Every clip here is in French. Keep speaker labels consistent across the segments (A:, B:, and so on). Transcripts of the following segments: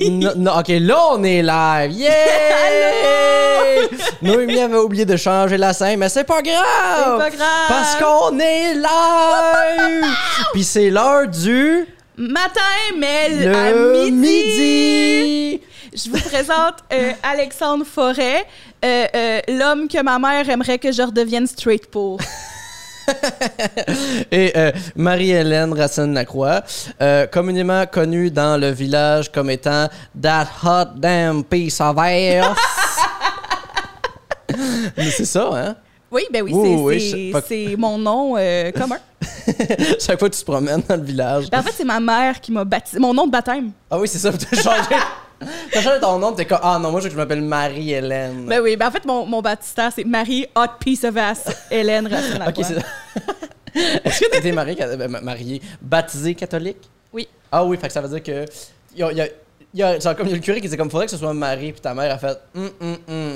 A: Non, non, ok, là on est live. Yeah! Noémie avait oublié de changer la scène, mais c'est pas grave! C'est
B: pas grave.
A: Parce qu'on est live! Puis c'est l'heure du.
B: Matin, mais l- à
A: Le
B: midi,
A: midi!
B: je vous présente euh, Alexandre Forêt, euh, euh, l'homme que ma mère aimerait que je redevienne straight pour.
A: Et euh, Marie-Hélène Racine-Lacroix, euh, communément connue dans le village comme étant That Hot Damn Piece of Ass. Mais c'est ça, hein?
B: Oui, ben oui,
A: Oui,
B: c'est-
A: oui,
B: c'est
A: je- pas-
B: c'est mon nom euh, commun.
A: Chaque fois que tu te promènes dans le village.
B: Ben, en fait, c'est ma mère qui m'a baptisé, mon nom de baptême.
A: Ah oui, c'est ça, t'as changé. T'as changé ton nom, t'es comme Ah non, moi je veux que je m'appelle Marie-Hélène.
B: Ben oui, ben en fait, mon, mon baptistère, c'est Marie Hot Piece of Ass Hélène Racine
A: Ah, ok, c'est ça. Est-ce que t'as été mariée, ca- ben, mariée, baptisée catholique?
B: Oui.
A: Ah oui, fait que ça veut dire que. Il y a, il y a- il y a- genre, comme il y a le curé qui disait comme faudrait que ce soit Marie, puis ta mère a fait Hum, hum, hum.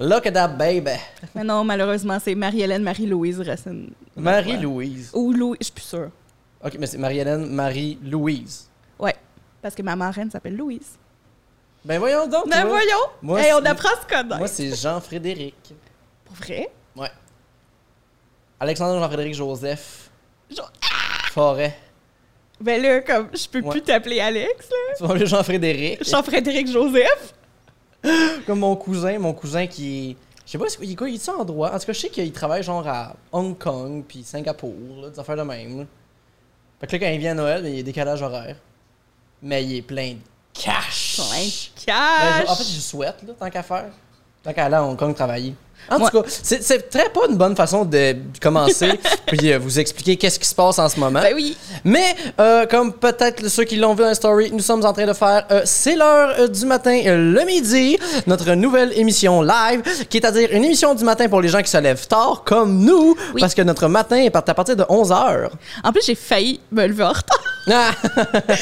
A: Look at that baby.
B: Mais non, malheureusement, c'est Marie-Hélène Marie-Louise Racine.
A: Marie-Louise.
B: Ou Louis, je suis plus sûre.
A: Ok, mais c'est Marie-Hélène, Marie-Louise.
B: Ouais, parce que ma marraine s'appelle Louise.
A: Ben voyons donc.
B: Ben
A: toi.
B: voyons!
A: Moi,
B: Hey, on
A: c'est-
B: apprend à se connaître.
A: Moi, c'est Jean-Frédéric.
B: Pour vrai?
A: Ouais. Alexandre Jean-Frédéric Joseph
B: Genre-
A: Forêt.
B: Ben là, comme, je peux
A: Ouais.
B: plus t'appeler Alex, là.
A: Tu m'appelles Jean-Frédéric.
B: Jean-Frédéric Joseph.
A: Comme mon cousin, mon cousin qui est. Je sais pas, c'est- il est quoi, il est en droit? En tout cas, je sais qu'il travaille genre à Hong Kong puis Singapour, là, des affaires de même. là. Fait que là, quand il vient à Noël, ben, il y a décalage horaire. Mais il est plein de cash!
B: Plein de
A: Ben,
B: cash.
A: je- en fait, je souhaite, là, tant qu'à faire. Tant qu'à aller à Hong Kong travailler. En
B: Ouais.
A: tout cas, c'est c'est très pas une bonne façon de commencer puis euh, vous expliquer qu'est-ce qui se passe en ce moment.
B: ben oui.
A: Mais, euh, comme peut-être ceux qui l'ont vu en story, nous sommes en train de faire euh, C'est l'heure euh, du matin, euh, le midi, notre nouvelle émission live, qui est à dire une émission du matin pour les gens qui se lèvent tard, comme nous,
B: Oui.
A: parce que notre matin est part- à partir de 11h.
B: En plus, j'ai failli me lever en retard.
A: Euh.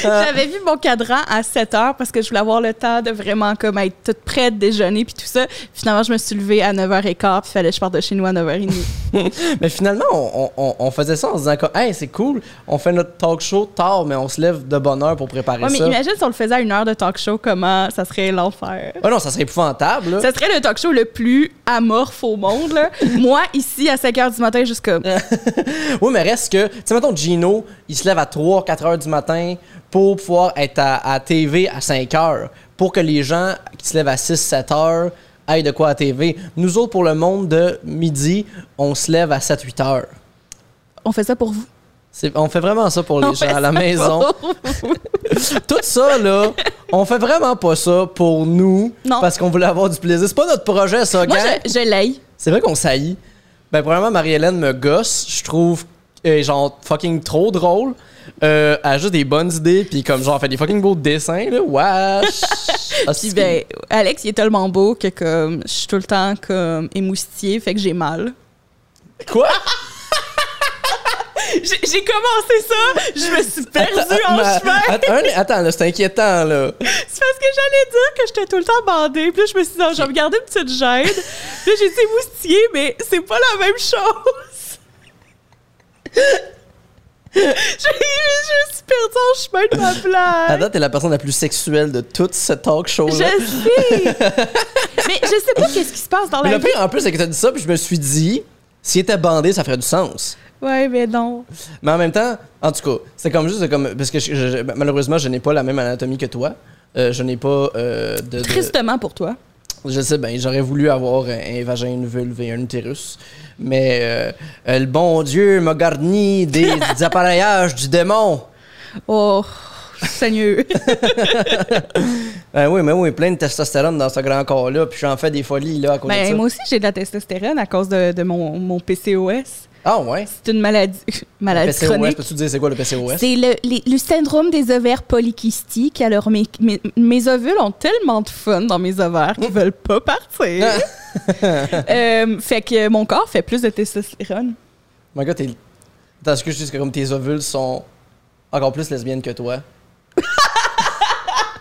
B: J'avais vu mon cadran à 7 heures parce que je voulais avoir le temps de vraiment comme être toute prête, déjeuner puis tout ça. Finalement, je me suis levée à 9h15 puis fallait que je parte de chez nous à 9h30.
A: mais finalement, on, on- on faisait ça en se disant que, Hey, c'est cool, on fait notre talk show tard, mais on se lève de bonne heure pour préparer
B: ouais, mais
A: ça.
B: imagine si on le faisait à une heure de talk show, comment ça serait l'enfer.
A: Ah non, ça serait épouvantable. là.
B: Ça serait le talk show le plus amorphe au monde. Là. Moi, ici, à 5 h du matin, juste comme.
A: Oui, mais reste que, tu sais, mettons, Gino, il se lève à 3, 4 heures du matin pour pouvoir être à, à TV à 5 heures, pour que les gens qui se lèvent à 6, 7 heures aillent de quoi à TV. Nous autres, pour le monde de midi, on se lève à 7, 8 heures.
B: On fait ça pour vous.
A: C'est- on fait vraiment ça pour les
B: On fait
A: gens à la
B: ça
A: maison.
B: pour vous.
A: Tout ça, là, on fait vraiment pas ça pour nous
B: Non.
A: parce qu'on voulait avoir du plaisir. C'est pas notre projet, ça,
B: Moi,
A: gang.
B: je, je l'aille.
A: C'est vrai qu'on saillit. Ben, premièrement, Marie-Hélène me gosse. Je trouve, euh, genre, fucking trop drôle. Euh, elle a juste des bonnes idées, puis comme, genre, elle fait des fucking beaux dessins, là. Wesh! Ah, c'est-
B: Puis ben, Alex, il est tellement beau que comme je suis tout le temps comme émoustillée, fait que j'ai mal.
A: Quoi?
B: J'ai j'ai commencé ça, je me suis perdue en
A: Ma-
B: chemin.
A: Attends, un- attends, là, c'est inquiétant, là.
B: C'est parce que j'allais dire que j'étais tout le temps bandée. Puis là, je me suis dit, non, je vais me garder une petite gêne. Puis là, j'ai dit émoustillée, mais c'est pas la même chose. je, je me suis perdue en chemin de ma
A: À
B: blague.
A: date, t'es la personne la plus sexuelle de tout ce talk show-là.
B: Je sais. mais je sais pas qu'est-ce qui se passe dans
A: Mais
B: la
A: le
B: vie.
A: pire, en plus, c'est que t'as dit ça, puis je me suis dit, s'il était bandé, ça ferait du sens.
B: Ouais, mais non.
A: Mais en même temps, en tout cas, c'est comme juste de comme. Parce que je- je- je- malheureusement, je n'ai pas la même anatomie que toi. Euh, je n'ai pas euh, de- de.
B: Tristement pour toi.
A: Je sais bien, j'aurais voulu avoir un, un vagin, une vulve et un utérus. Mais euh, euh, le bon Dieu m'a garni des, des appareillages du démon.
B: Oh, Seigneur.
A: Ben oui, mais oui, plein de testostérone dans ce grand corps-là. Puis j'en fais des folies, là, à cause de
B: ben,
A: ça.
B: moi aussi, j'ai de la testostérone à cause de, de mon, mon PCOS.
A: Ah ouais?
B: C'est une maladie, maladie
A: PCOS,
B: chronique.
A: peux-tu dire c'est quoi le PCOS?
B: C'est le, les- le syndrome des ovaires polykystiques. Alors, mes, mes, mes ovules ont tellement de fun dans mes ovaires qu'ils veulent pas partir.
A: Ah.
B: Euh, fait que mon corps fait plus de testostérone.
A: Mon gars, t'es. Attends, excuse juste que comme tes ovules sont encore plus lesbiennes que toi.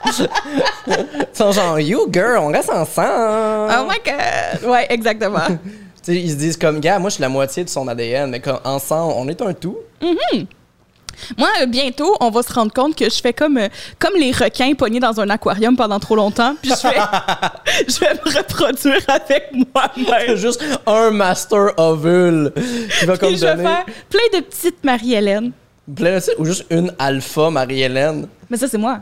A: Ils sont genre, you girl, on reste ensemble.
B: Oh my God! Ouais, exactement.
A: Tu sais, ils se disent comme, gars, moi je suis la moitié de son ADN, mais comme ensemble, on est un tout.
B: Moi, euh, bientôt, on va se rendre compte que je fais comme, euh, comme les requins pognés dans un aquarium pendant trop longtemps, puis je vais, je vais me reproduire avec moi-même.
A: Juste un master ovule qui va comme
B: Puis je vais
A: donner
B: faire plein de petites Marie-Hélène.
A: plein de- ou juste une alpha Marie-Hélène.
B: Mais ça, c'est moi.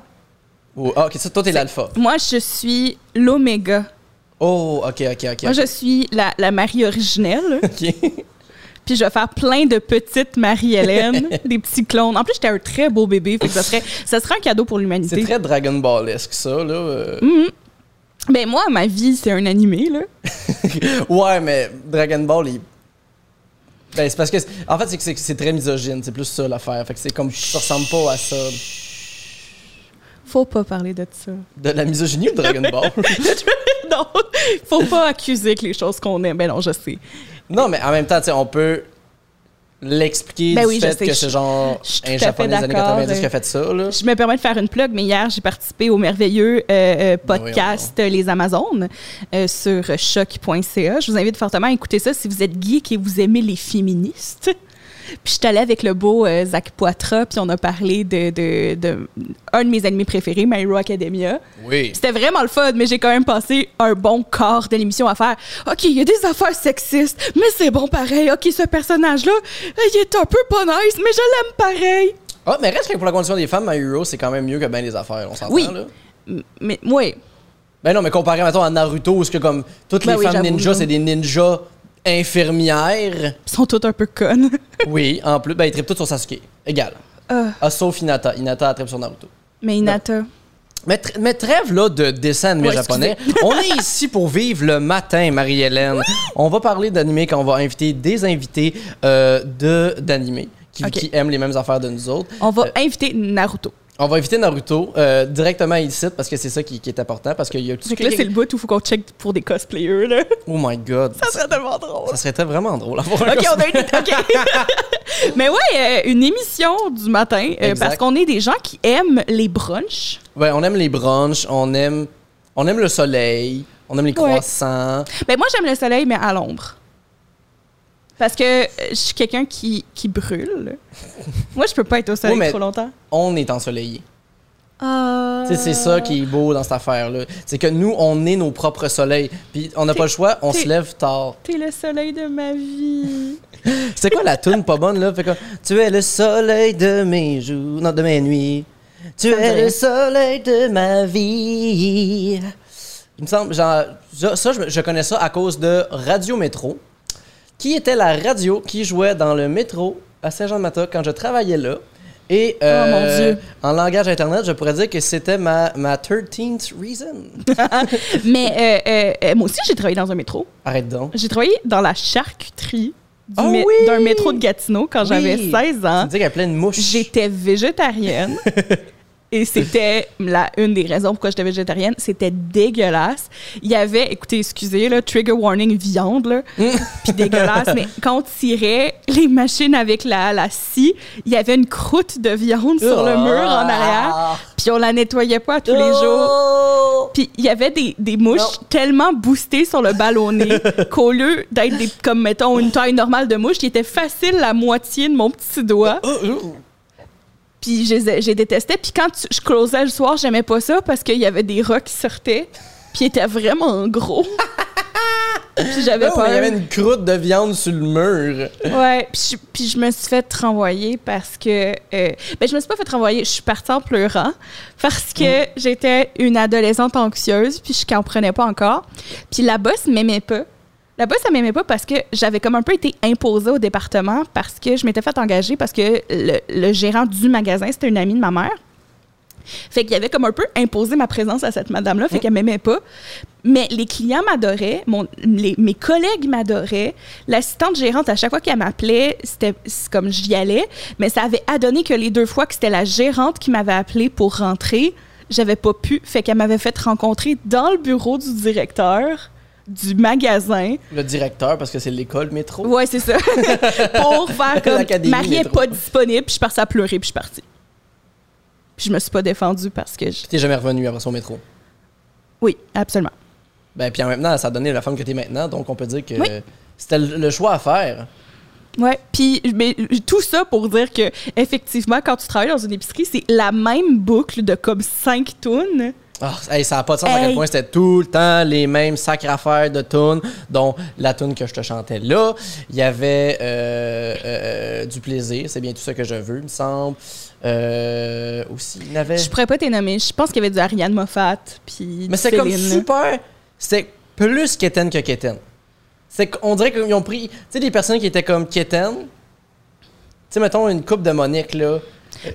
A: Ou- ah, ok, ça, toi, t'es l'alpha.
B: Moi, je suis l'oméga.
A: Oh, ok, ok, ok.
B: Moi, je suis la, la Marie originelle.
A: ok.
B: Puis je vais faire plein de petites Marie-Hélène, des petits clones. En plus, j'étais un très beau bébé. Fait que ça, serait, ça serait un cadeau pour
A: C'est
B: l'humanité.
A: très Dragon Ball-esque, ça, là. euh.
B: Ben moi, ma vie, c'est un animé, là.
A: ouais, mais Dragon Ball, il. Ben, c'est parce que. c'est- En fait, c'est que c'est- c'est très misogyne. C'est plus ça l'affaire. Fait que c'est comme. Ça ressemble pas à ça.
B: Faut pas parler de ça.
A: De la misogynie ou de Dragon Ball?
B: non, faut pas accuser que les choses qu'on aime. Ben non, je sais.
A: non, mais en même temps, tu sais, on peut l'expliquer
B: Ben
A: du
B: oui, je
A: fait
B: sais,
A: que
B: je-
A: c'est genre
B: je suis tout
A: un
B: à fait
A: japonais des années
B: d'accord,
A: 90 qui a
B: euh.
A: fait ça, là.
B: Je me permets de faire une plug, mais hier, j'ai participé au merveilleux euh, euh, podcast Les Amazones euh, sur choc.ca. Je vous invite fortement à écouter ça si vous êtes geek et vous aimez les féministes. Puis je suis allée avec le beau euh, Zach Poitras, puis on a parlé de, de- de- un de mes animés préférés, My Hero Academia.
A: Oui.
B: C'était vraiment le fun, mais j'ai quand même passé un bon quart de l'émission à faire. OK, il y a des affaires sexistes, mais c'est bon pareil. OK, ce personnage-là, euh, il est un peu pas nice, mais je l'aime pareil.
A: Ah, mais reste que pour la condition des femmes, My Hero, c'est quand même mieux que bien des affaires, on s'entend,
B: Oui.
A: là.
B: M- Mais, oui.
A: Ben non, mais comparé, mettons, à Naruto, où ce que comme. Toutes
B: Ben
A: les
B: oui,
A: femmes
B: j'avoue,
A: ninjas,
B: non.
A: c'est des ninjas infirmières.
B: Ils sont tous un peu connes.
A: Oui, en plus, ben ils trippent tous sur Sasuke. Égal.
B: Ah,
A: Ah, sauf Hinata. Hinata elle trippe sur Naruto.
B: mais Inata.
A: Mais, tr- mais trêve là de dessin animé
B: Ouais,
A: japonais. on est ici pour vivre le matin, Marie-Hélène. On va parler d'animé quand on va inviter des invités euh, de d'animé qui,
B: Ok.
A: qui aiment les mêmes affaires de nous autres.
B: On va inviter Naruto.
A: On va inviter Naruto euh, directement ici parce que c'est ça qui, qui est important parce qu'il y a
B: Fait que là, c'est le bout où faut qu'on check pour des cosplayers, là.
A: Oh my god.
B: Ça
A: Ça,
B: serait tellement drôle.
A: ça serait très vraiment drôle. à voir un
B: OK,
A: cosplay.
B: on a une... OK. mais ouais, euh, une émission du matin, euh,
A: Exact.
B: parce qu'on est des gens qui aiment les brunchs.
A: Ouais, on aime les brunchs, on aime on aime le soleil, on aime les
B: Ouais.
A: croissants.
B: Ben moi, j'aime le soleil, mais à l'ombre. Parce que euh, je suis quelqu'un qui, qui brûle. moi, je peux pas être au soleil
A: Ouais, mais-
B: trop longtemps.
A: On est ensoleillé.
B: Euh,
A: Tu sais, c'est ça qui est beau dans cette affaire-là. C'est que nous, on est nos propres soleils. Puis on n'a pas le choix, on
B: t'es-
A: se lève tard.
B: T'es le soleil de ma vie.
A: C'est quoi la toune pas bonne, là? Fait que, tu es le soleil de mes jours, non, de mes nuits. Tu
B: me dit
A: es le
B: rien.
A: soleil de ma vie. Il me semble, genre, ça, ça, je, je connais ça à cause de Radio Métro, qui était la radio qui jouait dans le métro à Saint-Jean-de-Mata quand je travaillais là. Et euh,
B: Oh, mon Dieu.
A: en langage Internet, je pourrais dire que c'était ma, ma 13th reason.
B: mais euh, euh, euh, moi aussi, j'ai travaillé dans un métro.
A: Arrête donc.
B: J'ai travaillé dans la charcuterie du
A: Ah
B: mé-
A: oui!
B: d'un métro de Gatineau quand j'avais
A: Oui.
B: 16
A: Tu me
B: ans.
A: dis qu'il y a plein de mouches.
B: J'étais végétarienne. Et c'était la une des raisons pourquoi j'étais végétarienne. C'était dégueulasse. Il y avait, écoutez, excusez, là, trigger warning viande, là,
A: Mm.
B: puis dégueulasse. Mais quand on tirait les machines avec la, la scie, il y avait une croûte de viande sur
A: Oh,
B: le mur en arrière.
A: Ah!
B: Puis on la nettoyait pas tous les jours.
A: jours.
B: Puis il y avait des, des mouches
A: Non.
B: tellement boostées sur le ballonnet qu'au lieu d'être des- comme, mettons, une taille normale de mouche, qui était facile la moitié de mon petit doigt.
A: Oh,
B: Puis je les ai- j'ai détesté. Puis quand tu- je closais le soir, j'aimais pas ça parce qu'il y avait des rats qui sortaient. Puis ils étaient vraiment gros. puis j'avais
A: Non, mais
B: peur.
A: il y avait une croûte de viande sur le mur.
B: Ouais, puis je, puis je me suis fait renvoyer parce que. euh, ben, je me suis pas fait renvoyer, je suis partie en pleurant parce que j'étais une adolescente anxieuse, puis je comprenais pas encore. Puis la boss m'aimait pas. La boss, elle m'aimait pas parce que j'avais comme un peu été imposée au département parce que je m'étais fait engager parce que le, le gérant du magasin, c'était une amie de ma mère. Fait qu'il avait comme un peu imposé ma présence à cette madame-là, fait qu'elle m'aimait pas. Mais les clients m'adoraient, mon- les- mes collègues m'adoraient. L'assistante gérante, à chaque fois qu'elle m'appelait, c'était c'est comme j'y allais. Mais ça avait adonné que les deux fois que c'était la gérante qui m'avait appelée pour rentrer, j'avais pas pu. Fait qu'elle m'avait fait rencontrer dans le bureau du directeur du magasin.
A: Le directeur, parce que c'est l'école métro.
B: Ouais, c'est ça. pour faire comme
A: L'académie
B: Marie est
A: métro.
B: pas disponible, puis je suis partie à pleurer, puis je suis partie. Puis je me suis pas défendue parce que je...
A: Puis t'es jamais revenu après son métro.
B: Oui, absolument.
A: Ben, puis en même temps, ça a donné la femme que t'es maintenant, donc on peut dire que
B: Oui.
A: c'était le le choix à faire.
B: Ouais, puis mais tout ça pour dire que effectivement quand tu travailles dans une épicerie, c'est la même boucle de comme 5 tonnes.
A: Ah, hey, ça n'a pas de sens à quel
B: Hey.
A: point c'était tout le temps les mêmes sacres affaires de tunes, dont la tune que je te chantais là. Il y avait euh, euh, du plaisir, c'est bien tout ça que je veux, il me semble. Euh, aussi, il y en avait.
B: Je pourrais pas t'en nommer. Je pense qu'il y avait du Ariane Moffat puis
A: Mais
B: du
A: c'est comme
B: Céline.
A: super. C'était plus Keten que Keten. C'est qu'on dirait qu'ils ont pris. Tu sais, des personnes qui étaient comme Keten. Tu sais, mettons une coupe de Monique, là.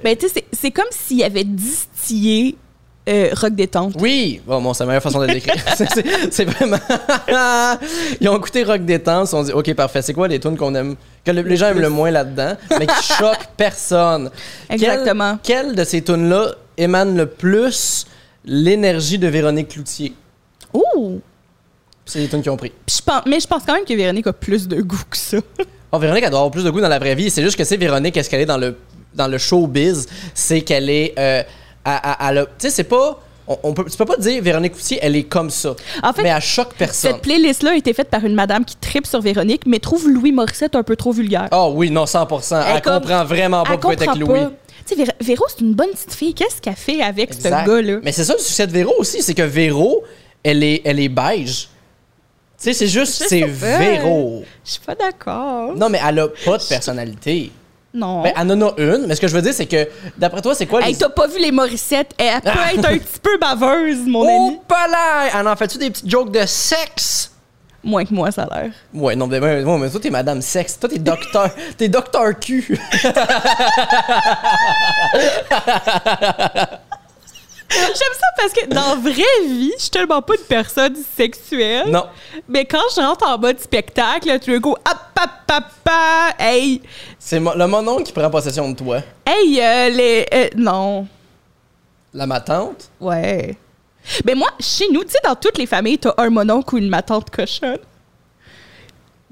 B: Ben, tu sais, c'est- c'est comme s'il y avait distillé euh, Rock Détente.
A: Oui! Bon, bon, c'est la meilleure façon de le décrire. c'est, c'est- c'est vraiment. Ils ont écouté Rock Détente, ils se sont dit, OK, parfait, c'est quoi les tunes qu'on aime, que le- les gens aiment le moins là-dedans, mais qui choquent personne?
B: Exactement.
A: Quelle, quelle de ces tunes-là émane le plus l'énergie de Véronique Cloutier? Oh!
B: Ouh!
A: C'est les tunes qu'ils ont pris.
B: Puis je pense- mais je pense quand même que Véronique a plus de goût que ça.
A: Oh, Véronique, elle doit avoir plus de goût dans la vraie vie. C'est juste que c'est Véronique, est-ce qu'elle est dans le, dans le showbiz? C'est qu'elle est. euh, à, à- à le- tu sais, c'est pas. On, on peut, tu peux pas dire Véronique Coutier, elle est comme ça.
B: En fait,
A: mais elle choque personne.
B: Cette playlist-là a été faite par une madame qui tripe sur Véronique, mais trouve Louis Morissette un peu trop vulgaire.
A: Ah oui, non, 100%. Elle,
B: Elle comme-
A: comprend vraiment pas
B: Elle
A: pourquoi t'es
B: comprend
A: avec Louis.
B: pas. Tu sais, Véro- Véro, c'est une bonne petite fille. Qu'est-ce qu'elle fait avec
A: Exact.
B: ce gars-là?
A: Mais c'est ça le succès de Véro aussi, c'est que Véro, elle est, elle est beige. Tu sais, c'est juste,
B: Je
A: c'est
B: sais pas.
A: Véro.
B: Je suis pas d'accord.
A: Non, mais elle a pas de personnalité.
B: Non.
A: Ben, elle en a une, mais ce que je veux dire, c'est que, d'après toi, c'est quoi
B: Hey,
A: les...
B: t'as pas vu les Morissettes? Elle peut être un petit peu baveuse, mon ami.
A: Oh, pas là! Elle en fait-tu des petites jokes de sexe?
B: Moins que moi, ça a l'air.
A: Ouais, non, mais, mais- ouais, mais toi, t'es madame sexe. Toi, t'es docteur. t'es docteur cul.
B: Hein? J'aime ça parce que dans vraie vie, je suis tellement pas une personne sexuelle.
A: non.
B: Mais quand je rentre en mode spectacle, tu le go, hop, hop, hop, hop, hey,
A: C'est mo- le monon qui prend possession de toi.
B: hey, euh, les. euh, non.
A: La ma tante.
B: Ouais. Mais moi, chez nous, tu sais, dans toutes les familles, t'as un mononcle ou une matante cochonne.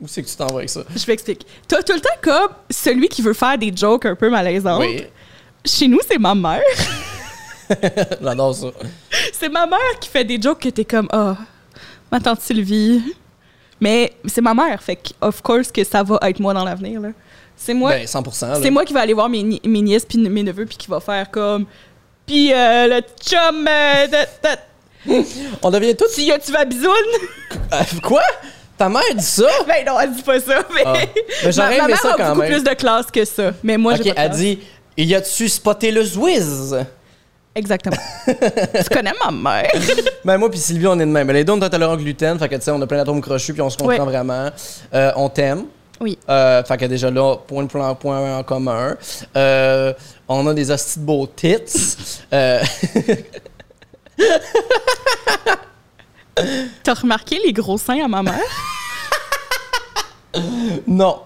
A: Où c'est que tu t'en vas avec ça?
B: Je m'explique. T'as tout le temps comme celui qui veut faire des jokes un peu malaisantes.
A: Oui.
B: Chez nous, c'est ma mère.
A: J'adore ça.
B: c'est ma mère qui fait des jokes que t'es comme, ah, ma tante Sylvie. Mais c'est ma mère, fait que, of course, que ça va être moi dans l'avenir, là. C'est moi,
A: Ben, 100%. là.
B: c'est moi qui vais aller voir mes, ni- mes nièces puis mes neveux puis qui va faire comme, puis euh, le chum, euh, de- de-
A: On devient tous.
B: tu y as-tu ma bisoune?
A: Euh, quoi? Ta mère dit ça?
B: Ben non, elle dit pas ça, mais.
A: Ah. Mais j'aurais
B: ma, ma
A: aimé
B: mère
A: ça
B: a
A: quand
B: beaucoup
A: même.
B: plus de classe que ça. Mais moi,
A: ok,
B: j'ai pas de
A: elle
B: classe.
A: dit Il y a-tu spoté le Zwiz?
B: Exactement. tu connais ma mère.
A: Ben, moi puis Sylvie, on est de même. Les deux, on est intolérants au gluten. Fait que, tu sais, on a plein d'atomes crochus puis on se comprend
B: Ouais.
A: vraiment. Euh, on t'aime.
B: Oui.
A: Euh, fait que déjà là, point, point, point en commun. Euh, on a des hosties de beaux tits. Euh,
B: T'as remarqué les gros seins à ma mère?
A: non,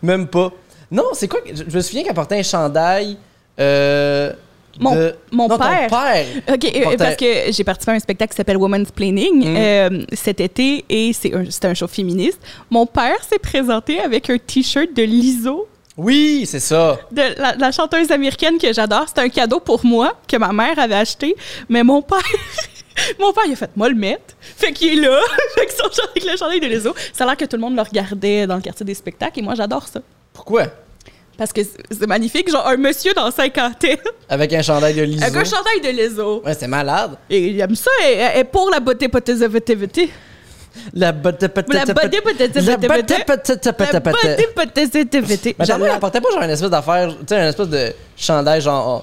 A: même pas. Non, c'est quoi? que- Je, je me souviens qu'elle portait un chandail. euh,
B: Mon-
A: de-
B: mon
A: non, ton
B: père.
A: père.
B: OK, euh,
A: Portait-
B: parce que j'ai participé à un spectacle qui s'appelle Woman's Planning
A: Mm.
B: euh, cet été et c'est un, c'était un show féministe. Mon père s'est présenté avec un T-shirt de Lizzo,
A: Oui, c'est ça.
B: de la, la chanteuse américaine que j'adore. C'était un cadeau pour moi que ma mère avait acheté, mais mon père... Mon père, il a fait moi le mettre. Fait qu'il est là. fait qu'ils sont genre avec le chandail de Lizzo. Ça a l'air que tout le monde le regardait dans le quartier des spectacles et moi, j'adore ça.
A: Pourquoi?
B: Parce que c'est c'est magnifique, genre un monsieur dans cinquantaine,
A: Avec un chandail de Lizzo.
B: avec un chandail de Lizzo.
A: Ouais, c'est malade.
B: Et il aime ça, et, et pour la beauté, beauté, beauté, beauté.
A: La botte petite.
B: La botte, beauté, beauté,
A: La
B: beauté,
A: botte
B: beauté.
A: petite
B: La
A: petite
B: beauté,
A: petite.
B: beauté, beauté, beauté.
A: Mais ta mère, elle
B: J'adore.
A: portait pas genre une espèce d'affaire, tu sais, un espèce de chandail genre. oh,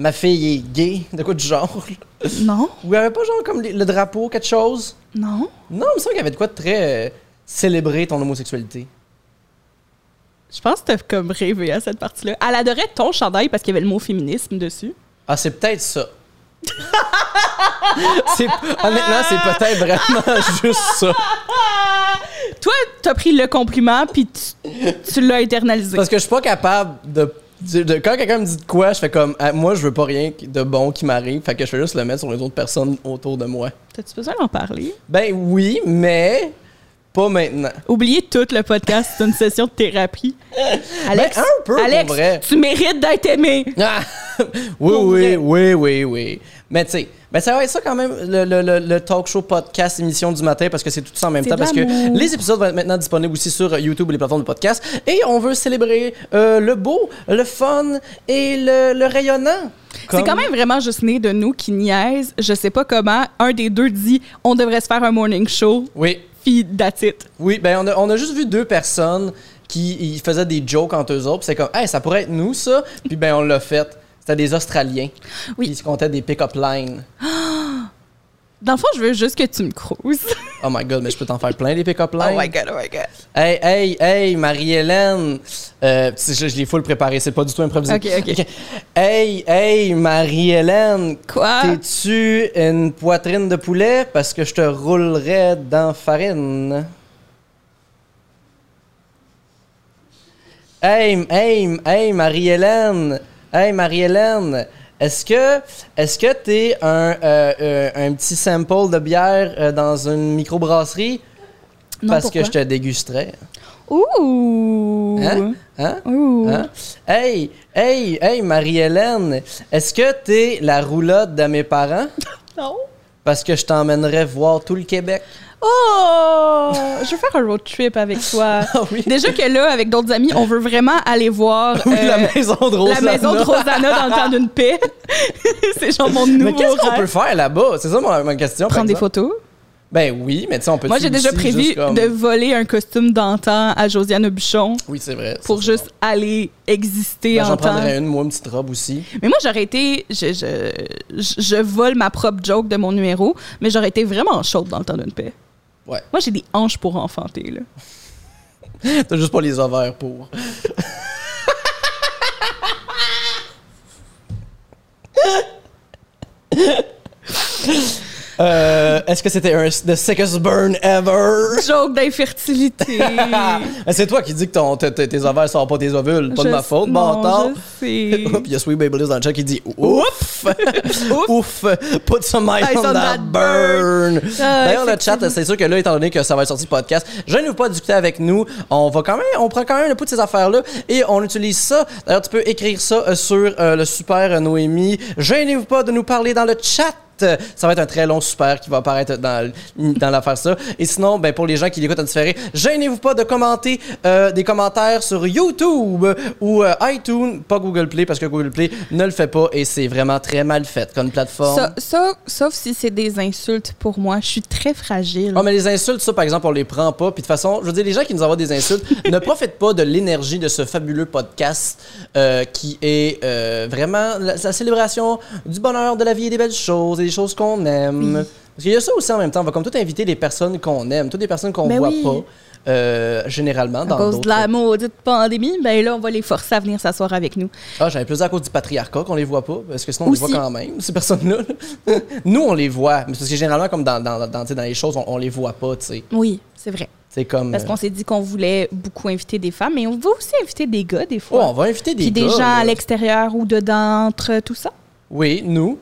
A: ma fille est gay, de quoi du genre? là.
B: Non,
A: Ou il y avait pas genre comme les- le drapeau, quelque chose?
B: non.
A: Non, il me semble qu'il y avait de quoi de très euh, célébrer ton homosexualité.
B: Je pense que t'as comme rêvé à cette partie-là. Elle adorait ton chandail parce qu'il y avait le mot féminisme dessus.
A: Ah, c'est peut-être ça. C'est- honnêtement, c'est peut-être vraiment juste ça.
B: Toi, t'as pris le compliment, puis tu, tu l'as internalisé.
A: Parce que je suis pas capable de. de- de- quand quelqu'un me dit de quoi, je fais comme. Ah, moi, je veux pas rien de bon qui m'arrive. Fait que je fais juste le mettre sur les autres personnes autour de moi.
B: T'as-tu besoin d'en parler?
A: Ben oui, mais. Pas maintenant.
B: Oubliez tout le podcast, c'est une session de thérapie. Alex,
A: Ben, un peu, pour
B: Alex
A: vrai.
B: tu mérites d'être aimé.
A: Ah! oui, oui, oui, oui, oui. Mais tu sais, Ben, ça va être ça quand même, le, le- le- le talk show podcast émission du matin, parce que c'est tout ça en même
B: C'est
A: temps,
B: de
A: parce que
B: l'amour.
A: les épisodes vont être maintenant disponibles aussi sur euh, YouTube et les plateformes de podcast. Et on veut célébrer euh, le beau, le fun et le, le rayonnant.
B: C'est quand même vraiment juste né de nous qui niaise. Je sais pas comment. Un des deux dit on devrait se faire un morning show.
A: Oui,
B: Puis that's it.
A: oui, ben on a, on a juste vu deux personnes qui ils faisaient des jokes entre eux autres, puis c'est comme, hey, ça pourrait être nous, ça. Puis ben on l'a fait. C'était des Australiens.
B: Oui.
A: Puis Ils se comptaient des pick-up lines.
B: Dans le fond, je veux juste que tu me crouses.
A: Oh my god, mais je peux t'en faire plein des pick-up lines.
B: god, oh my god.
A: Hey, hey, hey, Marie-Hélène. Euh, tu sais, je, je l'ai full préparé, c'est pas du tout improvisé.
B: Ok, ok.
A: Hey, hey, Marie-Hélène.
B: Quoi?
A: T'es-tu une poitrine de poulet? Parce que je te roulerais dans farine. Hey, hey, hey, Marie-Hélène. Hey, Marie-Hélène. Est-ce que est-ce que t'es un, euh, euh, un petit sample de bière euh, dans une microbrasserie?
B: Non,
A: Parce
B: pourquoi?
A: que je te dégusterais.
B: Ouh.
A: Hein? Hein?
B: Ouh.
A: Hein? Hey, hey, hey, Marie-Hélène, est-ce que t'es la roulotte de mes parents?
B: Non.
A: Parce que je t'emmènerais voir tout le Québec.
B: Oh! Je veux faire un road trip avec toi.
A: Ah oui.
B: Déjà que là, avec d'autres amis, on veut vraiment aller voir
A: Oui,
B: euh,
A: la maison de
B: la
A: Rosanna.
B: maison de Rosanna dans le temps d'une paix. C'est genre mon nouveau
A: Mais qu'est-ce qu'on
B: rêve.
A: peut faire là-bas? C'est ça ma, ma question. par
B: Prendre des
A: exemple.
B: photos.
A: Ben oui, mais tu sais, on peut
B: Moi, j'ai déjà
A: aussi
B: prévu
A: juste comme-
B: de voler un costume d'antan à Josiane Buchon
A: Oui, c'est vrai. ça,
B: pour
A: c'est
B: juste
A: bon.
B: aller exister
A: Ben,
B: en
A: J'en
B: temps.
A: prendrais une, moi, une petite robe aussi.
B: Mais moi, j'aurais été. Je, je, je- je vole ma propre joke de mon numéro, mais j'aurais été vraiment chaude dans le temps d'une paix.
A: Ouais.
B: Moi, j'ai des hanches pour enfanter, là.
A: T'as juste pas les ovaires pour. Euh, Est-ce que c'était un the sickest burn ever? Ah,
B: Joke d'infertilité.
A: C'est toi qui dis que ton, tes, tes- tes ovaires sortent pas tes ovules, pas de
B: Je-
A: ma faute,
B: non,
A: bâtard.
B: je
A: Puis
B: sais.
A: il y a Sweet Babyliss dans le chat qui dit Ouf!
B: Ouf.
A: Ouf! Put some ice
B: Ice
A: on,
B: on
A: that
B: that
A: burn!
B: burn. Ah,
A: D'ailleurs, le chat, c'est sûr que là, étant donné que ça va être sorti podcast, je ne veux pas discuter avec nous. On va quand même, on prend quand même le pouls de ces affaires-là et on utilise ça. D'ailleurs, tu peux écrire ça euh, sur euh, le super euh, Noémie. Gênez-vous pas de nous parler dans le chat! Ça va être un très long super qui va apparaître dans, l- dans l'affaire ça. Et sinon, ben, pour les gens qui l'écoutent en différé, gênez-vous pas de commenter euh, des commentaires sur YouTube ou euh, iTunes, pas Google Play, parce que Google Play ne le fait pas et c'est vraiment très mal fait comme plateforme.
B: Ça- ça- sauf si c'est des insultes pour moi. Je suis très fragile.
A: Ah, mais les insultes, ça, par exemple, on les prend pas. Puis de toute façon, je veux dire, les gens qui nous envoient des insultes, ne profitent pas de l'énergie de ce fabuleux podcast euh, qui est euh, vraiment la, la célébration du bonheur de la vie et des belles choses et des choses qu'on aime. Parce qu'il y a ça aussi en même temps. On va comme tout inviter des personnes qu'on aime, toutes des personnes qu'on
B: Ben
A: voit
B: oui.
A: pas, euh, généralement,
B: à
A: dans
B: cause
A: d'autres.
B: de la maudite pandémie, ben là, on va les forcer à venir s'asseoir avec nous.
A: Ah, j'avais plus à cause du patriarcat qu'on les voit pas, parce que sinon on les
B: Aussi.
A: voit quand même, ces personnes-là. là. Nous, on les voit, mais c'est parce que généralement, comme dans, dans, dans, tu sais, dans les choses, on, on les voit pas, tu sais.
B: Oui, c'est vrai.
A: C'est comme.
B: Parce
A: euh,
B: qu'on s'est dit qu'on voulait beaucoup inviter des femmes, mais on veut aussi inviter des gars des
A: oh,
B: fois.
A: on va inviter des
B: Puis des
A: gars,
B: gens à
A: là.
B: l'extérieur ou dedans, entre tout ça.
A: Oui, nous.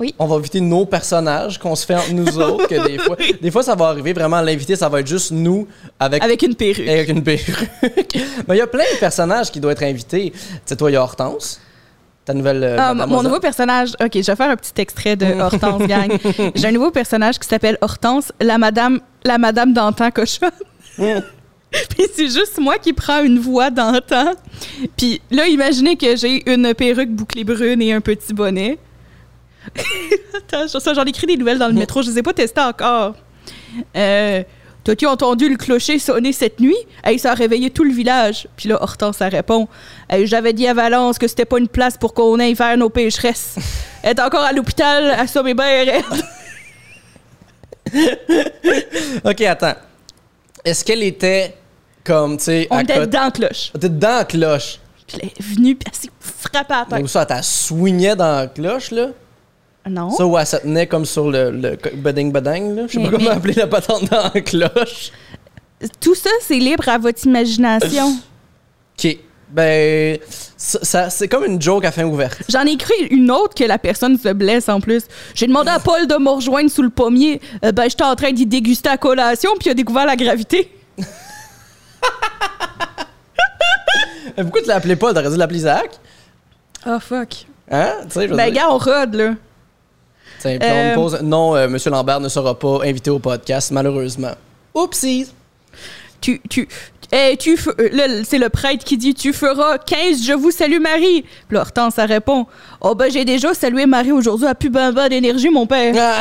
B: Oui.
A: On va inviter nos personnages qu'on se fait entre nous autres. Que des, fois, des fois, ça va arriver vraiment. L'invité, ça va être juste nous avec,
B: Avec une perruque.
A: avec une perruque. Mais il y a plein de personnages qui doivent être invités. Tu sais, toi, il y a Hortense, ta nouvelle. euh,
B: Ah, mon- mon
A: mademoiselle.
B: nouveau personnage, ok, je vais faire un petit extrait de Hortense Gang. J'ai un nouveau personnage qui s'appelle Hortense, la madame, la madame d'antan cochonne.
A: Hmm.
B: Puis c'est juste moi qui prends une voix d'antan. Puis là, imaginez que j'ai une perruque bouclée brune et un petit bonnet. Attends, je- ça, j'en écris des nouvelles dans le métro, je les ai pas testées encore. Euh, T'as-tu entendu le clocher sonner cette nuit? Hey, ça a réveillé tout le village. Puis là, Hortense, ça répond. Hey, J'avais dit à Valence que c'était pas une place pour qu'on aille faire nos pécheresses. Elle est encore à l'hôpital, à sommet
A: Ok, attends. Est-ce qu'elle était comme, tu sais,
B: On
A: à
B: était
A: côté.
B: dans le cloche.
A: T'es dans la cloche.
B: Puis elle est venue, puis elle s'est frappée à la
A: Ou
B: tête.
A: ça, t'as soigné dans la cloche, là.
B: Non.
A: Ça, ou elle se tenait comme sur le, le beding-beding, là. Je sais pas
B: Mais-
A: comment
B: mais-
A: appeler la patente dans la cloche.
B: Tout ça, c'est libre à votre imagination.
A: OK. Ben, ça, ça- c'est comme une joke à fin ouverte.
B: J'en ai écrit une autre que la personne se blesse en plus. J'ai demandé à Paul de me rejoindre sous le pommier. Euh, ben, j'étais en train d'y déguster à collation, puis il a découvert la gravité.
A: Mais Pourquoi tu l'appelais pas? T'aurais dû l'appeler Zach?
B: Oh fuck.
A: Hein? Tu sais, je veux
B: Ben,
A: dire,
B: gars, on rode, là.
A: Tiens, puis on me pose Non, euh, Monsieur Lambert ne sera pas invité au podcast, malheureusement. Oupsie!
B: tu, tu, eh, tu, fe- euh, là, c'est le prêtre qui dit, tu feras 15, je vous salue Marie. Puis là, Hortense, ça répond, oh ben, j'ai déjà salué Marie aujourd'hui à plus ben ben d'énergie, mon père.
A: Ah!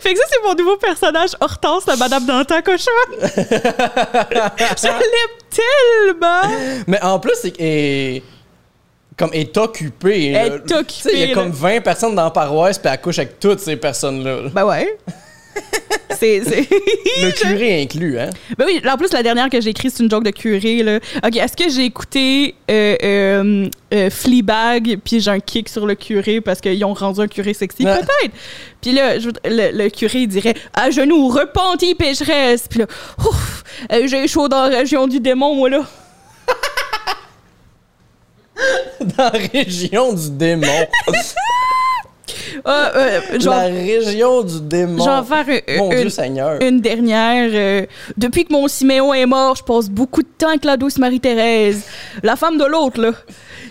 B: fait que ça, c'est mon nouveau personnage, Hortense, la madame d'antan cochon. je l'aime tellement.
A: Mais en plus, c'est est, comme est occupé. là.
B: Elle est
A: Tu sais, Il y
B: occupée,
A: a comme
B: là.
A: 20 personnes dans la paroisse, puis elle couche avec toutes ces personnes-là.
B: Ben ouais. c'est, c'est...
A: Le curé inclus, hein?
B: Ben oui, en plus, la dernière que j'ai écrite, c'est une joke de curé. Là. OK, est-ce que j'ai écouté euh, euh, euh, Fleabag, puis j'ai un kick sur le curé parce qu'ils ont rendu un curé sexy?
A: Ouais.
B: Peut-être. Puis là, je- le, le curé il dirait « À genoux, repentis, pécheresse! » Puis là, « Ouf, euh, j'ai chaud dans la région du démon, moi, là.
A: Dans la région du démon.
B: Ah, euh, genre,
A: la région du démon.
B: genre faire un-
A: Mon
B: une,
A: Dieu Seigneur.
B: une dernière. euh, depuis que mon Siméon est mort, je passe beaucoup de temps avec la douce Marie-Thérèse. La femme de l'autre, là.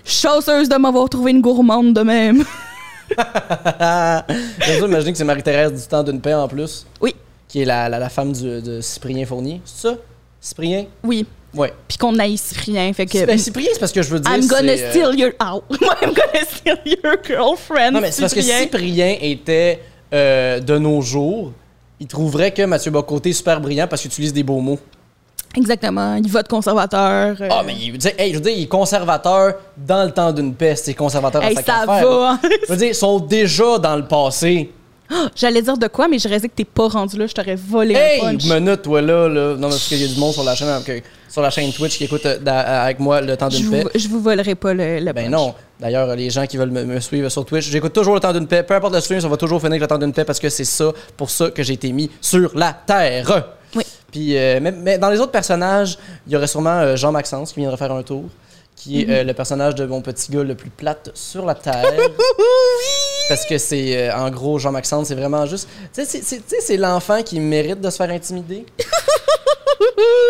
B: Chanceuse de m'avoir trouvé une gourmande de même.
A: Bien sûr, imaginez que c'est Marie-Thérèse du temps d'une paix en plus,
B: Oui,
A: qui est la, la, la femme du, de Cyprien Fournier. C'est ça? Cyprien?
B: oui.
A: Ouais.
B: Puis qu'on haït rien. Fait que.
A: Ben, Cyprien, c'est parce que je veux dire.
B: I'm gonna
A: c'est, euh,
B: steal your. Ow! I'm gonna steal your girlfriend.
A: Non, mais c'est parce que
B: Cyprien.
A: Cyprien était euh, de nos jours, il trouverait que Mathieu Bocoté est super brillant parce qu'il utilise des beaux mots.
B: Exactement. Il vote conservateur. euh,
A: Ah, mais il, tu sais, hey, je veux dire, il est conservateur dans le temps d'une peste, c'est conservateur
B: hey,
A: à sa
B: ça
A: affaire.
B: va.
A: Je veux dire, ils sont déjà dans le passé.
B: J'allais dire de quoi, mais je réalisais que t'es pas rendu là. Je t'aurais volé
A: Hey,
B: un punch.
A: minute, toi là, là. Non, mais parce qu'il y a du monde sur la chaîne, euh, que- sur la chaîne Twitch qui écoute euh, da- euh, avec moi le temps
B: Je
A: d'une paix.
B: vous, je vous volerai pas le, le
A: Ben
B: punch.
A: non. D'ailleurs, euh, les gens qui veulent me, me suivre sur Twitch, j'écoute toujours le temps d'une paix. Peu importe le stream, ça va toujours finir avec le temps d'une paix parce que c'est ça, pour ça que j'ai été mis sur la terre.
B: Oui.
A: Puis, euh, mais, mais dans les autres personnages, il y aurait sûrement euh, Jean-Maxence qui viendrait faire un tour, qui est euh, le personnage de mon petit gars le plus plate sur la terre. Parce que c'est, euh, en gros, Jean-Maxence, c'est vraiment juste. Tu sais, c'est- c'est- tu sais, c'est l'enfant qui mérite de se faire intimider.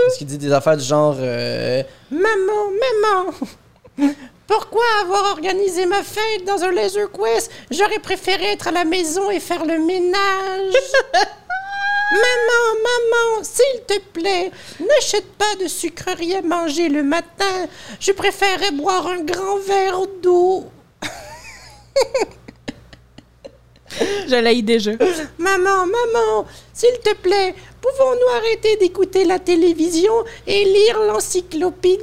A: Parce qu'il dit des affaires du genre euh, Maman, maman Pourquoi avoir organisé ma fête dans un laser quest J'aurais préféré être à la maison et faire le ménage. maman, maman, s'il te plaît, n'achète pas de sucrerie à manger le matin. Je préférerais boire un grand verre d'eau.
B: Je l'ai déjà.
A: Maman, maman, s'il te plaît, pouvons-nous arrêter d'écouter la télévision et lire l'encyclopédie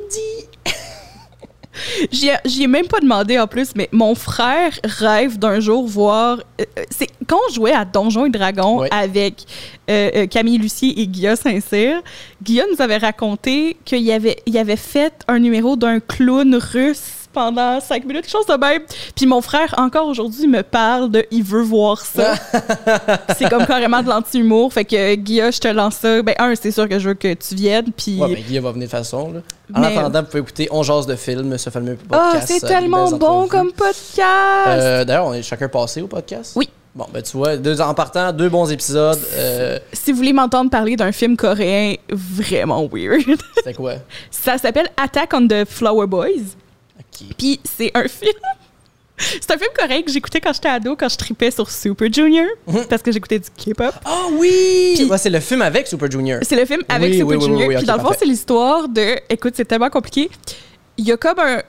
B: J'y ai, j'y ai même pas demandé en plus, mais mon frère rêve d'un jour voir. euh, euh, c'est quand on jouait à Donjons et Dragons
A: Ouais.
B: avec euh, euh, Camille Lucier et Guilla Saint-Cyr, Guilla nous avait raconté qu'il avait, il avait fait un numéro d'un clown russe pendant cinq minutes, chose de même. Puis mon frère, encore aujourd'hui, me parle de il veut voir ça. c'est comme carrément de l'anti-humour. Fait que Guilla, je te lance ça. Ben, un, c'est sûr que je veux que tu viennes. Puis.
A: Ouais, ben, mais Guy va venir de façon. Là. En
B: Mais-
A: attendant, vous pouvez écouter On jase de film, ce fameux
B: Ah,
A: podcast.
B: c'est
A: euh, des
B: tellement
A: belles
B: bon
A: entrevues.
B: comme podcast!
A: Euh, D'ailleurs, on est chacun passé au podcast.
B: Oui.
A: Bon, ben tu vois, deux, en partant, deux bons épisodes. euh,
B: Si vous voulez m'entendre parler d'un film coréen vraiment weird,
A: C'était quoi?
B: ça s'appelle Attack on the Flower Boys.
A: Ok.
B: Puis c'est un film. C'est un film coréen que j'écoutais quand j'étais ado, quand je tripais sur Super Junior,
A: Mhm.
B: parce que j'écoutais du K-pop.
A: Ah oui!
B: Puis-
A: Ouais, c'est le film avec Super Junior.
B: C'est le film avec
A: Oui,
B: Super
A: oui, oui,
B: Junior.
A: oui, oui,
B: puis
A: ok,
B: dans le fond,
A: parfait.
B: c'est l'histoire de. Écoute, c'est tellement compliqué. Il y a comme un-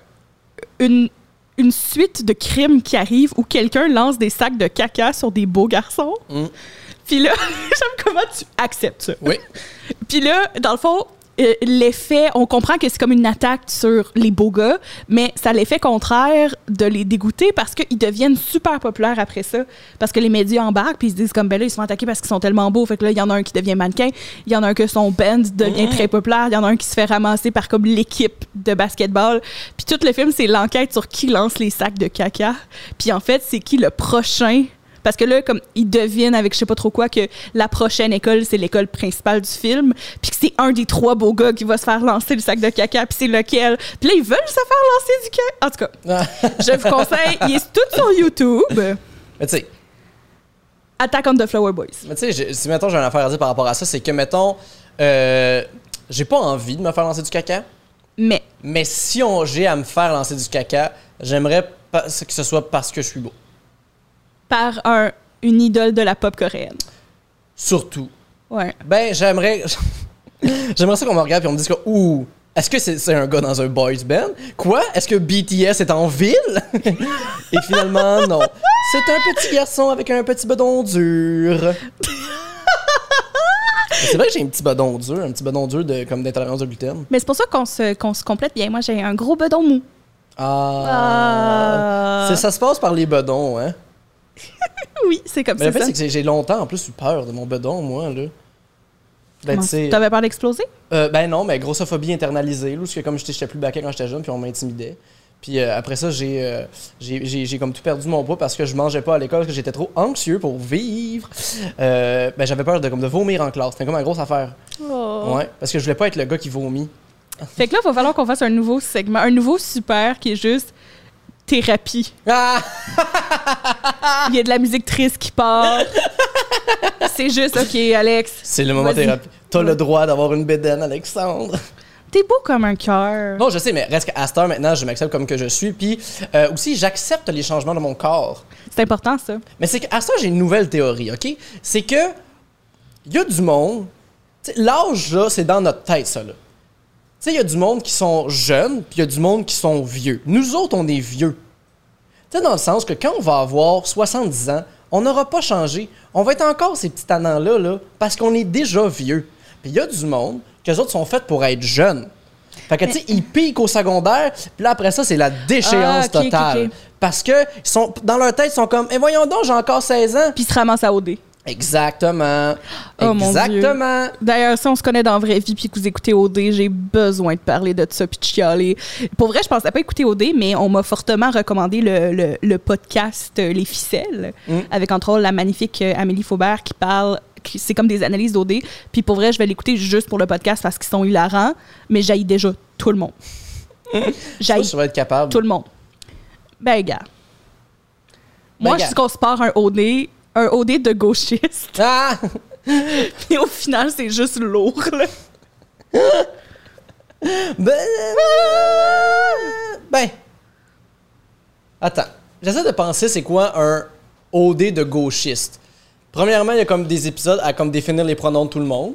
B: une, une suite de crimes qui arrivent où quelqu'un lance des sacs de caca sur des beaux garçons.
A: Mm.
B: Puis là, j'aime comment tu acceptes ça.
A: Oui.
B: Puis là, dans le fond, euh, l'effet, on comprend que c'est comme une attaque sur les beaux gars, mais ça a l'effet contraire de les dégoûter parce qu'ils deviennent super populaires après ça. Parce que les médias embarquent puis ils se disent comme, ben là, ils se font attaquer parce qu'ils sont tellement beaux. Fait que là, il y en a un qui devient mannequin, il y en a un que son band devient très populaire, il y en a un qui se fait ramasser par comme l'équipe de basketball. Puis tout le film, c'est l'enquête sur qui lance les sacs de caca. Puis en fait, c'est qui le prochain parce que là, comme ils devinent avec je sais pas trop quoi que la prochaine école, c'est l'école principale du film, puis que c'est un des trois beaux gars qui va se faire lancer le sac de caca, puis c'est lequel. Puis là, ils veulent se faire lancer du caca. En tout cas,
A: Ah,
B: je vous conseille, il est tout sur YouTube.
A: mais tu sais,
B: Attack on the Flower Boys.
A: Mais tu sais, j'ai- si mettons j'ai une affaire à dire par rapport à ça, c'est que mettons, euh, j'ai pas envie de me faire lancer du caca,
B: Mais
A: mais si on j'ai à me faire lancer du caca, j'aimerais pas- que ce soit parce que je suis beau.
B: par un, une idole de la pop coréenne.
A: Surtout.
B: Ouais.
A: Ben, j'aimerais. J'aimerais ça qu'on me regarde et on me dise que, ouh, est-ce que c'est c'est un gars dans un boys band? Quoi? Est-ce que BTS est en ville? et finalement, non. C'est un petit garçon avec un petit bedon dur. Mais c'est vrai que j'ai un petit bedon dur, un petit bedon dur de, comme d'intolérance au gluten.
B: Mais c'est pour ça qu'on se, qu'on se complète bien. Moi, j'ai un gros bedon mou.
A: Ah.
B: Ah.
A: C'est- Ça se passe par les bedons, hein?
B: Oui, c'est comme
A: Mais le fait,
B: ça. ça.
A: c'est que j'ai- j'ai longtemps en plus eu peur de mon bedon, moi, là. Ben,
B: Comment
A: tu
B: ça?
A: sais.
B: T'avais peur d'exploser?
A: Euh, ben non, mais grossophobie internalisée, là, parce que comme j'étais j'étais plus baquet quand j'étais jeune, puis on m'intimidait. Puis euh, après ça, j'ai euh, j'ai- j'ai j'ai comme tout perdu mon poids parce que je mangeais pas à l'école, parce que j'étais trop anxieux pour vivre. Euh, ben j'avais peur de, comme, de vomir en classe. C'était comme une grosse affaire.
B: Oh.
A: Ouais, parce que je voulais pas être le gars qui vomit.
B: Fait que là, il va falloir qu'on fasse un nouveau segment, un nouveau super qui est juste thérapie.
A: Ah!
B: Il y a de la musique triste qui part. c'est juste, OK, Alex,
A: C'est le moment
B: Vas-y.
A: thérapie. T'as le droit d'avoir une bédaine, Alexandre.
B: t'es beau comme un cœur.
A: Non, je sais, mais reste qu'à cette heure maintenant, je m'accepte comme que je suis. Puis euh, aussi, j'accepte les changements de mon corps.
B: C'est important, ça.
A: Mais c'est qu'à ça, j'ai une nouvelle théorie, OK? C'est que il y a du monde. t'sais, L'âge, là, c'est dans notre tête, ça, là. Tu sais, il y a du monde qui sont jeunes, puis il y a du monde qui sont vieux. Nous autres, on est vieux. Tu sais, dans le sens que quand on va avoir 70 ans, on n'aura pas changé. On va être encore ces petits tannants-là, là, parce qu'on est déjà vieux. Puis il y a du monde que les autres sont faits pour être jeunes. Fait que, tu sais, ils piquent au secondaire, puis là, après ça, c'est la déchéance
B: Ah, ok, ok, ok.
A: totale. Parce que ils sont, dans leur tête, ils sont comme, et voyons donc, j'ai encore 16 ans.
B: Puis il se ramasse à OD.
A: Exactement.
B: Oh, mon Dieu.
A: Exactement.
B: D'ailleurs, si on se connaît dans la vraie vie puis que vous écoutez OD, j'ai besoin de parler de ça puis de chialer. Pour vrai, je pensais pas écouter OD, mais on m'a fortement recommandé le, le- le podcast euh, Les Ficelles,
A: Mm.
B: avec entre autres la magnifique euh, Amélie Faubert qui parle. qui- C'est comme des analyses d'OD. Puis pour vrai, je vais l'écouter juste pour le podcast parce qu'ils sont hilarants, mais j'haïs déjà tout le monde.
A: Ça,
B: j'haïs
A: je vais être capable.
B: tout le monde. Ben, gars. Moi,
A: Ben, gars.
B: je dis qu'on se part un OD, un OD de gauchiste.
A: Ah!
B: Puis au final, c'est juste lourd, là.
A: Ben. ben. Attends. J'essaie de penser c'est quoi un OD de gauchiste. Premièrement, il y a comme des épisodes à comme définir les pronoms de tout le monde.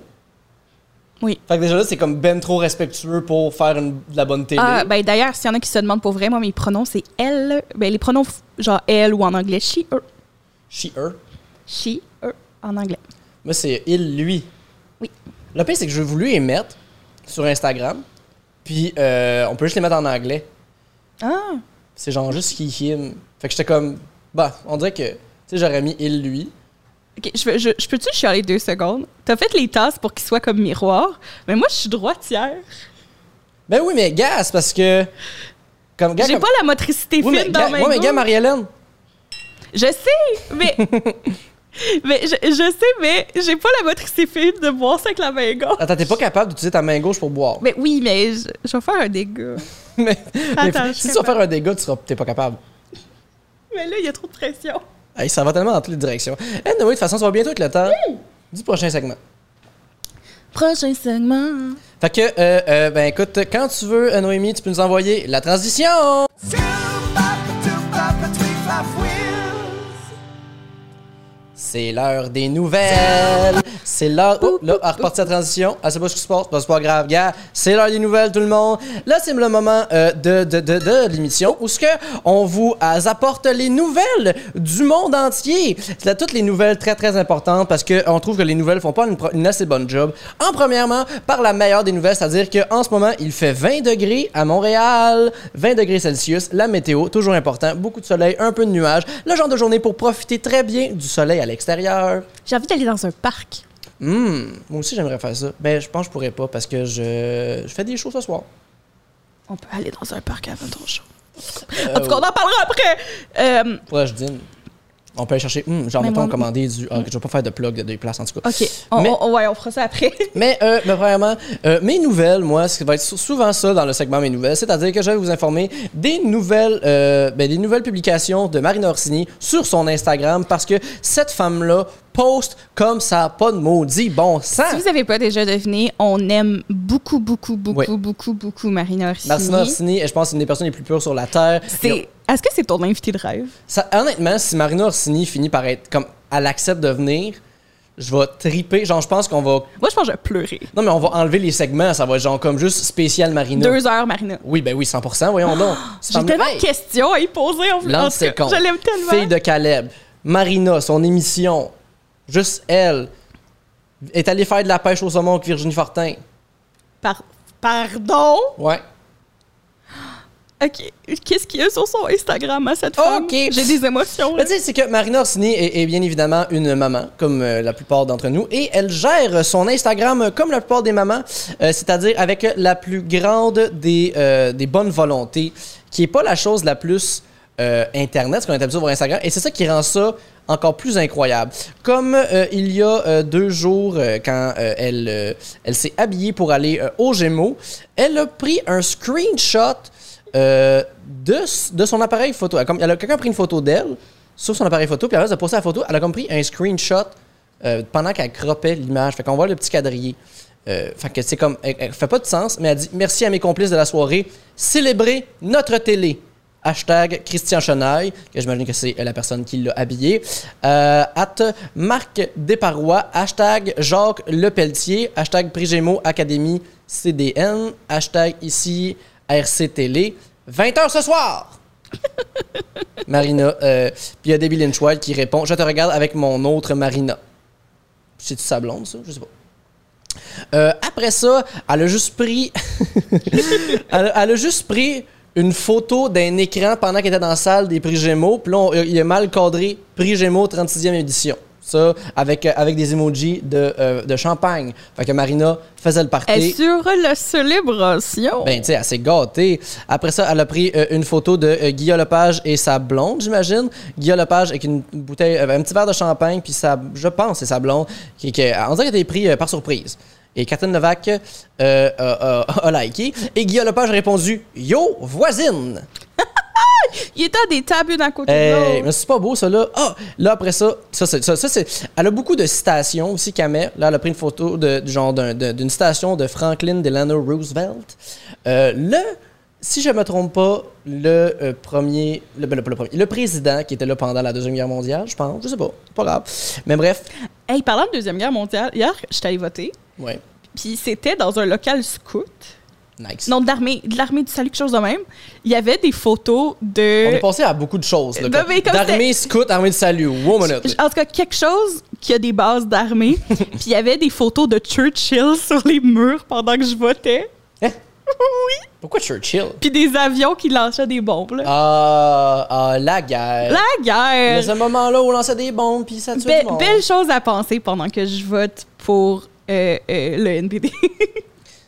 B: Oui.
A: Fait que déjà là, c'est comme ben trop respectueux pour faire une- de la bonne télé.
B: Ah, ben d'ailleurs, s'il y en a qui se demandent pour vrai, moi, mes pronoms, c'est elle. Ben, les pronoms, f- genre elle ou en anglais, she, her.
A: She, her.
B: She, her, en anglais.
A: Moi, c'est il, lui.
B: Oui.
A: Le pire, c'est que j'ai voulu les mettre sur Instagram. Puis euh, on peut juste les mettre en anglais.
B: Ah,
A: C'est genre juste he, him. Fait que j'étais comme. Bah, on dirait que. Tu sais, j'aurais mis il, lui.
B: OK, je, veux- je, je peux-tu chialer deux secondes? T'as fait les tasses pour qu'ils soient comme miroir, mais moi, je suis droitière.
A: Ben oui, mais gars, c'est parce que. Comme gars,
B: J'ai
A: comme-
B: pas la motricité
A: Oui,
B: fine
A: mais,
B: dans
A: gars,
B: mes
A: moi, mais gars,
B: mains.
A: Marie-Hélène.
B: Je sais, mais... mais je, je sais, mais j'ai pas la motricité fine de boire ça avec la main gauche.
A: Attends, t'es pas capable d'utiliser ta main gauche pour boire.
B: Mais oui, mais je, je vais faire un dégât.
A: mais mais
B: Attends, je
A: si
B: suis
A: tu vas
B: capable.
A: faire un dégât, tu seras, t'es pas capable.
B: Mais là, il y a trop de pression.
A: Hey, ça va tellement dans toutes les directions. Anyway, de toute façon, ça va bientôt être le temps du prochain segment.
B: Prochain segment.
A: Fait que, euh, euh, ben écoute, quand tu veux, euh, Noémie, tu peux nous envoyer la transition. C'est l'heure des nouvelles. C'est l'heure. Oh, là, à repartir la transition. Ah, c'est pas ce qui se passe. Bah, c'est pas grave, gars. C'est l'heure des nouvelles, tout le monde. Là, c'est le moment euh, de, de, de, de l'émission où ce que on vous euh, apporte les nouvelles du monde entier. C'est là toutes les nouvelles très, très importantes parce qu'on trouve que les nouvelles font pas une, pro- une assez bonne job. En premièrement, par la meilleure des nouvelles, c'est-à-dire qu'en ce moment, il fait 20 degrés à Montréal, 20 degrés Celsius. La météo, toujours important. Beaucoup de soleil, un peu de nuages. Le genre de journée pour profiter très bien du soleil à l'extérieur.
B: J'ai envie d'aller dans un parc.
A: Hmm, moi aussi j'aimerais faire ça. Mais je pense que je pourrais pas parce que je, je fais des shows ce soir.
B: On peut aller dans un parc avant ton show.
A: Euh,
B: En tout cas, on en parlera après. Euh,
A: Pourquoi je dîne? On peut aller chercher. hmm, genre,
B: Mais
A: mettons,
B: mon-
A: commander du. Ah, je vais pas faire de plug de deux places en tout cas.
B: OK. On,
A: Mais-
B: on- ouais, on fera ça après.
A: Mais, euh, mais premièrement, euh, mes nouvelles, moi, ce qui va être sou- souvent ça dans le segment Mes nouvelles, c'est-à-dire que je vais vous informer des nouvelles, euh, ben, des nouvelles publications de Marine Orsini sur son Instagram parce que cette femme-là post comme ça n'a pas de maudit bon sens.
B: Si vous n'avez pas déjà deviné, on aime beaucoup, beaucoup, beaucoup,
A: Oui.
B: beaucoup, beaucoup Marina Orsini.
A: Marcina Orsini, et je pense que c'est une des personnes les plus pures sur la Terre. Ils ont-
B: C'est- Est-ce que c'est ton invité de rêve?
A: Ça- honnêtement, si Marina Orsini finit par être comme elle accepte de venir, je vais triper. Genre, je pense qu'on va.
B: Moi, je pense que je vais pleurer.
A: Non, mais on va enlever les segments. Ça va être genre comme juste spécial Marina.
B: Deux heures, Marina.
A: Oui, ben oui, 100%. Voyons donc. C'est
B: J'ai
A: pas-
B: tellement
A: Hey!
B: de questions à y poser. En en tout cas,
A: Lance ses comptes.
B: Je l'aime tellement.
A: Fille de Caleb, Marina, son émission, juste elle, est allée faire de la pêche au saumon avec Virginie Fortin.
B: Par- Pardon?
A: Ouais.
B: OK. Qu'est-ce qu'il y a sur son Instagram à cette femme?
A: OK.
B: J'ai des émotions.
A: Mais
B: là.
A: tu sais, c'est que Marina Orsini est, est bien évidemment une maman, comme euh, la plupart d'entre nous, et elle gère son Instagram euh, comme la plupart des mamans, euh, c'est-à-dire avec la plus grande des, euh, des bonnes volontés, qui est pas la chose la plus euh, Internet, ce qu'on est habitué de voir Instagram, et c'est ça qui rend ça encore plus incroyable. Comme euh, il y a euh, deux jours, euh, quand euh, elle, euh, elle s'est habillée pour aller euh, aux Gémeaux, elle a pris un screenshot euh, de, s- de son appareil photo. Elle a comme- elle a- Quelqu'un a pris une photo d'elle sur son appareil photo, puis à la place de poster la photo, elle a comme pris un screenshot euh, pendant qu'elle croppait l'image. Fait qu'on voit le petit quadrillé. Euh, fait que c'est comme. Elle, elle fait pas de sens, mais elle dit merci à mes complices de la soirée. Célébrez notre télé. Hashtag Christian Chenaille, que j'imagine que c'est euh, la personne qui l'a habillé. Euh, at Marc Desparois, hashtag Jacques Lepelletier, hashtag Prigémo Académie CDN, hashtag ici RCTélé. 20h E. ce soir! Marina. euh, Puis il y a Debbie Lynch White qui répond Je te regarde avec mon autre Marina. C'est-tu sa blonde, ça Je sais pas. Euh, après ça, elle a juste pris. elle, a- elle a juste pris une photo d'un écran pendant qu'elle était dans la salle des prix Gémeaux. Puis là, on- il a mal cadré Prix Gémeaux 36e édition. Ça, avec, euh, avec des emojis de, euh, de champagne. Fait que Marina faisait le party.
B: Elle est sur la célébration.
A: Ben, tu sais, elle s'est gâtée. Après ça, elle a pris euh, une photo de euh, Guillaume Lepage et sa blonde, j'imagine. Guillaume Lepage avec une bouteille, euh, un petit verre de champagne, puis sa, je pense, c'est sa blonde, qui, qui- on dirait qu'elle a été prise euh, par surprise. Et Catherine Novak euh, euh, euh, a liké. Et Guillaume Lepage a répondu Yo, voisine!
B: Il est à des tables d'un côté
A: Hey,
B: de l'autre.
A: mais c'est pas beau, ça, là. Ah, là, après ça, ça, c'est- ça, ça, c'est. Elle a beaucoup de citations aussi qu'elle met. Là, elle a pris une photo de, du genre d'un- de- d'une citation de Franklin Delano Roosevelt. Euh, le, si je me trompe pas, le euh, premier. Le, ben, le- pas le premier. Le président qui était là pendant la Deuxième Guerre mondiale, je pense. Je sais pas. Pas grave. Mais bref.
B: Hey, parlant de Deuxième Guerre mondiale, hier, je suis allée voter,
A: Ouais.
B: puis c'était dans un local scout.
A: Nice.
B: Non, de l'armée, de l'armée du salut, quelque chose de même. Il y avait des photos
A: On
B: de...
A: est passé à beaucoup de choses. là,
B: euh, Non,
A: comme-
B: mais comme
A: D'armée, scout, armée de salut. Wow, minute.
B: en tout cas, quelque chose qui a des bases d'armée. Puis il y avait des photos de Churchill sur les murs pendant que je votais.
A: Hein?
B: oui.
A: Pourquoi Churchill?
B: Puis des avions qui lançaient des bombes. là.
A: Ah, ah, la guerre.
B: La
A: Il y a
B: guerre!
A: ce moment-là où on lançait des bombes puis ça tue
B: Euh, Be-
A: du monde.
B: belle chose à penser pendant que je vote pour euh, euh, le NPD.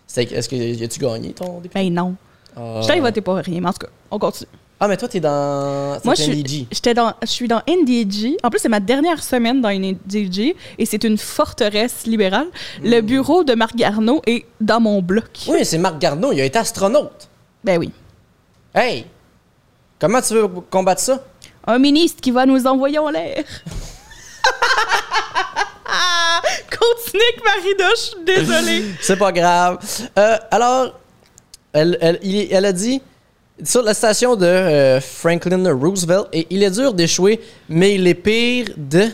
A: C'est- Est-ce que as-tu gagné ton député?
B: ben non.
A: Ah.
B: Je t'avais voté pour rien, mais en tout cas, on continue.
A: Ah, mais toi, t'es dans.
B: Moi,
A: c'est
B: je suis,
A: NDG.
B: j'étais dans, je suis dans NDG. En plus, c'est ma dernière semaine dans NDG et c'est une forteresse libérale. Le bureau de Marc Garneau est dans mon bloc.
A: Oui, c'est Marc Garneau, il a été astronaute.
B: Ben oui.
A: Hey! Comment tu veux combattre ça?
B: Un ministre qui va nous envoyer en l'air. Ah, Continue avec Marina, je suis désolée.
A: C'est pas grave. Euh, alors, elle, elle- il est- elle a dit sur la station de euh, Franklin Roosevelt, et il est dur d'échouer, mais il est pire de.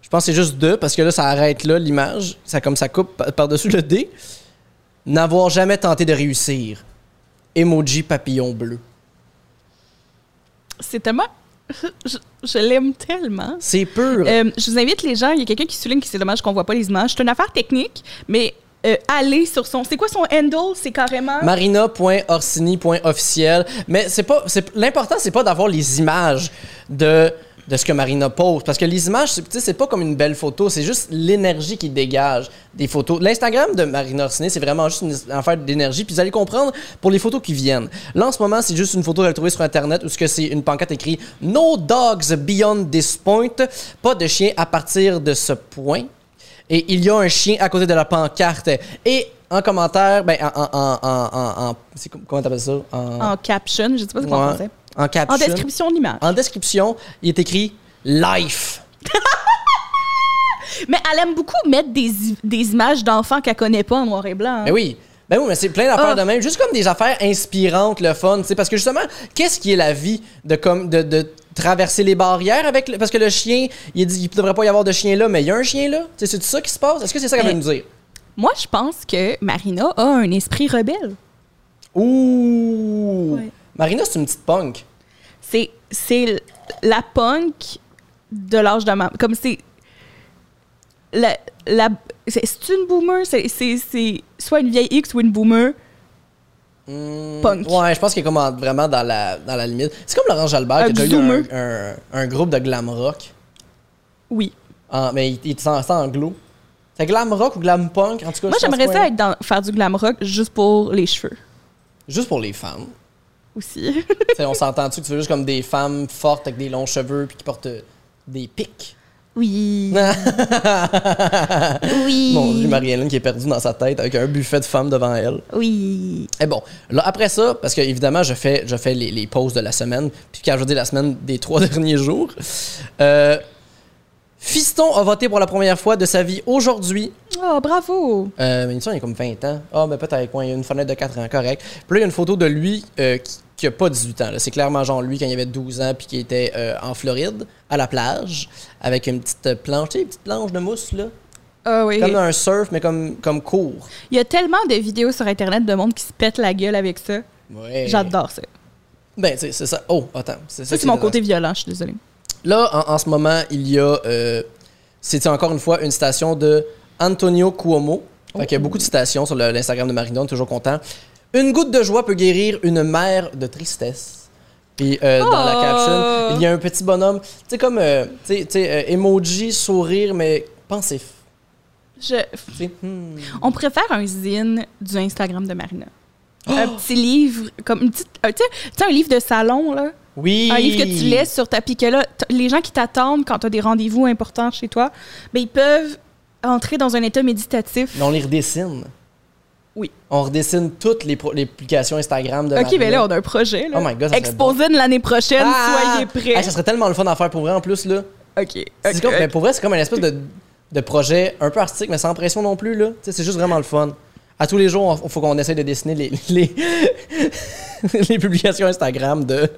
A: Je pense que c'est juste de, parce que là, ça arrête là l'image. Ça comme ça coupe par- par-dessus le dé. N'avoir jamais tenté de réussir. Emoji papillon bleu.
B: C'est tellement. Je, je l'aime tellement.
A: C'est pur. hein?
B: Euh, je vous invite les gens, il y a quelqu'un qui souligne que c'est dommage qu'on voit pas les images. C'est une affaire technique, mais euh, allez sur son. C'est quoi son handle? C'est carrément.
A: Marina.orsini.officiel. Mais c'est pas. c'est- L'important, c'est pas d'avoir les images de, de ce que Marina pose. Parce que les images, c'est tu sais, c'est pas comme une belle photo, c'est juste l'énergie qui dégage des photos. L'Instagram de Marina Orsini, c'est vraiment juste une affaire d'énergie. Puis vous allez comprendre pour les photos qui viennent. Là, en ce moment, c'est juste une photo qu'elle trouver sur Internet où ce que c'est une pancarte écrite No dogs beyond this point. Pas de chien à partir de ce point. Et il y a un chien à côté de la pancarte. Et en commentaire, ben, en. en, en, en- en- en- c'est com- comment t'appelles ça? En,
B: En caption, je ne sais pas ce qu'on
A: ouais,
B: pensait.
A: en caption.
B: En description d'image.
A: En description, il est écrit Life.
B: Mais elle aime beaucoup mettre des, i- des images d'enfants qu'elle connaît pas en noir et blanc. hein.
A: Ben oui. Ben oui, mais c'est plein d'affaires
B: Ah.
A: de même. Juste comme des affaires inspirantes, le fun. tu sais, Parce que justement, qu'est-ce qui est la vie de, comme, de, de traverser les barrières avec. le- parce que le chien, il dit qu'il devrait pas y avoir de chien là, mais il y a un chien là. Tu sais, C'est tout ça qui se passe? Est-ce que c'est ça qu'elle veut
B: Mais-
A: nous dire?
B: Moi, je pense que Marina a un esprit rebelle.
A: Ouh!
B: Ouais.
A: Marina, c'est une petite punk.
B: C'est, c'est l- la punk de l'âge de maman. Comme c'est. La, la, c'est, c'est une boomer, c'est, c'est, c'est soit une vieille X ou une boomer.
A: Hmm,
B: Punk.
A: Ouais, je pense qu'elle est comme en- vraiment dans la, dans la limite. C'est comme Laurent Jalbert
B: Un
A: qui a déjà eu un,
B: zoomer.
A: un- un groupe de glam rock.
B: Oui.
A: En- mais il, il s'en en anglo. C'est glam rock ou glam punk? En tout cas, je
B: Moi,
A: pense
B: j'aimerais
A: pas-
B: ça être dans, faire du glam rock juste pour les cheveux
A: Juste pour les femmes.
B: aussi.
A: Tu sais, on s'entend-tu que tu veux juste comme des femmes fortes avec des longs cheveux puis qui portent euh, des pics?
B: oui. oui.
A: Mon Dieu, Marie-Hélène qui est perdue dans sa tête avec un buffet de femmes devant elle.
B: Oui.
A: Et bon, là, après ça, parce que évidemment, je fais, je fais les, les pauses de la semaine, puis quand je dis la semaine des trois derniers jours, euh, Fiston a voté pour la première fois de sa vie aujourd'hui.
B: Oh, bravo.
A: Euh, mais il me semble qu'il a comme 20 ans. Ah, ben peut-être, quoi, il y a une fenêtre de 4 ans, correct. Puis là, il y a une photo de lui euh, qui, qui a pas 18 ans. là. C'est clairement genre lui quand il avait 12 ans, puis qui était euh, en Floride, à la plage, avec une petite planche, tu sais, une petite planche de mousse, là.
B: Ah oui.
A: Comme un surf, mais comme, comme court.
B: Il y a tellement de vidéos sur Internet de monde qui se pète la gueule avec ça.
A: Ouais.
B: J'adore ça.
A: Ben, tu sais, c'est ça. Oh, attends. Eh. C'est
B: Ça,
A: ça
B: c'est
A: qui
B: mon
A: est dans-
B: côté violent, je suis désolée.
A: Là, en, en ce moment, il y a. euh, C'était encore une fois une citation de Antonio Cuomo. Fait
B: Oh.
A: qu'il y a beaucoup de citations sur le- l'Instagram de Marina, on est toujours content. Une goutte de joie peut guérir une mer de tristesse. Puis euh, dans la
B: Oh.
A: caption, il y a un petit bonhomme. Tu sais, comme. euh, tu sais- tu sais, euh, emoji, sourire, mais pensif.
B: Je-
A: Tu sais, hmm.
B: On préfère un zine du Instagram de Marina.
A: Oh!
B: Un petit livre, comme une petite. euh, Tu sais- tu sais, un livre de salon, là.
A: Oui.
B: Un livre que tu laisses sur ta pique là. t- Les gens qui t'attendent quand tu as des rendez-vous importants chez toi, ben, ils peuvent entrer dans un état méditatif.
A: Mais on les redessine.
B: Oui.
A: On redessine toutes les, pro- les publications Instagram de
B: OK,
A: Marina.
B: ben là, on a un projet. Là.
A: Oh my God, ça serait
B: Exposine l'année prochaine,
A: Ah!
B: soyez prêts.
A: Hey, ça serait tellement le fun à faire pour vrai en plus, là.
B: OK.
A: C'est
B: ok,
A: comme- mais
B: ok.
A: pour vrai, c'est comme un espèce de, de projet un peu artistique, mais sans pression non plus. là. Tu sais, C'est juste vraiment le fun. À tous les jours, il faut qu'on essaie de dessiner les, les, les publications Instagram de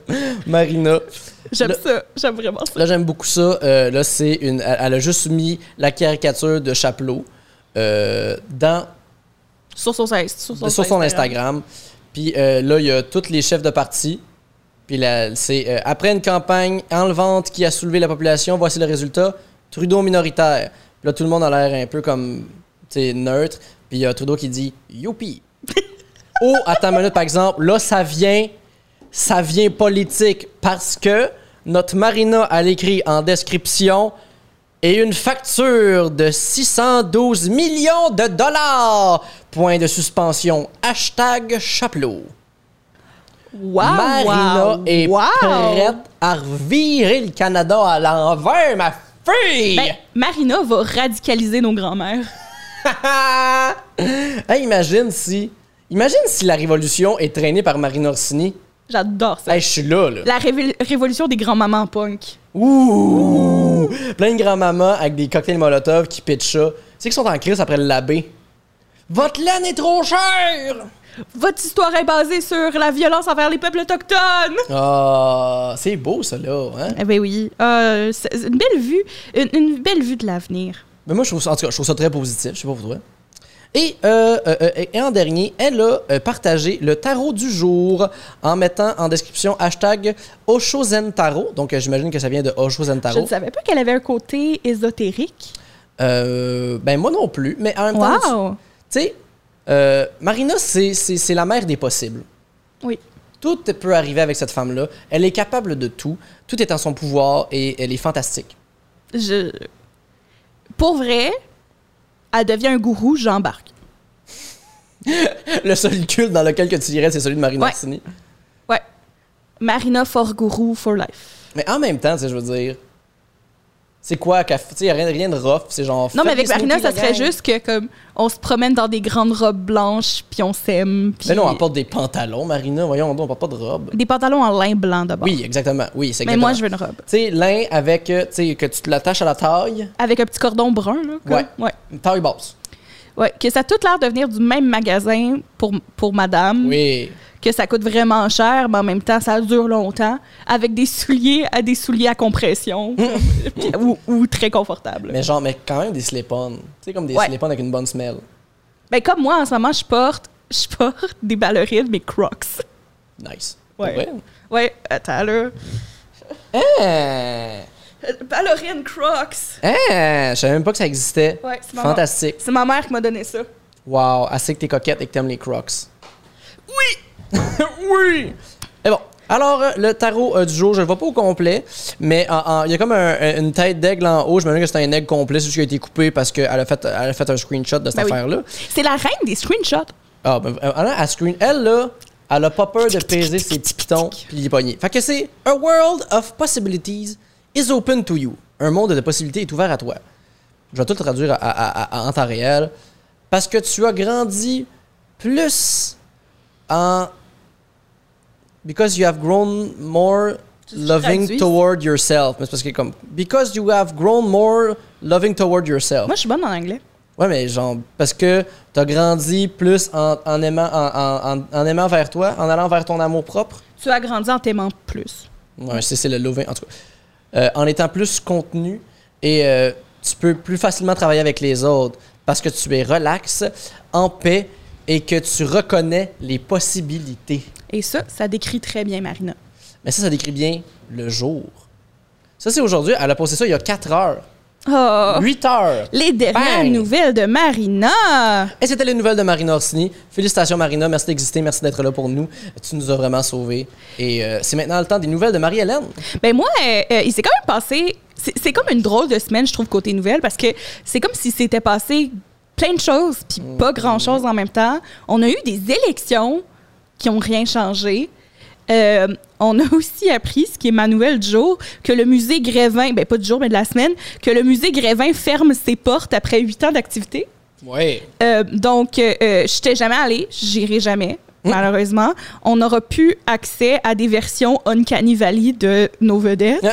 A: Marina.
B: J'aime
A: le-
B: ça. J'aime vraiment ça.
A: Là, j'aime beaucoup ça. Euh, là, c'est une. Elle elle a juste mis la caricature de Chapelot euh, dans
B: Sur son, sur son
A: sur son Instagram. Puis euh, là, il y a tous les chefs de parti. Puis là, c'est euh, après une campagne enlevante qui a soulevé la population, voici le résultat. Trudeau minoritaire. Puis là, tout le monde a l'air un peu comme tu sais, neutre. Puis il y a Trudeau qui dit Youpi. oh, attends une minute, par exemple. Là, ça vient, ça vient politique parce que notre Marina, elle écrit en description et une facture de 612 millions de dollars. Point de suspension. Hashtag Chapelot.
B: Wow,
A: Marina
B: Ah, wow,
A: est
B: wow.
A: prête à revirer le Canada à l'envers, ma fille!
B: Ben, Marina va radicaliser nos grands-mères.
A: Hey, imagine si... Imagine si la révolution est traînée par Marina Orsini.
B: J'adore ça.
A: Hey, je suis là, là.
B: La révol- révolution des grands-mamans punk.
A: Ouh! Plein de grands-mamans avec des cocktails Molotov qui pitchent ça. C'est qu'ils sont en crise après le labé. Votre laine est trop chère!
B: Votre histoire est basée sur la violence envers les peuples autochtones.
A: Ah, c'est beau ça là, hein?
B: Eh ben oui, euh, c'est c'est une belle vue, une, une belle vue de l'avenir.
A: Mais moi, je trouve ça, en tout cas, je trouve ça très positif, je sais pas pour toi. Et, euh, euh, euh, et en dernier, elle a euh, partagé le tarot du jour en mettant en description hashtag Oshozen Tarot. Donc, euh, j'imagine que ça vient de Oshozen
B: Je ne
A: Tarot.
B: savais pas qu'elle avait un côté ésotérique.
A: Euh, ben, moi non plus, mais en même temps, tu-
B: Wow.
A: tu sais, euh, Marina, c'est- c'est c'est la mère des possibles.
B: Oui.
A: Tout peut arriver avec cette femme-là. Elle est capable de tout. Tout est en son pouvoir et elle est fantastique.
B: Je... Pour vrai, elle devient un gourou, j'embarque.
A: Le seul culte dans lequel que tu irais, c'est celui de Marina
B: Ouais.
A: Orsini.
B: Ouais. Marina for gourou for life.
A: Mais en même temps, tu sais, je veux dire, C'est quoi, qu'elle f- tu sais, y a rien, rien de rough, c'est genre.
B: Non,
A: faites
B: mais avec
A: des
B: Marina, ça
A: smoothies, la
B: serait
A: gang.
B: juste que, comme, on se promène dans des grandes robes blanches, puis on s'aime. puis-
A: Mais non, on porte des pantalons, Marina, voyons, donc, on porte pas de robe.
B: Des pantalons en lin blanc d'abord.
A: Oui, exactement. Oui, c'est
B: Mais
A: exactement.
B: moi, je veux une robe.
A: Tu sais, lin avec, euh, tu sais, que tu te l'attaches à la taille,
B: Avec un petit cordon brun, là. comme-
A: Ouais.
B: Ouais.
A: taille basse.
B: Ouais, Que ça a tout l'air de venir du même magasin pour, pour madame.
A: Oui.
B: Que ça coûte vraiment cher, mais en même temps, ça dure longtemps. Avec des souliers à des souliers à compression. puis- ou, ou très confortables.
A: Mais genre, mais quand même des slip-on. Tu sais, comme des
B: Ouais.
A: slip-on avec une bonne smell.
B: Ben, comme moi, en ce moment, je porte, je porte des ballerines, mais crocs.
A: Nice. Pour
B: Ouais.
A: vrai?
B: Ouais, attends, là.
A: Hein?
B: Euh, Ballerines crocs.
A: Hein? Je savais même pas que ça existait.
B: Ouais, c'est maman.
A: Fantastique.
B: C'est ma mère qui m'a donné ça.
A: Wow, assez que t'es coquette et que t'aimes les crocs.
B: Oui!
A: oui! Et bon. Alors, euh, le tarot euh, du jour, je le vois pas au complet, mais en- en- il y a comme un- un- une tête d'aigle en haut. Je me demande que c'est un aigle complet, c'est juste qu'il a été coupé parce qu'elle a, fait- elle a fait un screenshot de cette
B: Ben oui.
A: affaire-là.
B: C'est la reine des screenshots.
A: Ah, ben, euh, elle, elle screen. Elle, là, elle a pas peur de peser ses petits pitons puis les pogner. Fait que c'est A world of possibilities is open to you. Un monde de possibilités est ouvert à toi. Je vais tout traduire à- à- à- à- en temps réel. Parce que tu as grandi plus en. Because you have grown more
B: Tu- tu
A: loving
B: traduis?
A: toward yourself. Mais c'est parce que comme. Because you have grown more loving toward yourself.
B: Moi, je suis bonne en anglais.
A: Ouais, mais genre, parce que t'as grandi plus en, en aimant, en, en- en- en aimant vers toi, en allant vers ton amour propre.
B: Tu as grandi en t'aimant plus.
A: Ouais, c'est, c'est le loving, en tout cas. Euh, en étant plus contenu et euh, tu peux plus facilement travailler avec les autres parce que tu es relax, en paix et que tu reconnais les possibilités.
B: Et ça, ça décrit très bien Marina.
A: Mais ça, ça décrit bien le jour. Ça, c'est aujourd'hui. Elle a posté ça il y a 4 heures.
B: Oh!
A: 8 heures.
B: Les dernières
A: Bang!
B: nouvelles de Marina!
A: Et c'était les nouvelles de Marina Orsini. Félicitations Marina, merci d'exister, merci d'être là pour nous. Tu nous as vraiment sauvés. Et euh, c'est maintenant le temps des nouvelles de Marie-Hélène.
B: Ben moi, euh, euh, il s'est quand même passé. C'est c'est comme une drôle de semaine, je trouve, côté nouvelles, parce que c'est comme si c'était passé plein de choses, puis pas grand-chose en même temps. On a eu des élections qui ont rien changé. Euh, on a aussi appris, ce qui est ma nouvelle du jour, que le musée Grévin, ben pas du jour, mais de la semaine, que le musée Grévin ferme ses portes après huit ans d'activité.
A: Oui.
B: Euh, donc, euh, euh, je n'étais jamais allée, j'irai jamais, malheureusement. On n'aura plus accès à des versions Uncanny Valley de nos vedettes.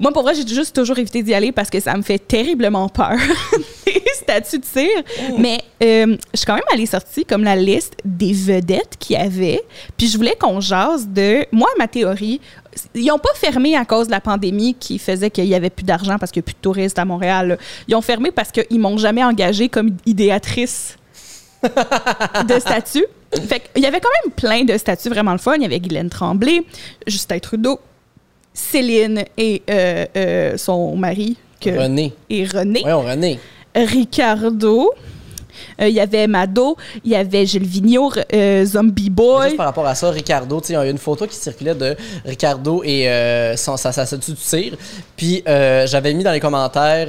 B: Moi, pour vrai, j'ai juste toujours évité d'y aller parce que ça me fait terriblement peur, les statues de cire. Mais euh, je suis quand même allée sortir comme la liste des vedettes qu'il y avait. Puis je voulais qu'on jase de... Moi, ma théorie, ils n'ont pas fermé à cause de la pandémie qui faisait qu'il n'y avait plus d'argent parce qu'il n'y a plus de touristes à Montréal. là. Ils ont fermé parce qu'ils m'ont jamais engagée comme idéatrice de statues. Fait qu'il y avait quand même plein de statues vraiment le fun. Il y avait Guylaine Tremblay, Justin Trudeau, Céline et euh, euh, son mari que,
A: René.
B: et René,
A: Voyons, René.
B: Ricardo. Euh, il y avait Mado, il y avait Gilles Vigneault, euh, Zombie
A: Mais
B: Boy.
A: Juste par rapport à ça, Ricardo, tu sais, il y a une photo qui circulait de Ricardo et euh, son, sa, sa statue du tir. Puis euh, j'avais mis dans les commentaires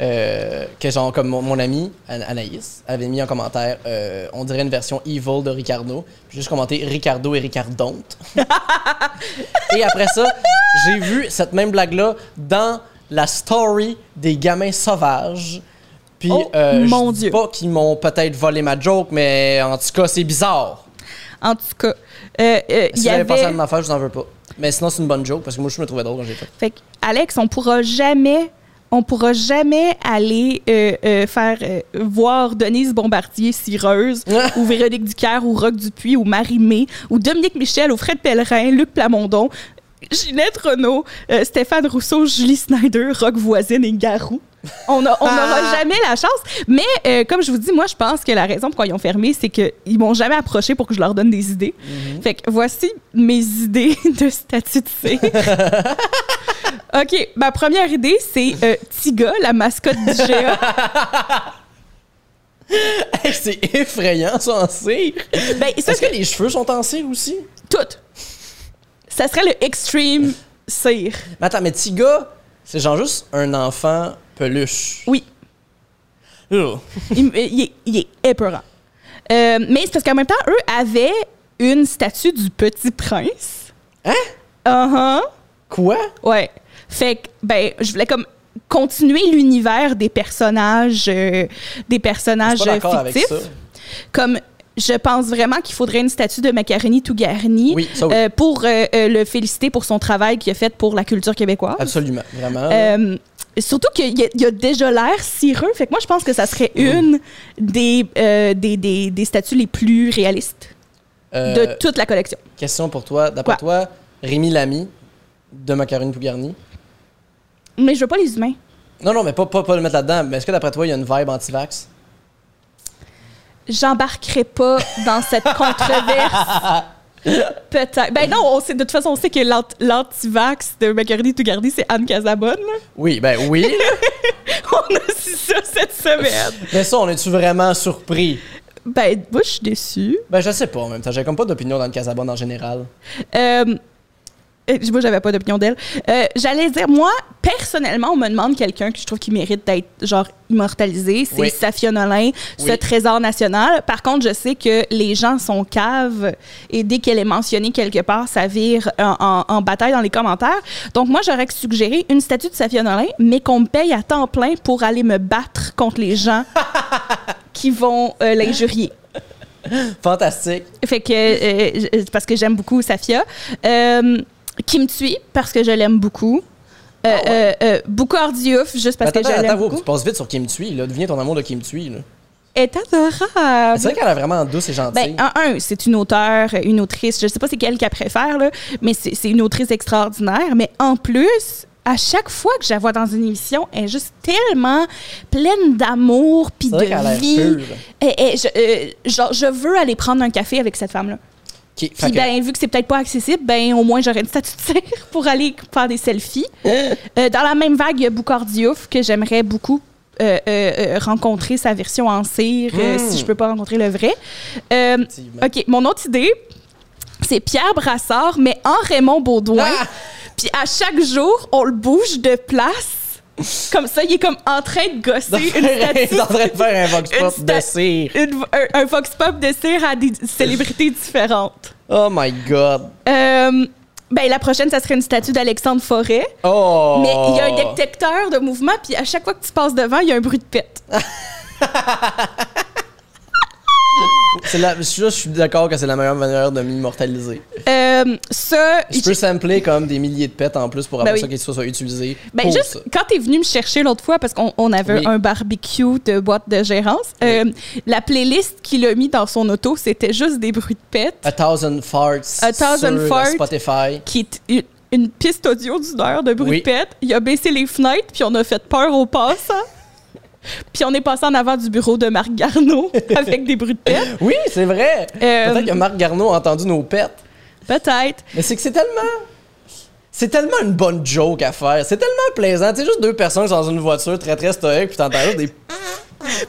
A: euh, que, genre, comme mon, mon ami An- Anaïs avait mis en commentaire, euh, on dirait une version evil de Ricardo. Puis j'ai juste commenté Ricardo et Ricardonte. et après ça, j'ai vu cette même blague-là dans la story des gamins sauvages. Puis,
B: Oh,
A: euh, je
B: mon
A: dis
B: Dieu.
A: pas qu'ils m'ont peut-être volé ma joke, mais en tout cas, c'est bizarre.
B: En tout cas, euh, euh, il
A: Si
B: y
A: j'avais pensé à
B: avait...
A: une affaire, je n'en veux pas. Mais sinon, c'est une bonne joke parce que moi, je me trouvais drôle quand j'ai fait.
B: Fait que, Alex, on pourra jamais, on pourra jamais aller euh, euh, faire euh, voir Denise Bombardier cireuse ou Véronique Ducaire ou Roc Dupuis ou Marie-Mé ou Dominique Michel ou Fred Pellerin, Luc Plamondon, Ginette Renault, euh, Stéphane Rousseau, Julie Snyder, Rock Voisine et Garou. On a- on n'aura jamais la chance. Mais euh, comme je vous dis, moi, je pense que la raison pourquoi ils ont fermé, c'est qu'ils m'ont jamais approché pour que je leur donne des idées. Fait que voici mes idées de statut de cire. OK, ma première idée, c'est euh, Tiga, la mascotte du GA.
A: Ah, Hey, c'est effrayant, ça, en cire.
B: ben, ça,
A: Est-ce que les cheveux sont en cire aussi?
B: tout. Ça serait le extreme cire.
A: Mais attends, mais Tiga, c'est genre juste un enfant peluche.
B: Oui,
A: Ugh.
B: il, euh, il est, il est épeurant. Euh, mais c'est parce qu'en même temps, eux avaient une statue du petit prince.
A: Hein?
B: Uh-huh.
A: Quoi?
B: Ouais. Fait que, ben, je voulais comme continuer l'univers des personnages, euh, des personnages
A: Je suis pas d'accord avec
B: fictifs.
A: ça.
B: Comme je pense vraiment qu'il faudrait une statue de Macaroni tout garni
A: Oui, ça oui.
B: euh, pour euh, euh, le féliciter pour son travail qu'il a fait pour la culture québécoise.
A: Absolument, vraiment.
B: Euh, surtout qu'il y a- il y a déjà l'air cireux. Fait que moi, je pense que ça serait une des, euh, des, des, des statues les plus réalistes
A: Euh,
B: de toute la collection.
A: Question pour toi. D'après toi, Rémi Lamy de Macaroni Pougarni.
B: Mais je veux pas les humains.
A: Non, non, mais pas, pas, pas le mettre là-dedans. Mais est-ce que d'après toi, il y a une vibe anti-vax?
B: J'embarquerai pas dans cette controverse. Peut-être. Ben non, on sait, de toute façon, on sait que l'ant- l'anti-vax de Macaroni tout garni, c'est Anne Casabonne.
A: Oui, ben oui.
B: On a su ça cette semaine.
A: mais ça, on est-tu vraiment surpris?
B: Ben, moi, je suis déçue.
A: Ben, je sais pas en même temps. J'ai comme pas d'opinion dans le Casabonne en général.
B: Euh, euh, moi, j'avais pas d'opinion d'elle. Euh, J'allais dire, moi, personnellement, on me demande quelqu'un que je trouve qui mérite d'être, genre, immortalisé. C'est
A: Oui.
B: Safia Nolin, ce
A: Oui.
B: trésor national. Par contre, je sais que les gens sont caves et dès qu'elle est mentionnée quelque part, ça vire en, en- en bataille dans les commentaires. Donc, moi, j'aurais suggéré une statue de Safia Nolin, mais qu'on me paye à temps plein pour aller me battre contre les gens qui vont euh, l'injurier.
A: Fantastique.
B: Fait que, euh, je- parce que j'aime beaucoup Safia. Euh, qui me tue, parce que je l'aime beaucoup. Euh, euh, euh, Boucard Diouf, juste parce
A: Mais
B: que je
A: Ah attends,
B: l'aime
A: attends,
B: beaucoup.
A: tu passes vite sur Kim Tui, là. Deviens ton amour de Kim Tui, là.
B: Elle est adorable.
A: C'est vrai qu'elle a vraiment douce et gentille.
B: Ah, Ben, un, un, c'est une auteure, une autrice. Je sais pas c'est quelle qu'elle préfère, là, mais c'est c'est une autrice extraordinaire. Mais en plus, à chaque fois que je la vois dans une émission, elle est juste tellement pleine d'amour puis
A: C'est
B: de
A: vrai qu'elle a l'air
B: vie.
A: pure.
B: Et- et je, euh, genre, je veux aller prendre un café avec cette femme-là.
A: Ok, fait
B: Puis
A: que-
B: ben, vu que c'est peut-être pas accessible, ben au moins j'aurais une statue de cire pour aller faire des selfies.
A: Hein?
B: Euh, dans la même vague, il y a Boucard Diouf que j'aimerais beaucoup euh, euh, euh, rencontrer sa version en cire euh,
A: Mm.
B: si je peux pas rencontrer le vrai. Euh,
A: Effectivement.
B: ok, mon autre idée, c'est Pierre Brassard, mais en Raymond Baudouin.
A: Ah!
B: Puis à chaque jour, on le bouge de place. Comme ça, il est comme en train de gosser une statue
A: en train de faire un vox
B: Une
A: pop de
B: sta-
A: cire.
B: une- un, un vox pop de cire à des célébrités différentes.
A: Oh my god.
B: Euh, ben, la prochaine, ça serait une statue d'Alexandre Forêt.
A: Oh.
B: Mais il y a un détecteur de mouvement, puis à chaque fois que tu passes devant, il y a un bruit de pète.
A: C'est la- je suis- je suis d'accord que c'est la meilleure manière de m'immortaliser.
B: Euh, ça,
A: Je peux sampler comme des milliers de pets en plus pour avoir
B: Ben oui.
A: ça que ça soit utilisé.
B: ben,
A: pour
B: juste
A: ça.
B: quand t'es venu me chercher l'autre fois, parce qu'on on avait
A: Oui.
B: un barbecue de boîte de gérance, euh, la playlist qu'il a mis dans son auto, c'était juste des bruits de pète,
A: A Thousand Farts.
B: A Thousand
A: sur
B: Farts.
A: Spotify.
B: qui est une, une piste audio d'une heure de bruit
A: Oui.
B: de pète. Il a baissé les fenêtres, puis on a fait peur aux passants. puis on est passé en avant du bureau de Marc Garneau avec des bruits de pète.
A: Oui, c'est vrai.
B: Euh,
A: Peut-être que Marc Garneau a entendu nos pets.
B: Peut-être.
A: Mais c'est que c'est tellement. C'est tellement une bonne joke à faire. C'est tellement plaisant. C'est juste deux personnes qui sont dans une voiture très très stoïque, puis t'entends juste des.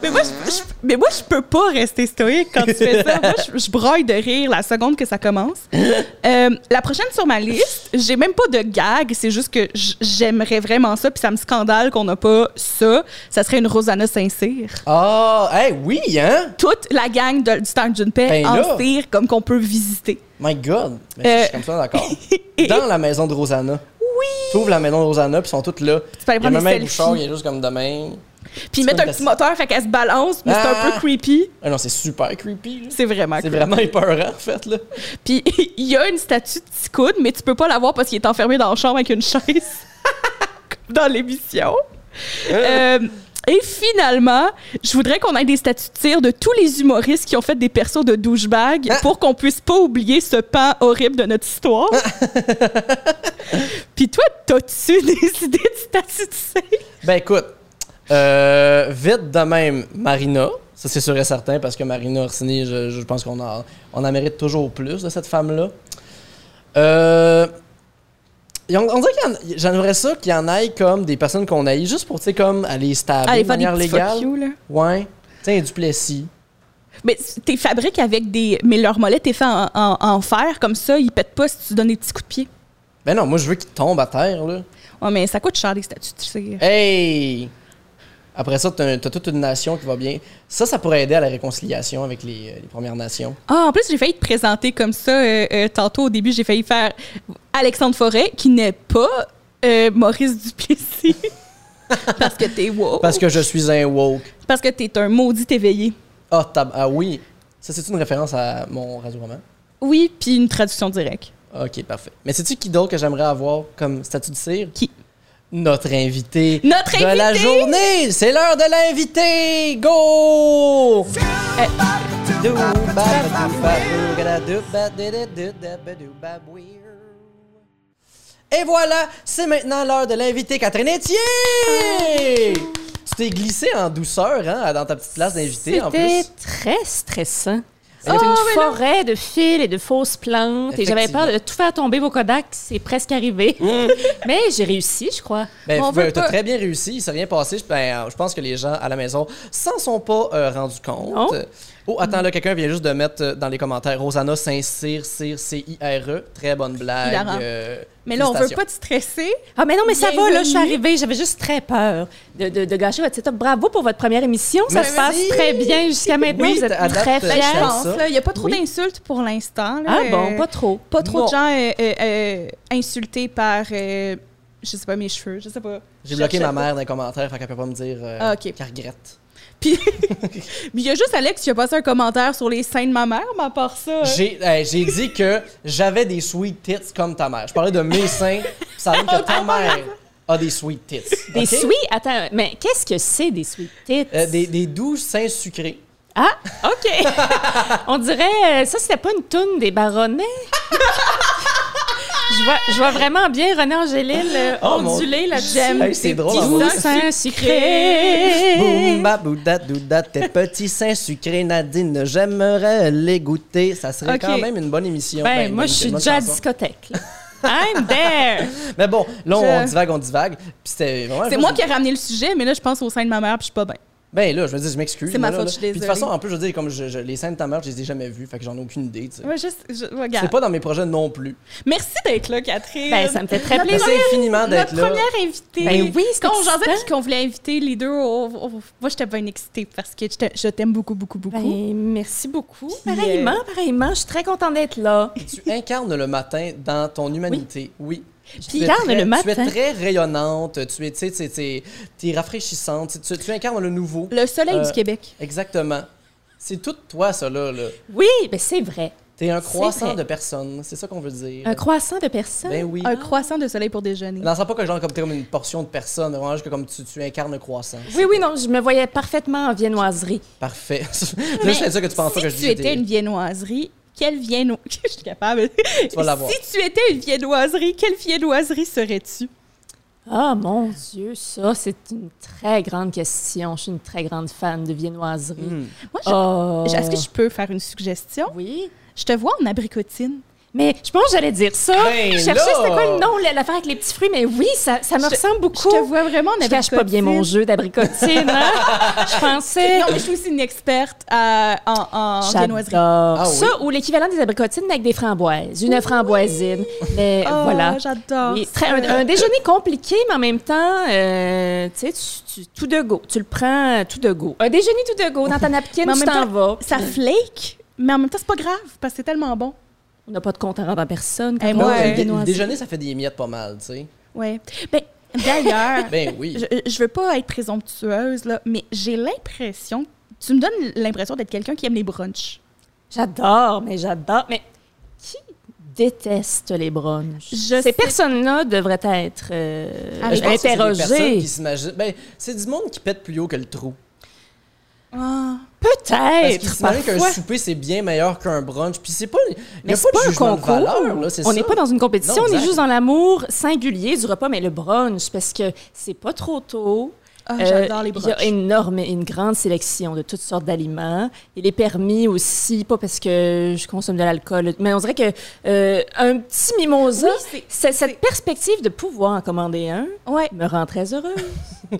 B: Mais moi, je, je- mais moi, je peux pas rester stoïque quand tu fais ça. Moi, je, je broille de rire la seconde que ça commence. Euh, la prochaine sur ma liste, j'ai même pas de gag. C'est juste que j- j'aimerais vraiment ça, puis ça me scandale qu'on n'a pas ça. Ça serait une Rosanna Saint-Cyr.
A: Ah, hey, oui, hein?
B: Toute la gang de- du temps d'une paix
A: Ben là.
B: en cire, comme qu'on peut visiter.
A: My God. Mais je suis
B: Euh.
A: comme ça d'accord.
B: Et-
A: Dans la maison de Rosanna.
B: Euh. Oui!
A: T'ouvres la maison de Rosanna, puis ils sont toutes là.
B: Tu peux aller
A: Il y a
B: prendre
A: même
B: des
A: un bouchard, il
B: selfies.
A: est juste comme demain.
B: Puis mettre un petit moteur, fait qu'elle se balance, mais c'est un
A: Ah.
B: peu creepy.
A: Ah non, c'est super creepy. là.
B: C'est vraiment
A: C'est
B: creepy.
A: vraiment épeurant, en fait, là.
B: Puis il y a une statue de Ticoun, mais tu peux pas la voir parce qu'il est enfermé dans la chambre avec une chaise, comme dans l'émission. Euh, et finalement, je voudrais qu'on ait des statues de tir de tous les humoristes qui ont fait des persos de douchebag
A: Ah.
B: pour qu'on puisse pas oublier ce pan horrible de notre histoire. Puis toi, t'as-tu des idées de statues de cire?
A: Ben écoute, euh, vite de même, Marina. Ça, c'est sûr et certain, parce que Marina Orsini, je, je pense qu'on en, on en mérite toujours plus de cette femme-là. Euh, et on, on dirait qu'il y en- j'aimerais ça qu'il y en ait comme des personnes qu'on haït, juste pour, tu sais, comme aller stabber
B: Allez,
A: de
B: faire des
A: manière
B: petits fuck
A: légale.
B: you, là.
A: Ouais. Tiens, Duplessis.
B: Mais t'es fabriques avec des... Mais leur mollet, t'es fait en, en- en fer, comme ça, ils pètent pas si tu donnes des petits coups de pied.
A: Ben non, moi, je veux qu'il tombe à terre, là.
B: Ouais, mais ça coûte cher des statues de cire.
A: Hey! Après ça, t'as t'as toute une nation qui va bien. Ça, ça pourrait aider à la réconciliation avec les, euh, les Premières Nations.
B: Ah, en plus, j'ai failli te présenter comme ça euh, euh, tantôt au début. J'ai failli faire Alexandre Forêt, qui n'est pas euh, Maurice Duplessis. Parce que t'es woke.
A: Parce que je suis un woke.
B: Parce que t'es un maudit éveillé.
A: Ah, tab- ah oui. Ça, c'est une référence à mon radio-roman?
B: Oui, puis une traduction directe.
A: Ok, parfait. Mais sais-tu qui d'autre que j'aimerais avoir comme statut de cire?
B: Qui?
A: Notre invité
B: Notre
A: de la
B: invité!
A: journée! C'est l'heure de l'invité! Go!
B: Euh,
A: Et voilà, c'est maintenant l'heure de l'invité Catherine Etier! Tu t'es glissée en douceur hein, dans ta petite place d'invité en
C: C'était
A: plus.
C: très stressant. C'était
B: Oh,
C: une
B: mais non.
C: forêt de fils et de fausses plantes et j'avais peur de tout faire tomber vos Kodak. C'est presque arrivé. mais j'ai réussi, je crois.
A: Mmh. Ben,
B: On
A: ben,
B: veut
A: t'as
B: pas.
A: très bien réussi, il s'est rien passé. Je, ben, je pense que les gens à la maison s'en sont pas euh, rendus compte.
C: Non.
A: Oh, attends, là, quelqu'un vient juste de mettre euh, dans les commentaires Rosanna Saint-Cyr, Cyr, C-I-R-E. E. Très bonne blague.
B: Hilarant.
A: euh,
B: Mais là, on veut
A: félicitations.
B: pas te stresser.
C: Ah, mais non, mais ça va, là, je suis
B: Bienvenue.
C: arrivée. J'avais juste très peur de, de- de gâcher votre setup. Bravo pour votre première émission. Ça
A: Merci.
C: se passe très bien jusqu'à maintenant.
A: Oui,
C: Vous
A: à
C: êtes
A: date,
C: très
A: euh,
B: Ben, je
A: j'aime
C: fiers.
B: pense,
A: ça.
B: là, il n'y a pas trop
A: Oui.
B: d'insultes pour l'instant. là.
C: Ah
B: Euh,
C: bon, pas trop.
B: pas trop
A: Non.
B: de gens euh, euh, euh, insultés par, euh, je sais pas, mes cheveux, je sais pas.
A: J'ai bloqué
B: Je-
A: ma
B: je-
A: mère dans les commentaires, fait qu'elle peut pas me dire euh,
B: Ah, ok.
A: qu'elle regrette.
B: Puis il y a juste Alex qui a passé un commentaire sur les seins de ma mère, mais à part ça. euh,
A: J'ai euh, j'ai dit que j'avais des sweet tits comme ta mère. Je parlais de mes seins, pis ça veut dire
B: Ah,
A: que ta mère a des sweet tits.
C: Des
A: ok?
C: sweets. Attends, mais qu'est-ce que c'est des sweet tits?
A: Euh, des, des doux seins sucrés.
C: Ah, OK. On dirait, euh, ça, c'était pas une toune des baronnets. je, vois, je vois vraiment bien René Angélil euh,
A: Oh, mon-
C: onduler la
B: J'aime.
A: Hey, c'est
B: tes
A: drôle, hein,
B: petits
A: en vrai.
B: seins
A: Boum,
C: sucré.
A: ba, bouda, douda, tes petits seins sucrés, Nadine, j'aimerais les goûter. Ça serait
B: Ok.
A: quand même une bonne émission.
C: Ben, moi,
A: bonne-
C: je suis
A: bonne
C: déjà à
A: chanson.
C: discothèque. là. I'm there.
A: Mais bon, là, on,
B: Je-
A: on divague, on divague. Puis c'était vraiment-
B: C'est moi qui ai ramené le sujet, mais là, je pense au sein de ma mère, puis je suis pas bien.
A: Ben là, je me dis, je m'excuse.
B: C'est ma
A: moi, là,
B: faute,
A: là.
B: je suis
A: Puis de toute
B: désolée.
A: façon, en plus, je veux dire, comme je- je- les scènes de ta mère, je les ai jamais vues, fait que j'en ai aucune idée, tu sais.
B: Ouais, juste, je- regarde.
A: C'est pas dans mes projets non plus.
B: Merci d'être là, Catherine.
C: Ben, ça me fait très plaisir.
A: Merci infiniment d'être
B: Notre
A: là.
B: première invitée.
C: Ben oui, c'est
B: Quand on jasait
C: excitant.
B: puis qu'on voulait inviter les deux, on- on- moi, j'étais bien excitée parce que j'étais- je t'aime beaucoup, beaucoup, beaucoup.
C: Ben, merci beaucoup.
A: euh,
C: Pareillement, pareillement, je suis très contente d'être là.
A: Tu incarnes le matin dans ton humanité, oui. Tu es
C: incarne
A: très-
C: le matin.
A: Tu es très rayonnante, tu es, tu sais, tu sais, tu es- tu es rafraîchissante, tu, tu incarnes le nouveau.
B: Le soleil
A: Euh,
B: du Québec.
A: Exactement. C'est tout toi, ça, là. là.
C: Oui, ben c'est vrai.
A: T'es un croissant
C: vrai.
A: de personnes, c'est ça qu'on veut dire.
C: Un croissant de personnes.
A: Ben oui.
B: Un croissant de soleil pour déjeuner.
A: Non, c'est pas que genre comme t'es comme une portion de personne, vraiment juste que comme tu, tu incarnes le croissant.
C: Oui, oui, non, je me voyais parfaitement en viennoiserie.
A: Parfait.
B: Mais
A: Là, c'est ça que tu penses pas
B: si
A: que je
B: tu
A: disais.
B: étais une viennoiserie, quelle viennoiserie... je suis capable.
A: vas l'avoir.
B: Si tu étais une viennoiserie, quelle viennoiserie serais-tu?
C: Ah mon Dieu, ça, c'est une très grande question. Je suis une très grande fan de viennoiserie.
A: Hmm.
B: Moi, je-
C: Oh.
B: Est-ce que je peux faire une suggestion?
C: Oui.
B: Je te vois en abricotine.
C: Mais je pense que j'allais dire ça.
A: Ben
C: je cherchais
A: là!
C: c'était quoi le nom, l'affaire avec les petits fruits, mais oui, ça, ça me
B: Je-
C: ressemble
B: Je
C: beaucoup.
B: te vois vraiment en
C: Je
B: abricotine.
C: cache pas bien mon jeu d'abricotine, hein? Je pensais.
B: Non, mais je suis aussi une experte à- en, en viennoiserie.
C: J'adore.
A: Ah oui.
C: Ça, ou l'équivalent des abricotines mais avec des framboises. Une framboisine. Mais
B: Ah,
C: voilà.
B: J'adore.
C: Oui,
B: ça.
C: très- un, un déjeuner compliqué, mais en même temps, euh, tu sais, tu- tu- tout de go. Tu le prends euh, tout de go. Un déjeuner tout de go dans ta napkin,
B: Mais en
C: tu
B: même
C: t'en
B: temps,
C: vas.
B: Ça flake, mais en même temps, c'est pas grave parce que c'est tellement bon.
C: On n'a pas de compte à rendre à personne.
B: Eh,
C: Quand
B: moi,
C: on
A: Non,
C: mange
B: Ouais.
A: le
C: des
A: dé- le
C: noisettes.
A: déjeuner, ça fait des miettes pas mal, tu sais.
B: Ouais. Ben, d'ailleurs,
A: Ben oui.
B: je, je veux pas être présomptueuse, là, mais j'ai l'impression. Tu me donnes l'impression d'être quelqu'un qui aime les brunchs.
C: J'adore, mais j'adore. Mais qui déteste les brunchs?
B: Je
C: Ces
B: sais-
C: personnes-là devraient être euh,
B: Ah, je
A: Ben, pense que c'est des personnes
C: interrogées.
A: qui s'imaginent. Ben, c'est du monde qui pète plus haut que le trou.
B: Ah.
A: Parce qu'ils
C: Peut-être,
A: s'imaginent
C: parfois.
A: qu'un souper, c'est bien meilleur qu'un brunch. Puis c'est pas. il y a
C: Mais
A: pas
C: c'est
A: de
C: pas un
A: jugement de
C: concours.
A: valeur, là, c'est
C: on
A: ça.
C: n'est pas dans une compétition,
A: Non,
C: on est
A: exact.
C: juste dans l'amour singulier du repas, mais le brunch, parce que c'est pas trop tôt.
B: Ah,
C: Euh,
B: j'adore les
C: Il y a
B: brunchs.
C: énorme, une grande sélection de toutes sortes d'aliments. Il est permis aussi, pas parce que je consomme de l'alcool, mais on dirait que euh, un petit mimosa,
B: Oui, c'est-
C: c'est- cette perspective de pouvoir en commander un
B: Ouais,
C: me rend très heureuse.
B: tu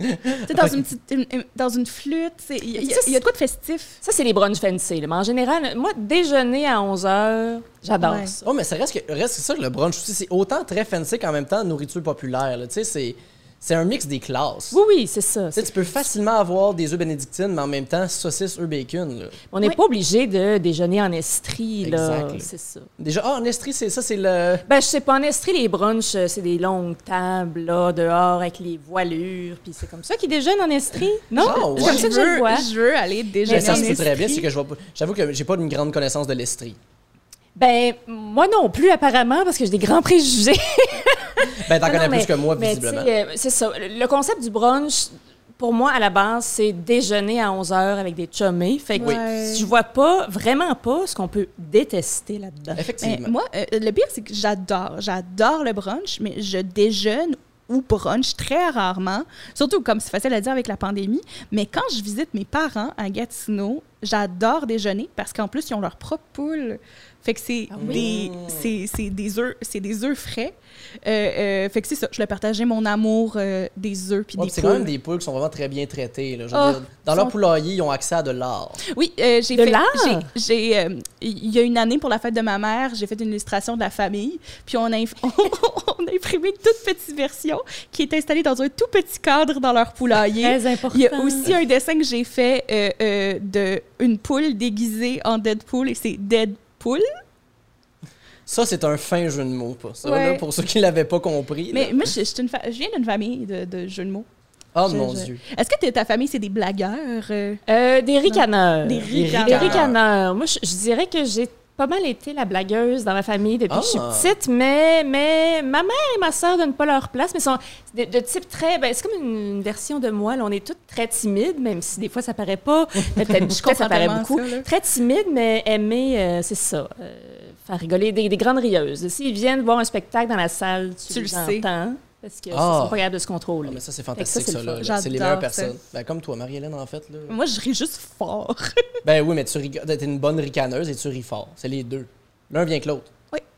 B: sais, dans, une petite- une- une- dans une flûte, c'est- il y, a- il y a- il y a de quoi de festif?
C: Ça, c'est les brunchs fancy. là. Mais en général, moi, déjeuner à 11 h j'adore
B: Ouais.
C: ça.
A: Oh, mais ça reste que reste que ça, le brunch aussi. C'est autant très fancy qu'en même temps nourriture populaire. là. Tu sais, c'est. c'est un mix des classes.
C: Oui, oui, c'est ça.
A: Tu sais, tu peux facilement avoir des œufs bénédictines, mais en même temps, saucisse, œufs bacon. Là.
C: On n'est
B: Oui.
C: pas obligé de déjeuner en estrie, là.
A: Exact.
C: C'est ça.
A: Déjà, ah, en estrie, c'est ça, c'est le.
C: Ben, je sais pas, en estrie, les brunchs, euh, c'est des longues tables, là, dehors, avec les voilures, puis c'est comme ça qu'ils déjeunent en estrie, non?
A: Oh,
C: C'est
A: ouais.
C: comme ça
B: Je,
C: que je le
B: veux,
C: vois.
B: je veux aller
A: Mais
B: déjeuner
A: ça,
B: en
A: c'est
B: Estrie.
A: très bien. C'est que je vois pas- J'avoue que j'ai pas une grande connaissance de l'estrie.
C: Ben, moi non plus, apparemment, parce que j'ai des grands préjugés.
A: Ben,
B: Ah
A: t'en
C: Non,
A: connais
C: non,
A: plus que moi,
C: mais
A: visiblement.
C: tu sais, euh, c'est ça. Le le concept du brunch, pour moi, à la base, c'est déjeuner à 11 heures avec des chummés. Fait que
B: Oui. Ouais.
C: je vois pas, vraiment pas, ce qu'on peut détester là-dedans.
B: Mais
A: Effectivement.
B: moi, euh, le pire, c'est que j'adore. J'adore le brunch, mais je déjeune ou brunch très rarement. Surtout, comme c'est facile à dire avec la pandémie. Mais quand je visite mes parents à Gatineau, j'adore déjeuner parce qu'en plus, ils ont leur propre poule. Fait que c'est
C: Ah
A: oui.
B: des, c'est- c'est des œufs, c'est des œufs frais. Euh, euh, fait que c'est ça. Je leur partageais mon amour euh, des œufs puis
A: Ouais,
B: des
A: puis c'est quand même
B: poules.
A: des poules qui sont vraiment très bien traitées. là. Je veux
B: Ah,
A: dire, dans
B: ils
A: leur
B: sont-
A: poulailler, ils ont accès à de l'art.
B: Oui, euh, j'ai
C: De
B: fait.
C: l'art?
B: j'ai- j'ai, euh, Il y a une année pour la fête de ma mère, j'ai fait une illustration de la famille. Puis on a, inf- on a imprimé une toute petite version qui est installée dans un tout petit cadre dans leur poulailler.
C: Très important.
B: Il y a aussi un dessin que j'ai fait euh, euh, de une poule déguisée en Deadpool et c'est Deadpool.
A: Ça, c'est un fin jeu de mots, pas ça,
B: Ouais.
A: là, pour ceux qui l'avaient pas compris. là.
B: Mais moi, je, je suis une fa- je viens d'une famille de, de jeux de mots.
A: Oh
B: je-
A: mon
B: je-
A: Dieu.
B: Est-ce que t'es- ta famille, c'est des blagueurs? euh?
C: Euh, des ricaneurs.
B: Des
A: Les
B: ricaneurs.
C: Des
A: ricaneurs.
C: ricaneurs. Moi, je, je dirais que j'ai pas mal été la blagueuse dans ma famille depuis que je suis
A: Ah.
C: petite, mais, mais ma mère et ma sœur donnent pas leur place, mais sont de, de type très... Ben, c'est comme une, une version de moi. là. on est toutes très timides, même si des fois ça paraît pas. mais Peut-être peut-être
B: comprends
C: ça paraît
B: tellement
C: beaucoup.
B: ça, là.
C: très timides, mais aimer, euh, c'est ça. euh, faire rigoler des, des grandes rieuses. S'ils viennent voir un spectacle dans la salle, tu,
B: Tu le
C: les
B: sais.
C: entends, Parce que ne
A: Ah.
C: sont pas capables de se contrôler.
A: Ah, mais ça, c'est
C: que ça,
A: fantastique,
C: c'est
A: ça.
C: le
A: là,
C: fun.
A: là. C'est les
B: J'adore
A: meilleures
B: ça.
A: personnes. Ben, comme toi, Marie-Hélène, en fait. Là.
B: Moi, je ris juste fort.
A: Ben oui, mais tu rigoles. T'es une bonne ricaneuse et tu ris fort. C'est les deux. L'un vient que l'autre.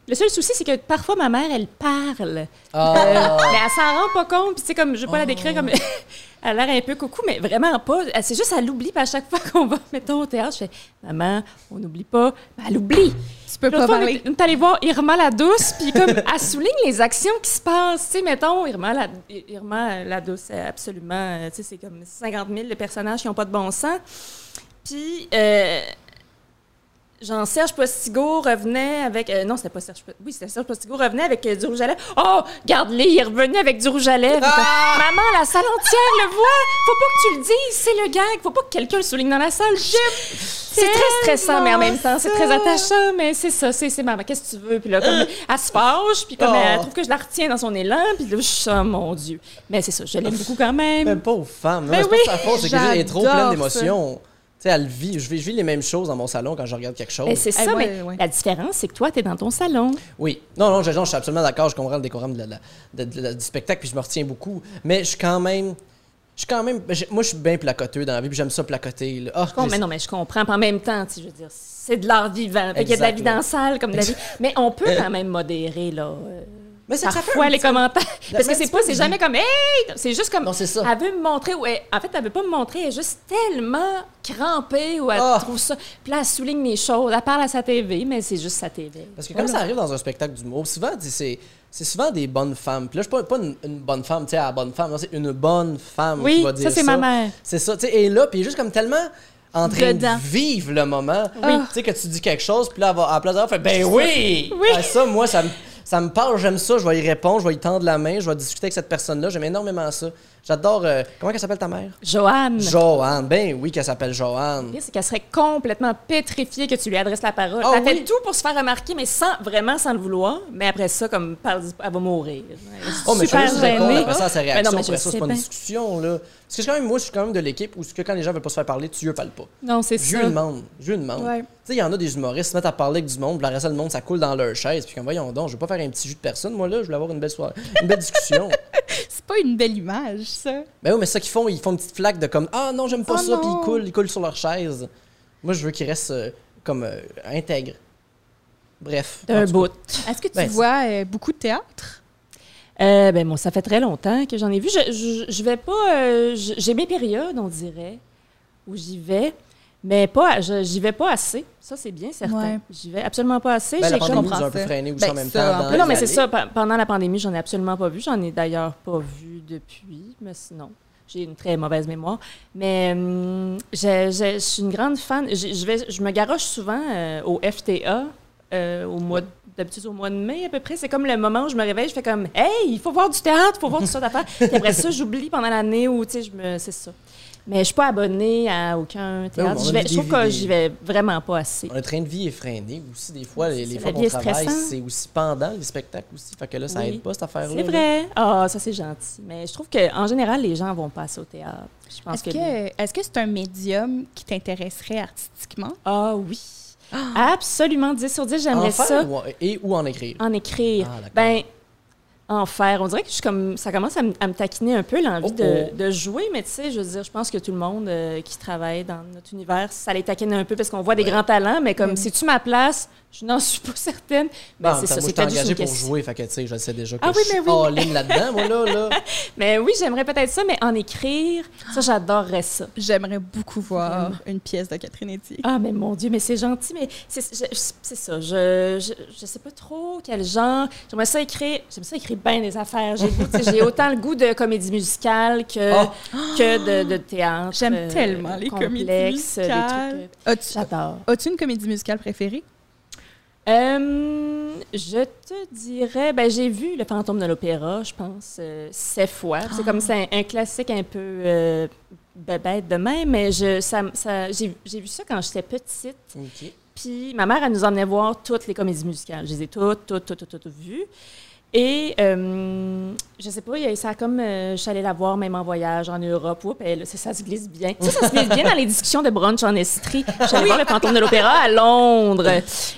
C: Le seul souci, c'est que parfois, ma mère, elle parle.
B: Euh,
A: Ah,
C: Mais elle s'en rend pas compte. Puis, tu sais, comme, je vais pas la décrire comme. elle a l'air un peu coucou, mais vraiment pas. Elle- C'est juste, elle l'oublie. Puis, à chaque fois qu'on va, mettons, au théâtre, je fais Maman, on n'oublie pas. Mais elle oublie.
B: Tu peux pas
C: L'autre fois, on
B: parler.
C: est on est allé voir Irma la douce, puis comme elle souligne les actions qui se passent, tu sais, mettons, Irma la, Irma la douce, c'est absolument, euh, tu sais, c'est comme 50 000 de personnages qui n'ont pas de bon sens. Puis euh, Jean-Serge Postigo revenait avec, euh, non, c'était pas Serge, Post- oui, c'était Serge Postigo revenait avec euh, du rouge à lèvres. Oh, garde-les, il est revenu avec du rouge à
A: Ah!
C: lèvres. Comme, Maman, la salle entière le voit. Faut pas que tu le dises, c'est le gag. Faut pas que quelqu'un le souligne dans la salle. C'est très stressant, mais en même temps, c'est très attachant, mais c'est ça, c'est c'est maman, qu'est-ce que tu veux? Puis là, comme, elle se fâche, puis comme
A: Oh.
C: elle trouve que je la retiens dans son élan, puis là, je suis, oh mon Dieu. Mais c'est ça, je l'aime beaucoup quand même.
A: même pas aux femmes. Non,
C: Ben
A: c'est pas de
C: oui,
A: sa faute, c'est que elle est trop
B: j'adore
A: pleine
B: ça.
A: d'émotions. Tu sais, elle vit. Je vis, je vis les mêmes choses dans mon salon quand je regarde quelque chose.
C: Mais c'est ça,
B: Eh ouais,
C: mais
B: ouais.
C: la différence, c'est que toi, t'es dans ton salon.
A: Oui. Non, non, je, non, je suis absolument d'accord. Je comprends le décorum de la- de la- de la- du spectacle, puis je me retiens beaucoup. Mais je suis quand même. Je suis quand même. j'ai- Moi, je suis bien placoteux dans la vie, puis j'aime ça placoter. là. Ah,
C: Bon,
A: j'ai-
C: mais non, mais je comprends, puis en même temps, tu sais, je veux dire, c'est de l'art vivant. Fait qu'il y a de la vie
A: Exactement. Euh.
C: dans la salle, comme de la vie. Mais on peut quand même modérer, là. euh,
A: mais c'est que ça fait
C: Parfois,
A: un
C: les
A: petit-
C: commentaires. Parce que
A: mais
C: c'est
A: tu
C: pas,
A: peux
C: c'est
A: dire-
C: jamais comme, hey! C'est juste comme.
A: Non, c'est ça.
C: Elle veut me montrer, ou elle- en fait, elle veut pas me montrer, elle est juste tellement crampée, ou elle
A: Ah.
C: trouve ça. Puis là, elle souligne les choses. Elle parle à sa TV, mais c'est juste sa TV.
A: Parce que comme ça arrive dans un spectacle d'humour, souvent, tu sais, c'est, c'est souvent des bonnes femmes. Puis là, je suis pas, pas une, une bonne femme, tu sais, à la bonne femme. Non, c'est une bonne femme
C: Oui,
A: qui va
C: ça,
A: dire ça.
C: c'est ma mère.
A: C'est ça, tu sais. Et là, puis elle est juste comme tellement en train
B: Dedans.
A: de vivre le moment.
B: Oui.
A: Tu sais, que tu dis quelque chose, puis là, elle va, à la place d'avoir fait, ben oui!
C: Ah. Oui.
A: Ah, ça, moi, ça me. Ça me parle, j'aime ça, je vais y répondre, je vais y tendre la main, je vais discuter avec cette personne-là, j'aime énormément ça. J'adore. euh, comment elle s'appelle ta mère?
C: Joanne.
A: Joanne. Ben oui, qu'elle s'appelle Joanne.
C: Le pire, c'est qu'elle serait complètement pétrifiée que tu lui adresses la parole.
A: Ah
C: elle
A: oui?
C: fait tout pour se faire remarquer, mais sans vraiment sans le vouloir. Mais après ça, comme parle- elle va mourir. Elle est
A: Oh, mais
C: super
A: je veux juste
C: gênée.
A: répondre après ça à sa
C: Ben non,
A: réaction.
C: mais je
A: après ça, c'est
C: sais
A: pas une
C: bien.
A: discussion, là. Parce que quand même, moi, je suis quand même de l'équipe où ce que quand les gens veulent pas se faire parler, tu ne parles pas.
C: Non, c'est
A: Je
C: ça.
A: lui demande, je lui demande.
B: Ouais.
A: Tu sais, il y en a des humoristes qui se mettent à parler avec du monde, puis le reste, le monde, ça coule dans leur chaise. Puis comme, voyons donc, je vais pas faire un petit jus de personne, moi, là, je voulais avoir une belle soirée, une belle discussion.
B: C'est pas une belle image, ça.
A: ben oui, mais ça qu'ils font, ils font une petite flaque de comme, ah non, j'aime pas
B: Ah
A: ça, puis
B: non.
A: ils coulent, ils coulent sur leur chaise. Moi, je veux qu'ils restent euh, comme euh, intègres. Bref. En
C: D'un
A: tout
C: bout.
B: Est-ce que tu
A: Ben, c'est-
B: vois euh, beaucoup de théâtre?
C: Euh, ben bon, ça fait très longtemps que j'en ai vu. Je, je, je vais pas. euh, je- j'ai mes périodes, on dirait, où j'y vais. Mais pas, je- j'y vais pas assez. Ça, c'est bien certain.
B: Ouais.
C: J'y vais absolument pas assez.
A: Ben,
C: J'ai
A: la
C: comme-
A: pandémie
B: compris
A: nous a un peu
B: ça.
A: freinés aussi
B: Ben,
A: en même
B: ça,
A: temps.
B: en
A: dans
B: plus,
A: les
C: Mais non, mais c'est
A: allées.
C: ça. pe- Pendant la pandémie, j'en ai absolument pas vu. J'en ai d'ailleurs pas vu depuis, mais sinon, j'ai une très mauvaise mémoire. Mais hum, j'ai- j'ai- je suis une grande fan. J'ai- Je vais- je me garoche souvent euh, au FTA. euh, au mois de- d'habitude au mois de mai à peu près c'est comme le moment où je me réveille je fais comme hey il faut voir du théâtre il faut voir du ça d'affaires puis après ça j'oublie pendant l'année ou tu sais je me c'est ça mais je suis pas abonnée à aucun
A: on
C: théâtre
A: a
C: J'y vais-
A: vu
C: je
A: des
C: trouve que
A: vidéos.
C: j'y vais vraiment pas assez
A: Un train de vie est freiné aussi. Des fois, les, les
C: C'est
A: fois
C: la
A: qu'on
C: vie est
A: travaille,
C: stressante.
A: c'est aussi pendant les spectacles aussi. Fait que là, ça
C: Oui.
A: aide pas cette affaire-là. là.
C: C'est vrai. Ah, ça c'est gentil. Mais je trouve qu'en général, les gens vont passer au théâtre. Je pense
B: Est-ce
C: que.
B: que euh, est-ce que c'est un médium qui t'intéresserait artistiquement?
C: Ah oui.
B: Ah!
C: Absolument 10 sur 10, j'aimerais
A: En
C: ça
A: faire ou en- et ou en écrire.
C: en écrire.
A: Ah, d'accord.
C: ben, en faire. On dirait que je suis comme ça commence à, me- à me taquiner un peu l'envie
A: Oh,
C: de,
A: oh.
C: de jouer, mais tu sais, je veux dire, je pense que tout le monde euh, qui travaille dans notre univers, ça les taquine un peu parce qu'on voit des
A: Ouais.
C: grands talents, mais comme
B: Mm.
C: si tu ma place, je n'en suis pas certaine.
A: Ben,
C: Ben,
A: en
C: c'est
A: même temps,
C: ça,
A: moi,
C: c'est
A: je
C: peut-être
A: suis
C: juste
A: engagé
C: une
A: pour
C: question.
A: jouer, fait que, tu sais, je sais déjà que
C: Ah oui,
A: je suis
C: mais oui,
A: all-in là-dedans, moi, là, là.
C: Mais oui, j'aimerais peut-être ça, mais en écrire, ça j'adorerais ça.
B: J'aimerais beaucoup voir une pièce de Catherine Etier.
C: Ah, mais mon Dieu, mais c'est gentil, mais c'est je- je- c'est ça. Je, je, je sais pas trop quel genre. J'aimerais ça écrire. J'aime ça écrire bien des affaires. J'ai le goût, tu sais, j'ai autant le goût de comédie musicale que,
A: Oh.
C: que de, de théâtre.
B: J'aime
C: euh,
B: tellement les comédies
C: complexe, des trucs,
B: musicales.
C: euh,
B: As-tu
C: J'adore.
B: as-tu une comédie musicale préférée?
C: Euh, je te dirais, ben, j'ai vu Le fantôme de l'opéra, je pense, euh, sept fois. C'est
B: Ah.
C: comme c'est un, un classique un peu euh, bête de même, mais je, ça, m- ça, j'ai j'ai vu ça quand j'étais petite.
A: OK.
C: Puis ma mère, elle nous emmenait voir toutes les comédies musicales. Je les ai toutes, toutes, toutes, toutes, toutes, toutes vues. Et euh, je sais pas, il y a- ça a comme, euh, je suis allée la voir même en voyage en Europe. Oups, elle, ça, ça se glisse bien. Ça, ça se glisse bien dans les discussions de brunch en Estrie. Je suis allée voir le fantôme de l'opéra à Londres.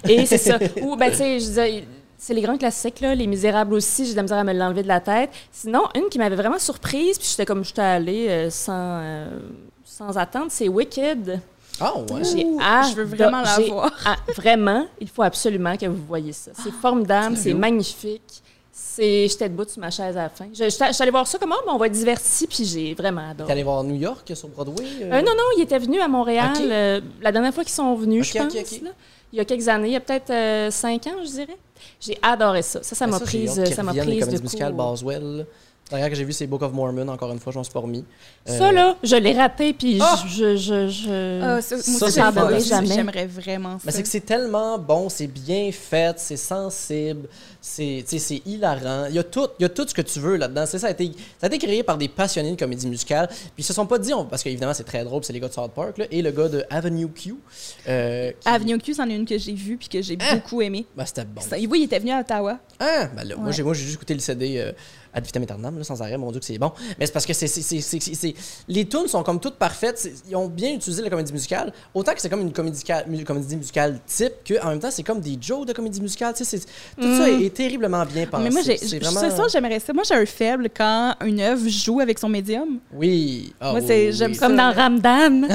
C: Et c'est ça. Ou, ben, tu sais, je disais, c'est les grands classiques, là. Les Misérables aussi, j'ai de la misère à me l'enlever de la tête. Sinon, une qui m'avait vraiment surprise, puis j'étais comme, j'étais allée euh, sans, euh, sans attendre, c'est Wicked.
A: Ah, ouais.
C: J'ai
B: Ouh,
C: adoré-
B: je veux vraiment la
C: j'ai-
B: voir. Ah,
C: ah, vraiment, il faut absolument que vous voyez ça. C'est formidable, c'est
A: vidéo.
C: magnifique. C'est, j'étais debout sur ma chaise à la fin. Je, je, je suis allée voir ça comme, Ah, ben, on va être divertis, puis j'ai vraiment
A: T'es
C: adoré.
A: allé voir New York sur Broadway? euh?
C: Euh, non, non, ils étaient venus à Montréal
A: Ok.
C: euh, la dernière fois qu'ils sont venus,
A: Ok,
C: je
A: ok,
C: pense,
A: ok.
C: là, il y a quelques années, il y a peut-être euh, cinq ans, je dirais. J'ai adoré ça. Ça, ça
A: Ah,
C: m'a
A: j'ai
C: prise,
A: hâte qu'ils
C: ça m'a
A: reviennent, les
C: prise de
A: comédies musicales
C: court.
A: Boswell. là. La dernière que j'ai vu, c'est Book of Mormon, encore une fois, je m'en suis pas remis. Euh,
C: Ça, là, je l'ai raté, puis
A: Ah!
C: je... je, je-
B: Oh! Ah,
A: ça,
B: moi aussi,
A: c'est
B: j'ai
A: le fun.
B: adoré,
C: Jamais.
B: J'aimerais vraiment ça.
A: Mais c'est que c'est tellement bon, c'est bien fait, c'est sensible, c'est tu sais, c'est hilarant. Il y, a tout, il y a tout ce que tu veux là-dedans. C'est Ça, a été- ça a été créé par des passionnés de comédie musicale. Puis ils se sont pas dit, on- parce qu'évidemment c'est très drôle, c'est les gars de South Park là, et le gars de Avenue Q. euh, qui-
B: Avenue Q, c'en est une que j'ai vue puis que j'ai
A: Ah!
B: beaucoup aimée.
A: Ben, c'était bon.
B: C'est- Oui, il était venu à Ottawa.
A: Ah, ben là, moi
B: Ouais.
A: j'ai moi, j'ai juste écouté le CD euh, Ad vitam aeternam, là, sans arrêt, mon Dieu que c'est bon. Mais c'est parce que c'est, c'est- c'est- c'est- c'est- c'est- les tunes sont comme toutes parfaites. c'est- Ils ont bien utilisé la comédie musicale. Autant que c'est comme une comédie, ca- mu- comédie musicale type, que en même temps c'est comme des jokes de comédie musicale. tu sais, c'est- tout ça est, est terriblement bien pensé.
B: Mm. Ah, Mais moi, j'ai-
A: Ah, c'est
B: je- c'est ça, j'aimerais ça. Moi, j'ai un faible quand une œuvre joue avec son médium.
A: Oui. Ah,
B: Moi,
A: oui,
B: c'est-
A: oui,
B: j'aime
A: oui.
B: ça.
C: Comme dans Ramdam.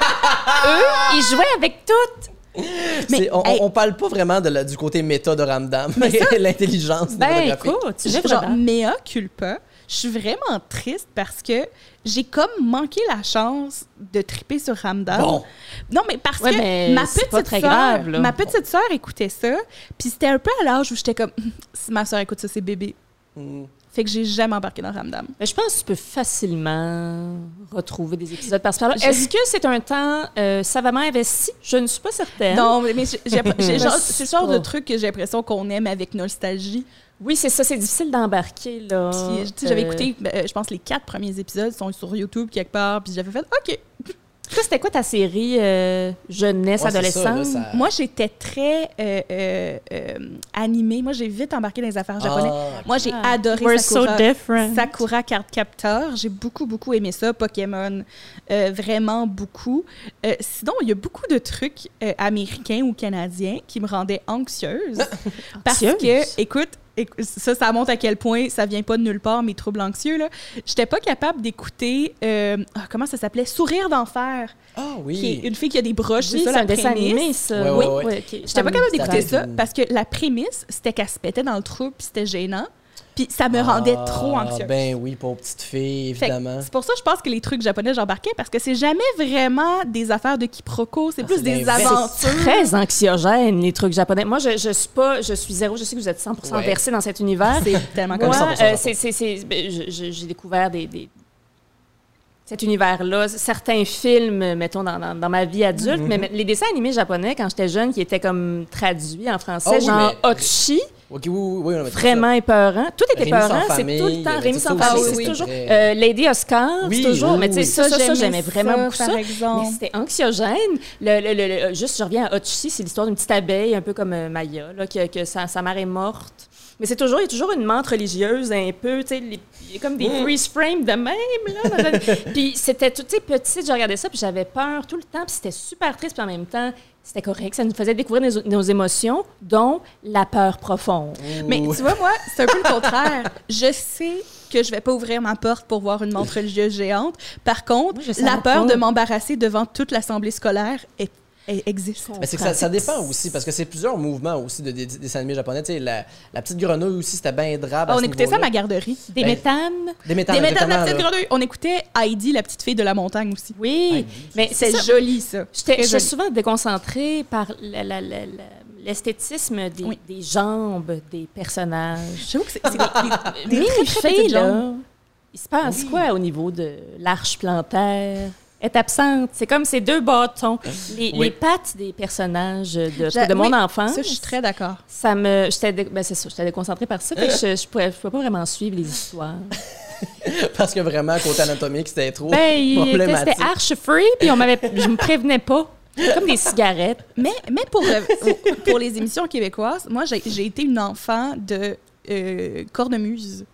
C: Eux, ils jouaient avec toutes.
A: C'est-
B: Mais,
A: on,
B: hey.
A: on parle pas vraiment de la- du côté méta de Ramdam et l'intelligence
C: Ben,
A: cinématographique.
C: écoute, tu lèves
B: Genre,
C: la dame.
B: mea culpa. Je suis vraiment triste parce que j'ai comme manqué la chance de triper sur Ramdam.
A: Bon.
B: Non, mais parce
C: Ouais,
B: que
C: mais
B: ma
C: c'est
B: petite,
C: pas très
B: sœur-
C: grave, là.
B: ma petite sœur écoutait ça, puis c'était un peu à l'âge où j'étais comme, si ma sœur écoute ça, c'est bébé.
A: Mm.
B: Fait que j'ai jamais embarqué dans Ramdam.
C: Ben, je pense que tu peux facilement retrouver des épisodes par là
B: Je-
C: Est-ce que c'est un temps euh, savamment investi? Je ne suis pas certaine.
B: Non, mais j'ai- j'ai- j'ai genre- c'est le genre de
C: Oh.
B: truc que j'ai l'impression qu'on aime avec nostalgie.
C: Oui, c'est ça, c'est difficile d'embarquer. là.
B: Puis, tu sais, j'avais
C: Euh,
B: écouté, ben, euh, je pense, les quatre premiers épisodes sont sur YouTube quelque part, puis j'avais fait OK.
C: Toi, c'était quoi ta série euh, jeunesse,
A: Ouais, c'est ça, là,
C: adolescence?
A: ça-
B: Moi, j'étais très euh, euh, euh, animée. Moi, j'ai vite embarqué dans les affaires japonaises.
A: Ah,
B: Moi, j'ai
C: Ah.
B: adoré
C: We're so
B: Sakura.
C: different.
B: Sakura Card Captor, j'ai beaucoup, beaucoup aimé ça. Pokémon, euh, vraiment beaucoup. Euh, sinon, il y a beaucoup de trucs euh, américains ou canadiens qui me rendaient anxieuse. parce
C: Anxieuse?
B: que, écoute, éc- ça, ça montre à quel point ça vient pas de nulle part, mes troubles anxieux. là. J'étais pas capable d'écouter, euh, ah, comment ça s'appelait? Sourire d'enfer,
A: Ah oui.
B: qui est une fille qui a des broches,
C: Oui,
B: c'est ça
C: c'est
B: la
C: un dessin
B: prémisse.
C: animé, ça.
A: Ouais, ouais, ouais.
C: ok.
B: J'étais pas capable
A: Ça
B: d'écouter
A: fait
B: ça
A: une-
B: parce que la prémisse, c'était qu'elle se pétait dans le trou puis c'était gênant. Puis ça me rendait trop
A: Ah,
B: anxieuse.
A: Ben oui, pour petite fille,
B: Fait que
A: évidemment.
B: C'est pour ça que je pense que les trucs japonais, j'embarquais parce que c'est jamais vraiment des affaires de quiproquo, c'est plus
A: Ah, c'est
B: des
A: l'inverse.
B: aventures.
C: Très anxiogène, les trucs japonais. Moi, je, je suis pas, je suis zéro. Je sais que vous êtes 100%
A: Ouais.
C: versé dans cet univers.
B: C'est tellement
A: Comme
B: comme ça.
C: Moi,
A: 100%
C: euh, c'est- c'est- c'est- ben, je- je- j'ai découvert des, des- cet univers-là, certains films, mettons, dans, dans- dans ma vie adulte,
A: Mm-hmm.
C: mais les dessins animés japonais, quand j'étais jeune, qui étaient comme traduits en français,
A: Ah oui,
C: genre
A: mais-
C: Ochi,
A: Ok, oui, oui, oui, on a mis tout ça.
C: vraiment épeurant. Tout était
A: Rémi sans
C: épeurant, c'est
A: famille,
C: tout le
A: il y
C: temps
A: avait
C: Rémi
A: tout
C: sans
A: ça
C: famille,
A: aussi,
C: c'est
A: c'est
C: toujours.
A: vrai.
C: euh, Lady Oscar,
A: Oui,
C: c'est toujours.
A: oui,
C: mais tu sais,
A: oui.
C: ça, ça, ça, j'aimais vraiment beaucoup ça.
B: Par
C: Mais
B: exemple.
C: c'était anxiogène. Le, le- le- le- juste, je reviens à Hotchi, c'est l'histoire d'une petite abeille, un peu comme euh, Maya, là, que, que sa, sa mère est morte. Mais c'est toujours, il y a toujours une menthe religieuse un peu, tu sais, les- il y a comme des freeze frames de même, là. dans le- puis c'était tout, tu sais, petite, je regardais ça, puis j'avais peur tout le temps, puis c'était super triste, puis en même temps, c'était correct. Ça nous faisait découvrir nos, nos émotions, dont la peur profonde.
B: Mais tu vois, moi, c'est un peu le contraire. Je sais que je vais pas ouvrir ma porte pour voir une montre religieuse géante. Par contre,
C: Moi, je savais
B: la peur
C: pas.
B: de m'embarrasser devant toute l'assemblée scolaire est- est- existe.
A: Mais c'est que ça, ça dépend aussi, parce que c'est plusieurs mouvements aussi de, des des dessins animés japonais. Tu sais, la, la petite grenouille aussi, c'était bien drabe. à
B: Ah, on
A: ce
B: écoutait ça à
A: niveau-là.
B: ma garderie.
C: Des
A: Ben,
C: méthanes.
A: Des métals,
B: Des méthodes de la
A: exactement,
B: petite
A: là.
B: grenouille. On écoutait Heidi, la petite fille de la montagne aussi.
C: Oui, mais c'est
B: C'est joli, ça.
C: J'étais
B: Très
C: j'étais
B: joli.
C: souvent déconcentrée par la- la- la- la- l'esthétisme des,
B: Oui.
C: des jambes des personnages.
B: J'avoue que c'est c'est des- des- des
C: Les
B: très, très
C: fées,
B: petites jambes.
C: là, il se passe quoi au niveau de l'arche plantaire? Est absente. C'est comme ces deux bâtons. Les,
A: Oui.
C: les pattes des personnages de,
B: J'a-
C: de mon
B: oui,
C: enfance.
B: Ça, je suis très d'accord.
C: Ça me. J'étais dé- ben, c'est ça, j'étais déconcentrée par ça. fait que je, je, pouvais, je pouvais pas vraiment suivre les histoires.
A: Parce que vraiment, côté anatomique, c'était
B: Oh,
A: trop
C: Ben, il était-
A: problématique.
C: c'était arche free, puis on m'avait. Je me prévenais pas. Comme des cigarettes.
B: Mais, mais pour, euh, pour les émissions québécoises, moi, j'ai j'ai été une enfant de euh, cornemuse.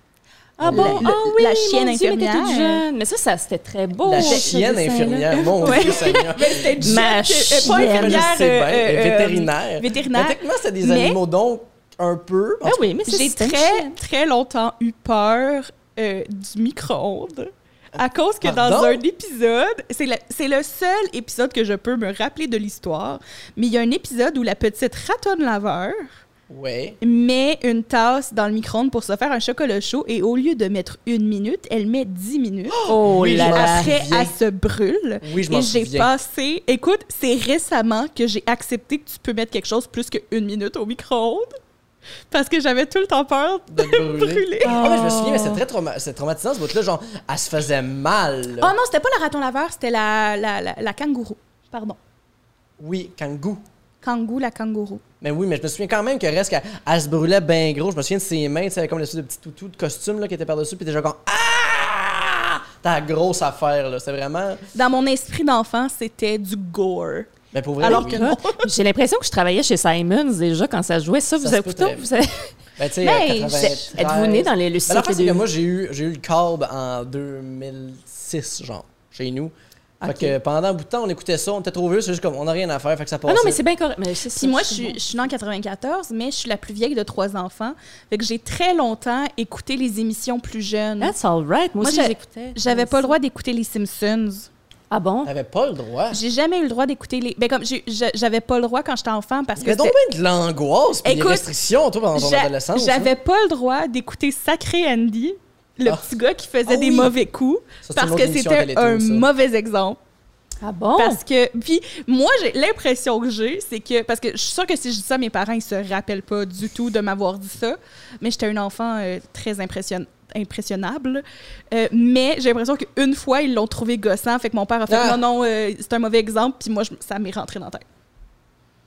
C: Ah
B: Le-
C: bon?
B: le-
C: Ah oui,
B: la chienne
C: mon Dieu, mais t'es
B: infirmière.
C: toute jeune. Mais ça, ça c'était très beau.
A: La
C: ce
A: chienne
C: dessin-là.
A: infirmière, mon Dieu Seigneur.
B: Ben, C'était
C: jeune, Ma euh, pas euh, chienne.
A: Ben, je sais bien, vétérinaire.
B: vétérinaire.
A: Mais techniquement, c'est des
B: Mais- Ben
A: animaux, donc, un peu. En
C: Ah
A: tout
C: oui, mais ça,
B: J'ai
C: c'était une
B: très,
C: chienne.
B: très longtemps eu peur euh, du micro-ondes. À cause que dans
A: Pardon?
B: un épisode, c'est le, c'est le seul épisode que je peux me rappeler de l'histoire, mais il y a un épisode où la petite ratonne laveur
A: cas, ouais.
B: met une tasse dans le micro-ondes pour se faire un chocolat chaud et au lieu de mettre une minute, elle met dix minutes.
C: Oh
A: Oui,
C: là
A: je
C: là.
B: Après,
A: souviens.
B: elle se brûle.
A: Oui, je m'en
B: et j'ai
A: souviens.
B: passé. Écoute, c'est récemment que j'ai accepté que tu peux mettre quelque chose plus qu'une minute au micro-ondes parce que j'avais tout le temps peur
A: De brûler.
B: brûler.
A: Ah, mais je me souviens, mais c'est très trauma- c'est traumatisant ce bout-là. Genre, elle se faisait mal.
B: Oh non, c'était pas le raton laveur, c'était la, la, la, la kangourou. Pardon.
A: Oui, kangou.
B: Kangou, la kangourou.
A: Mais oui, mais je me souviens quand même que reste qu'elle elle se brûlait bien gros. Je me souviens de ses mains, tu sais, avec comme l'espèce de petit toutou de costume là, qui était par-dessus, puis déjà comme Ah! Ta grosse affaire, là. C'est vraiment.
B: Dans mon esprit d'enfant, c'était du gore.
A: Mais pour vrai,
B: Alors
A: oui.
B: que non.
C: J'ai l'impression que je travaillais chez Simons déjà quand ça jouait ça. Vous
A: se peut
C: écoutez?
A: très
C: Vous avez...
A: Ben, tu sais,
C: Mais,
A: 93.
C: je- êtes-vous né dans les- le
A: Ben,
C: siècle
A: l'affaire, c'est
C: des-
A: que moi, j'ai eu, j'ai eu le câble en 2006, genre, chez nous. Fait
C: Ok.
A: que pendant un bout de temps, on écoutait ça, on était trop vieux, c'est juste comme, on n'a rien à faire, fait que ça
C: Ah
A: passait.
C: non, mais c'est bien correct. Mais c'est
B: Puis
C: ça,
B: moi,
C: c'est
B: je suis,
C: bon.
B: je suis née en 94, mais je suis la plus vieille de trois enfants. Fait que j'ai très longtemps écouté les émissions plus jeunes.
C: That's all right.
B: Moi,
C: Moi, aussi,
B: j'a-
C: j'écoutais.
B: J'avais pas le droit d'écouter les Simpsons.
C: Ah bon?
A: T'avais pas le droit.
B: J'ai jamais eu le droit d'écouter les. Ben comme j'ai- j'a- j'avais pas le droit quand j'étais enfant parce que
A: Mais donc bien
B: c'était-
A: de l'angoisse pis des
B: Écoute,
A: restrictions, toi, pendant ton
B: j'a-
A: adolescence. hein. là.
B: j'avais pas le droit d'écouter Sacré Andy, le
A: Ah.
B: petit gars qui faisait
A: Ah
B: des
A: oui.
B: mauvais coups
A: Ça, c'est une
B: parce
A: autre
B: que
A: émission à
B: c'était
A: Télétoon,
B: un
A: ça.
B: mauvais exemple.
C: Ah bon?
B: Parce que puis moi j'ai l'impression que j'ai c'est que parce que je suis sûre que si je dis ça mes parents ils se rappellent pas du tout de m'avoir dit ça, mais j'étais un enfant euh, très impressionn- impressionnable. Euh, mais j'ai l'impression qu'une fois, ils l'ont trouvé gossant. Fait que mon père a fait
A: Ah.
B: Non, non, euh, c'est un mauvais exemple. Puis moi, je- ça m'est rentré dans la tête.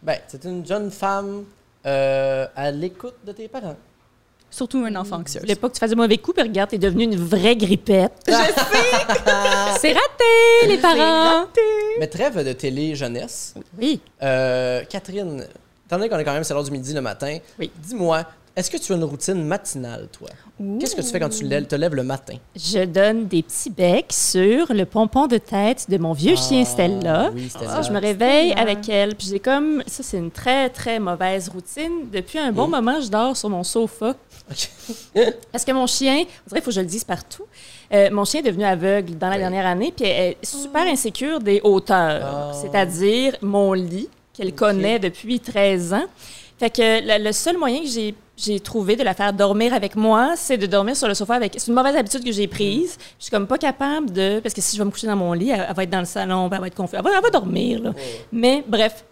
A: Ben, c'est une jeune femme euh, à l'écoute de tes parents.
B: Surtout un enfant anxieux.
C: Je voulais pas que tu fasses de mauvais coups, puis regarde, t'es devenue une vraie grippette. Je sais! c'est raté, les parents!
A: Mais trêve de télé jeunesse.
C: Oui.
A: Euh, Catherine, étant donné qu'on est quand même, c'est l'heure du midi le matin,
C: Oui.
A: dis-moi, est-ce que tu as une routine matinale, toi? Qu'est-ce que tu fais quand tu lè- te lèves le matin?
C: Je donne des petits becs sur le pompon de tête de mon vieux chien
A: Ah,
C: Stella.
A: oui, Stella.
C: Ah, je me réveille
B: Stella.
C: avec elle. Puis j'ai comme. Ça, c'est une très, très mauvaise routine. Depuis un bon moment, je dors sur mon sofa.
A: Ok.
C: Parce que mon chien, on dirait qu'il faut que je le dise partout, euh, mon chien est devenu aveugle dans la
A: Oui.
C: dernière année, puis elle est super insécure des
A: Ah.
C: hauteurs, c'est-à-dire mon lit, qu'elle connaît depuis 13 ans. Fait que la- le seul moyen que j'ai j'ai trouvé de la faire dormir avec moi, c'est de dormir sur le sofa avec. C'est une mauvaise habitude que j'ai prise. Je suis comme pas capable de. Parce que si je vais me coucher dans mon lit, elle, elle va être dans le salon, puis elle va être confuse. Elle va, elle va dormir, là. Mais bref.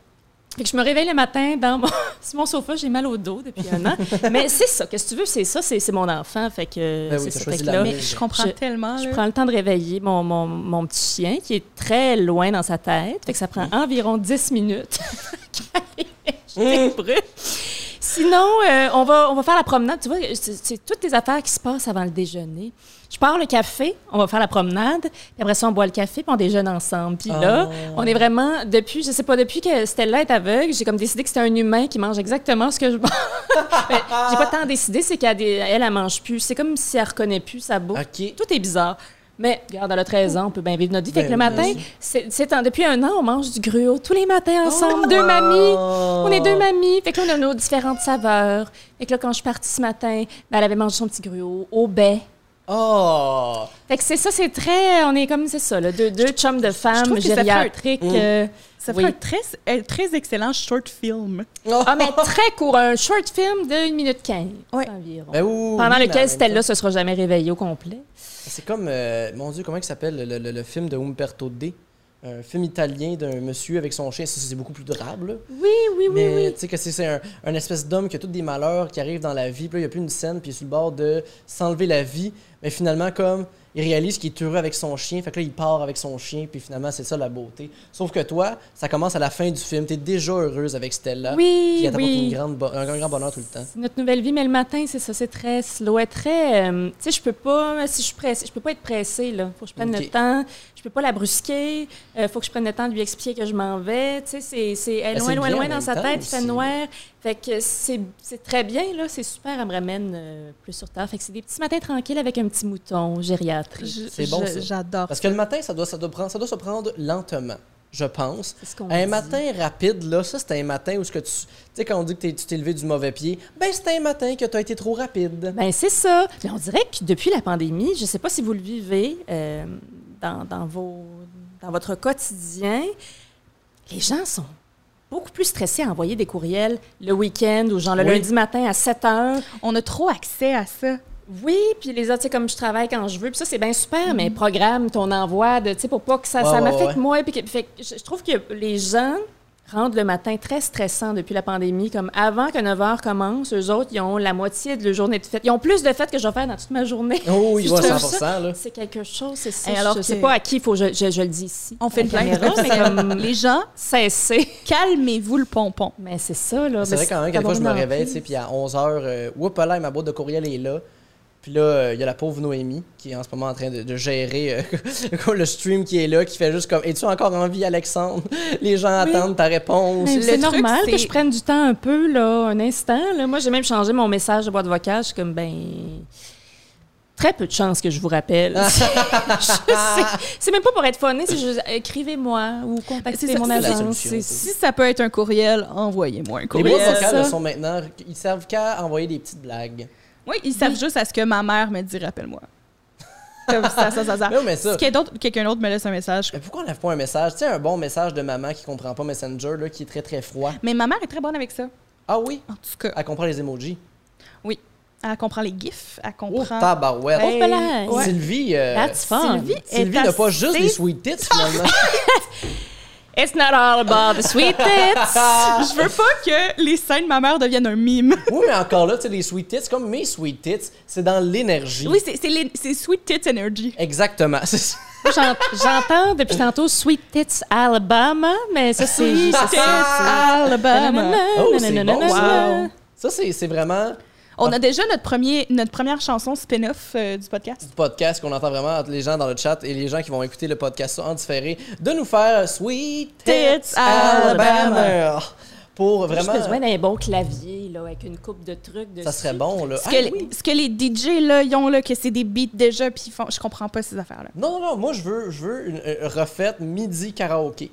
C: Fait que je me réveille le matin dans mon, sur mon sofa, j'ai mal au dos depuis un an. Mais c'est ça, qu'est-ce que tu veux, c'est ça, c'est c'est mon enfant. Fait que euh,
A: Ben oui,
C: c'est
A: t'as
C: ça.
A: choisi
C: Fait que
A: la
C: là,
A: mère.
B: Mais je comprends
C: Je-
B: tellement.
C: je
B: là.
C: prends le temps de réveiller mon, mon, mon petit chien qui est très loin dans sa tête. Fait que ça prend environ 10 minutes. Je brûle. Sinon, euh, on, va, on va faire la promenade. Tu vois, c'est c'est toutes les affaires qui se passent avant le déjeuner. Je pars le café, on va faire la promenade. Puis après ça, on boit le café, puis on déjeune ensemble. Puis là,
A: Ah.
C: on est vraiment, depuis, je sais pas, depuis que Stella est aveugle, j'ai comme décidé que c'était un humain qui mange exactement ce que je mange. Ben, j'ai pas tant décidé, c'est qu'elle, a des- elle, elle mange plus. C'est comme si elle reconnaît plus sa bouffe.
A: OK.
C: Tout est bizarre. Mais regarde, elle a 13 ans, on peut bien vivre notre vie. Fait que
A: Ben
C: le
A: oui.
C: matin, c'est, c'est en- depuis un an, on mange du gruau tous les matins ensemble. Deux
B: Oh!
C: mamies. On est deux mamies. Fait que là, on a nos différentes saveurs. Fait que là, quand je suis partie ce matin, ben, elle avait mangé son petit gruau au baie.
A: Oh!
C: Fait que c'est ça, c'est très. On est comme, c'est ça, là, deux, deux chums de
B: trouve
C: femmes
B: que ça fait un-
C: gériatriques. euh,
B: Ça fait
C: oui.
B: un très, un très excellent short film.
A: Oh.
C: Ah, mais très court, un short film de 1 minute 15
B: Ouais.
C: environ.
A: Ben oui, oui, oui,
C: Pendant
A: mais en
C: lequel
A: même
C: Stella se sera jamais réveillée au complet.
A: C'est comme, euh, mon Dieu, comment il s'appelle le, le- le film de Umberto D? Un film italien d'un monsieur avec son chien. Ça, c'est beaucoup plus durable. là.
C: Oui, oui, oui,
A: Mais
C: oui.
A: tu sais que c'est c'est un, un espèce d'homme qui a tous des malheurs qui arrivent dans la vie. Puis là, il n'y a plus une scène, puis il est sur le bord de s'enlever la vie. Mais finalement, comme il réalise qu'il est heureux avec son chien, fait que là, il part avec son chien, puis finalement, c'est ça la beauté. Sauf que toi, ça commence à la fin du film. Tu es déjà heureuse avec Stella.
C: Oui,
A: Puis elle t'apporte
C: oui.
A: une grande bo- un grand bonheur tout le temps.
C: C'est notre nouvelle vie, mais le matin, c'est ça, c'est très slow, et très. euh, tu sais, je peux pas, si je suis pressée, je peux pas être pressée là. Faut que je prenne
A: Ok.
C: le temps. Je peux pas la brusquer. Euh, faut que je prenne le temps de lui expliquer que je m'en vais. Tu sais, c'est, c'est
A: Ben,
C: elle est
A: c'est
C: loin,
A: bien
C: loin,
A: en
C: loin dans
A: même
C: sa
A: temps
C: tête. Il fait
A: aussi.
C: noir. Fait que c'est, c'est très bien là. C'est super. Elle me ramène euh, plus sur terre. Fait que c'est des petits matins tranquilles avec un petit mouton gériatrique.
B: Je-
A: C'est bon,
B: je-
A: ça.
B: J'adore.
A: Parce que le matin, ça doit, ça doit, prendre, ça doit se prendre lentement, je pense.
C: C'est ce qu'on
A: Un
C: dit.
A: matin rapide, là, ça, c'est un matin où ce que tu. Tu sais, quand on dit que t'es- tu t'es levé du mauvais pied, ben, c'est un matin que tu as été trop rapide.
C: Ben c'est ça. Mais on dirait que depuis la pandémie, je ne sais pas si vous le vivez euh, dans, dans vos, dans votre quotidien, les gens sont beaucoup plus stressés à envoyer des courriels le week-end ou genre le
A: Oui.
C: lundi matin à 7 heures.
B: On a trop accès à ça.
C: Oui, puis les autres, c'est comme je travaille quand je veux, puis ça, c'est bien
B: Mhm.
C: super, mais programme ton envoi de, tu sais, pour pas que ça,
A: Ouais,
C: ça
A: ouais, ouais.
C: m'affecte moi. Puis que- fait que je, je trouve que les gens rendent le matin très stressant depuis la pandémie. Comme avant que 9 h commence, eux autres, ils ont la moitié de leur journée de fête. Ils ont plus de fêtes que je vais faire dans toute ma journée.
A: Oh, oui,
C: Je
A: ouais,
C: trouve
A: 100
C: ça-
A: là.
C: C'est quelque chose, c'est ça.
B: Et alors
C: je sais
B: que-
C: pas à qui il faut, je, je- je le dis ici.
B: On fait une
C: la
B: plainte
C: caméra, mais comme
B: Les gens,
C: cessez.
B: calmez-vous le pompon.
C: Mais c'est ça, là.
A: C'est
C: Mais
A: vrai quand même, que des fois, je me
C: tellement
A: réveille, tu
C: pris.
A: sais, puis à 11h, euh, oups, là, ma boîte de courriel est là. Puis là, euh, il y a la pauvre Noémie qui est en ce moment en train de, de gérer euh, le stream qui est là, qui fait juste comme Es-tu encore en vie, Alexandre Les gens
C: Oui.
A: attendent ta réponse.
C: Mais
B: Le
C: C'est
B: truc,
C: normal que
B: c'est-
C: je prenne du temps un peu, là, un instant. Là. Moi, j'ai même changé mon message de boîte vocale. Je suis comme, ben, très peu de chance que je vous rappelle.
B: Ah.
C: Je sais. c'est même pas pour être funné, c'est juste écrivez-moi ou
B: C'est
C: contactez
B: ça,
C: mon
B: c'est la
C: agence.
A: solution.
C: C'est-
B: Si ça peut être un courriel, envoyez-moi un
A: Les
B: courriel.
A: boîtes
C: c'est
A: vocales
C: ça.
A: là, sont maintenant. Ils servent qu'à envoyer des petites blagues.
B: Oui, ils savent juste à ce que ma mère me dit rappelle-moi. Comme ça, ça, ça, ça.
A: Non, mais ça.
B: Si quelqu'un d'autre- quelqu'un d'autre me laisse un message.
A: Mais pourquoi on lève pas un message? Tu sais, un bon message de maman qui comprend pas Messenger, là, qui est très très froid.
B: Mais ma mère est très bonne avec ça.
A: Ah oui?
B: En tout cas,
A: Elle comprend les emojis.
B: oui. Elle comprend les gifs, elle
A: Oh,
B: comprend.
A: tabarouette.
C: Oh, ben,
B: Ouais.
A: Sylvie, euh,
C: That's fun.
B: Sylvie est
A: Sylvie n'a pas juste
B: assez-
A: des sweet tits finalement.
C: It's not all about the sweet tits.
B: Je veux pas que les scènes de ma mère deviennent un mime.
A: oui, mais encore là, tu sais, les sweet tits, comme mes sweet tits, c'est dans l'énergie.
B: Oui, c'est- c'est les- c'est Sweet Tits Energy.
A: Exactement. C'est ça.
C: J'en- J'entends depuis tantôt Sweet Tits Alabama, mais ça, c'est
B: Sweet
C: juste
B: Tits
C: ça.
A: Ah,
B: Alabama.
A: Oh, c'est bon, ça.
B: Wow.
A: Ça, c'est c'est vraiment
B: On
A: Ah.
B: a déjà notre, premier, notre première chanson spin-off euh, du podcast.
A: du podcast qu'on entend vraiment entre les gens dans le chat et les gens qui vont écouter le podcast en différé de nous faire Sweet Tits
B: Tits Alabama.
A: Alabama. Pour
C: J'ai
A: vraiment.
C: besoin d'un bon clavier, là, avec une coupe de trucs dessus.
A: Ça serait bon, là.
B: Ce
A: Ah,
B: que,
A: oui.
B: ce que les DJ là, ils ont, là, que c'est des beats déjà, puis ils font. Je comprends pas ces affaires-là.
A: Non, non, non, moi, je veux, je veux une euh, refaite midi karaoké.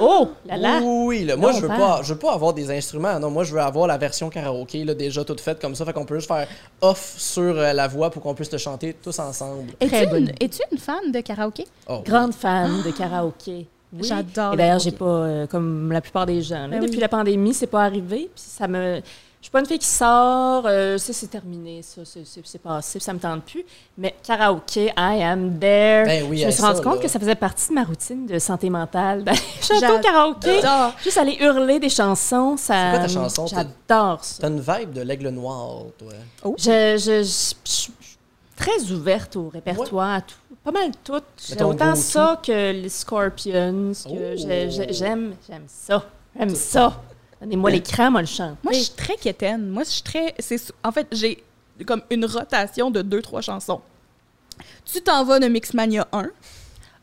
C: Oh
B: Ah,
C: là là!
A: Oui, oui, là. Moi,
C: Là, on
A: je veux,
C: parle.
A: pas, je veux pas avoir des instruments. Non, moi, je veux avoir la version karaoké, là, déjà toute faite comme ça. Fait qu'on peut juste faire off sur euh, la voix pour qu'on puisse le chanter tous ensemble.
B: Es-tu
C: bonne
B: une, es-tu une fan de karaoké?
A: Oh, oui.
C: Grande fan de karaoké. Oui.
B: J'adore le
C: Et d'ailleurs, j'ai
B: karaoké.
C: pas, euh, comme la plupart des gens, là,
B: Ben
C: depuis
B: oui.
C: la pandémie, c'est pas arrivé. Puis ça me. Je suis pas une fille qui sort, euh, ça, c'est terminé, ça, c'est- c'est c'est passé, ça me tente plus. Mais karaoké, I am there.
A: Ben oui,
C: je me suis
A: ça,
C: rendu compte
A: là.
C: que ça faisait partie de ma routine de santé mentale. d'aller chanter
B: J'adore.
C: au karaoké, juste aller hurler des chansons, ça.
A: C'est quoi ta chanson, t'es-
C: J'adore ça.
A: T'as une vibe de l'aigle noir, toi.
B: Oh.
C: Je, je, je- je suis très ouverte au répertoire, à tout, pas mal tout. J'ai
A: Mettons
C: autant
A: go-to.
C: ça que les Scorpions, que
A: Oh.
C: j'ai- j'ai- j'aime, j'aime ça, j'aime ça. Donnez-moi l'écran, moi le chante.
B: Moi, je suis très quétaine. Moi, je suis très. c'est sou- En fait, j'ai comme une rotation de deux, trois chansons. Tu t'en vas de Mixmania 1.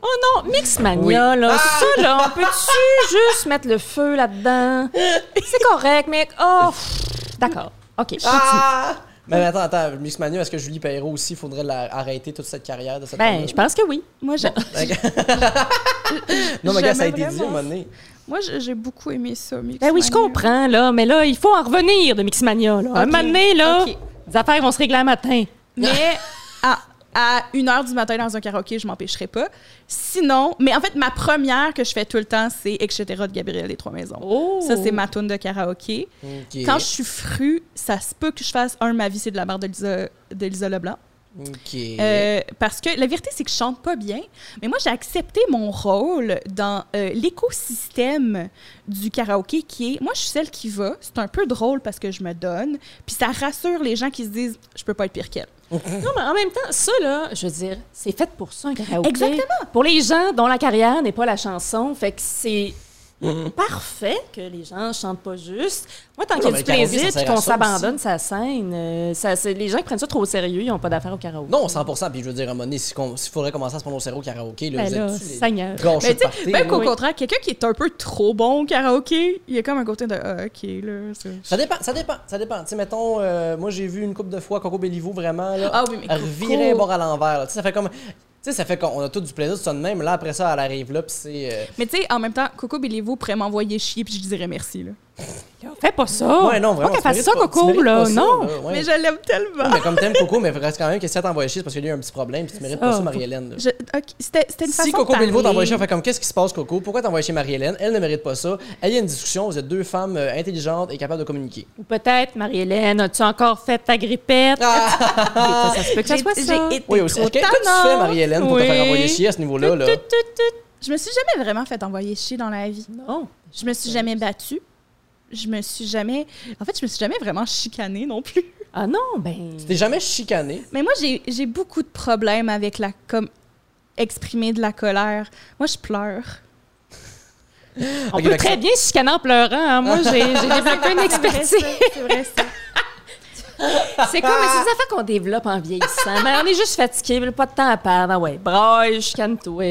C: Oh non, Mixmania, là, ça, là, on peut-tu juste mettre le feu là-dedans? C'est correct, mec. Oh, pff, d'accord. OK, je continue.
A: Mais attends, attends, Mixmania, est-ce que Julie Perrault aussi, faudrait la- arrêter toute cette carrière de cette
C: Ben, je
A: femme-là?
C: pense que oui. Ben,
B: Moi, j'ai
A: Non, mais gars, ça a
B: j'aimais
A: été dit à un
B: vraiment
A: moment donné.
B: moi, j'ai j'ai beaucoup aimé ça, Mixmania.
C: Ben oui, je comprends, là, mais là, il faut en revenir de Mixmania, là. Un
B: OK,
C: moment donné, là,
B: OK.
C: les affaires vont se régler un matin.
B: Mais à, à une heure du matin dans un karaoké, je m'empêcherai pas. Sinon, mais en fait, ma première que je fais tout le temps, c'est Etc. de Gabriel des Trois Maisons.
C: Oh!
B: Ça, c'est ma tune de karaoké.
A: Ok.
B: Quand je suis fru, ça se peut que je fasse un Ma vie, c'est de la merde de Lisa, de Lisa Leblanc.
A: Ok.
B: Euh, parce que la vérité, c'est que je chante pas bien. Mais moi, j'ai accepté mon rôle dans euh, l'écosystème du karaoké qui est. Moi, je suis celle qui va. C'est un peu drôle parce que je me donne. Puis ça rassure les gens qui se disent je peux pas être pire qu'elle.
C: Non, mais en même temps, ça, là, je veux dire, c'est fait pour ça, un karaoké.
B: Exactement.
C: Pour les gens dont la carrière n'est pas la chanson, fait que c'est parfait que les gens chantent pas juste. Moi, tant
A: Mm-hmm. Non,
C: qu'il y a
A: mais le karaoké,
C: du
A: ça
C: plaisir
A: sert
C: puis
A: à
C: qu'on
A: ça aussi.
C: s'abandonne sa scène, euh, ça, c'est- les gens qui prennent ça trop au sérieux, ils n'ont pas d'affaire au karaoké.
A: Non, 100%. Puis je veux dire, à un moment donné, s'il qu'on- s'il faudrait commencer à se prendre au cerveau au karaoké, là,
C: Ben
A: vous
C: là,
A: êtes
C: Seigneur.
B: Mais tu sais, même
A: là.
B: qu'au
C: Oui.
B: contraire, quelqu'un qui est un peu trop bon au karaoké, il y a comme un côté de Ah, OK, là. c'est-
A: Ça dépend, ça dépend, ça dépend. Tu sais, mettons, euh, moi j'ai vu une coupe de fois Coco Béliveau vraiment là,
B: Ah oui, mais Coco-
A: revirer bord à l'envers. là. Tu sais, ça fait comme, tu sais, ça fait qu'on a tout du plaisir de ça de même. Là après ça, elle arrive là, puis c'est. euh,
B: Mais tu sais, en même temps, Coco Béliveau pourrait m'envoyer chier puis je dirais merci. Là.
C: Fais pas
B: Oh,
C: ça.
A: Ouais, non, vraiment.
C: Pas
A: tu
C: qu'elle fasse
A: mérites
C: ça,
A: pas- tu
C: Coco,
A: mérites
C: là.
A: pas ça,
C: non.
A: là, ouais.
B: Mais je l'aime tellement.
A: Mais comme t'aimes Coco, mais il reste quand même que si elle t'envoie chier, c'est parce qu'il y a eu un petit problème, puis tu mérites pas
C: ça.
A: ça, Marie-Hélène. là.
B: Je- ok, C'était c'était Ah, une façon
A: Si Coco
B: de
A: Béliveau t'envoie
B: parler.
A: chier, elle fait comme qu'est-ce qui se passe, Coco Pourquoi t'envoies chez Marie-Hélène Elle ne mérite pas ça. Elle, il y a une discussion, vous êtes deux femmes euh, intelligentes et capables de communiquer.
C: Ou peut-être, Marie-Hélène, as-tu encore fait ta grippette?
A: Ah.
C: Ça, ça se peut que ça
B: J'ai-
C: soit ça.
B: j'ai été
A: Oui, aussi.
B: trop
A: Qu'est-ce que tu fais,
B: tannante.
A: Marie-Hélène, pour te
C: Oui.
A: faire envoyer chier à ce niveau-là là?
C: Tut, tut, tut.
B: Je me suis jamais vraiment fait envoyer chier dans la vie.
C: Non.
B: Je me suis jamais battue. Je me suis jamais. En fait, je me suis jamais vraiment chicanée non plus.
C: Ah non, ben.
A: T'es jamais chicané
B: Mais moi, j'ai j'ai beaucoup de problèmes avec la. comme exprimer de la colère. Moi, je pleure.
C: On
A: Ok,
C: peut
A: fait que
C: très
A: ça-
C: bien se chicaner en pleurant. hein. Moi, j'ai j'ai développé une expertise.
B: C'est vrai, ça.
C: C'est comme c'est
A: Ah.
C: des affaires qu'on développe en vieillissant. Mais on est juste fatigué, mais pas de temps à perdre. Ah ouais, braille, chicane-toi.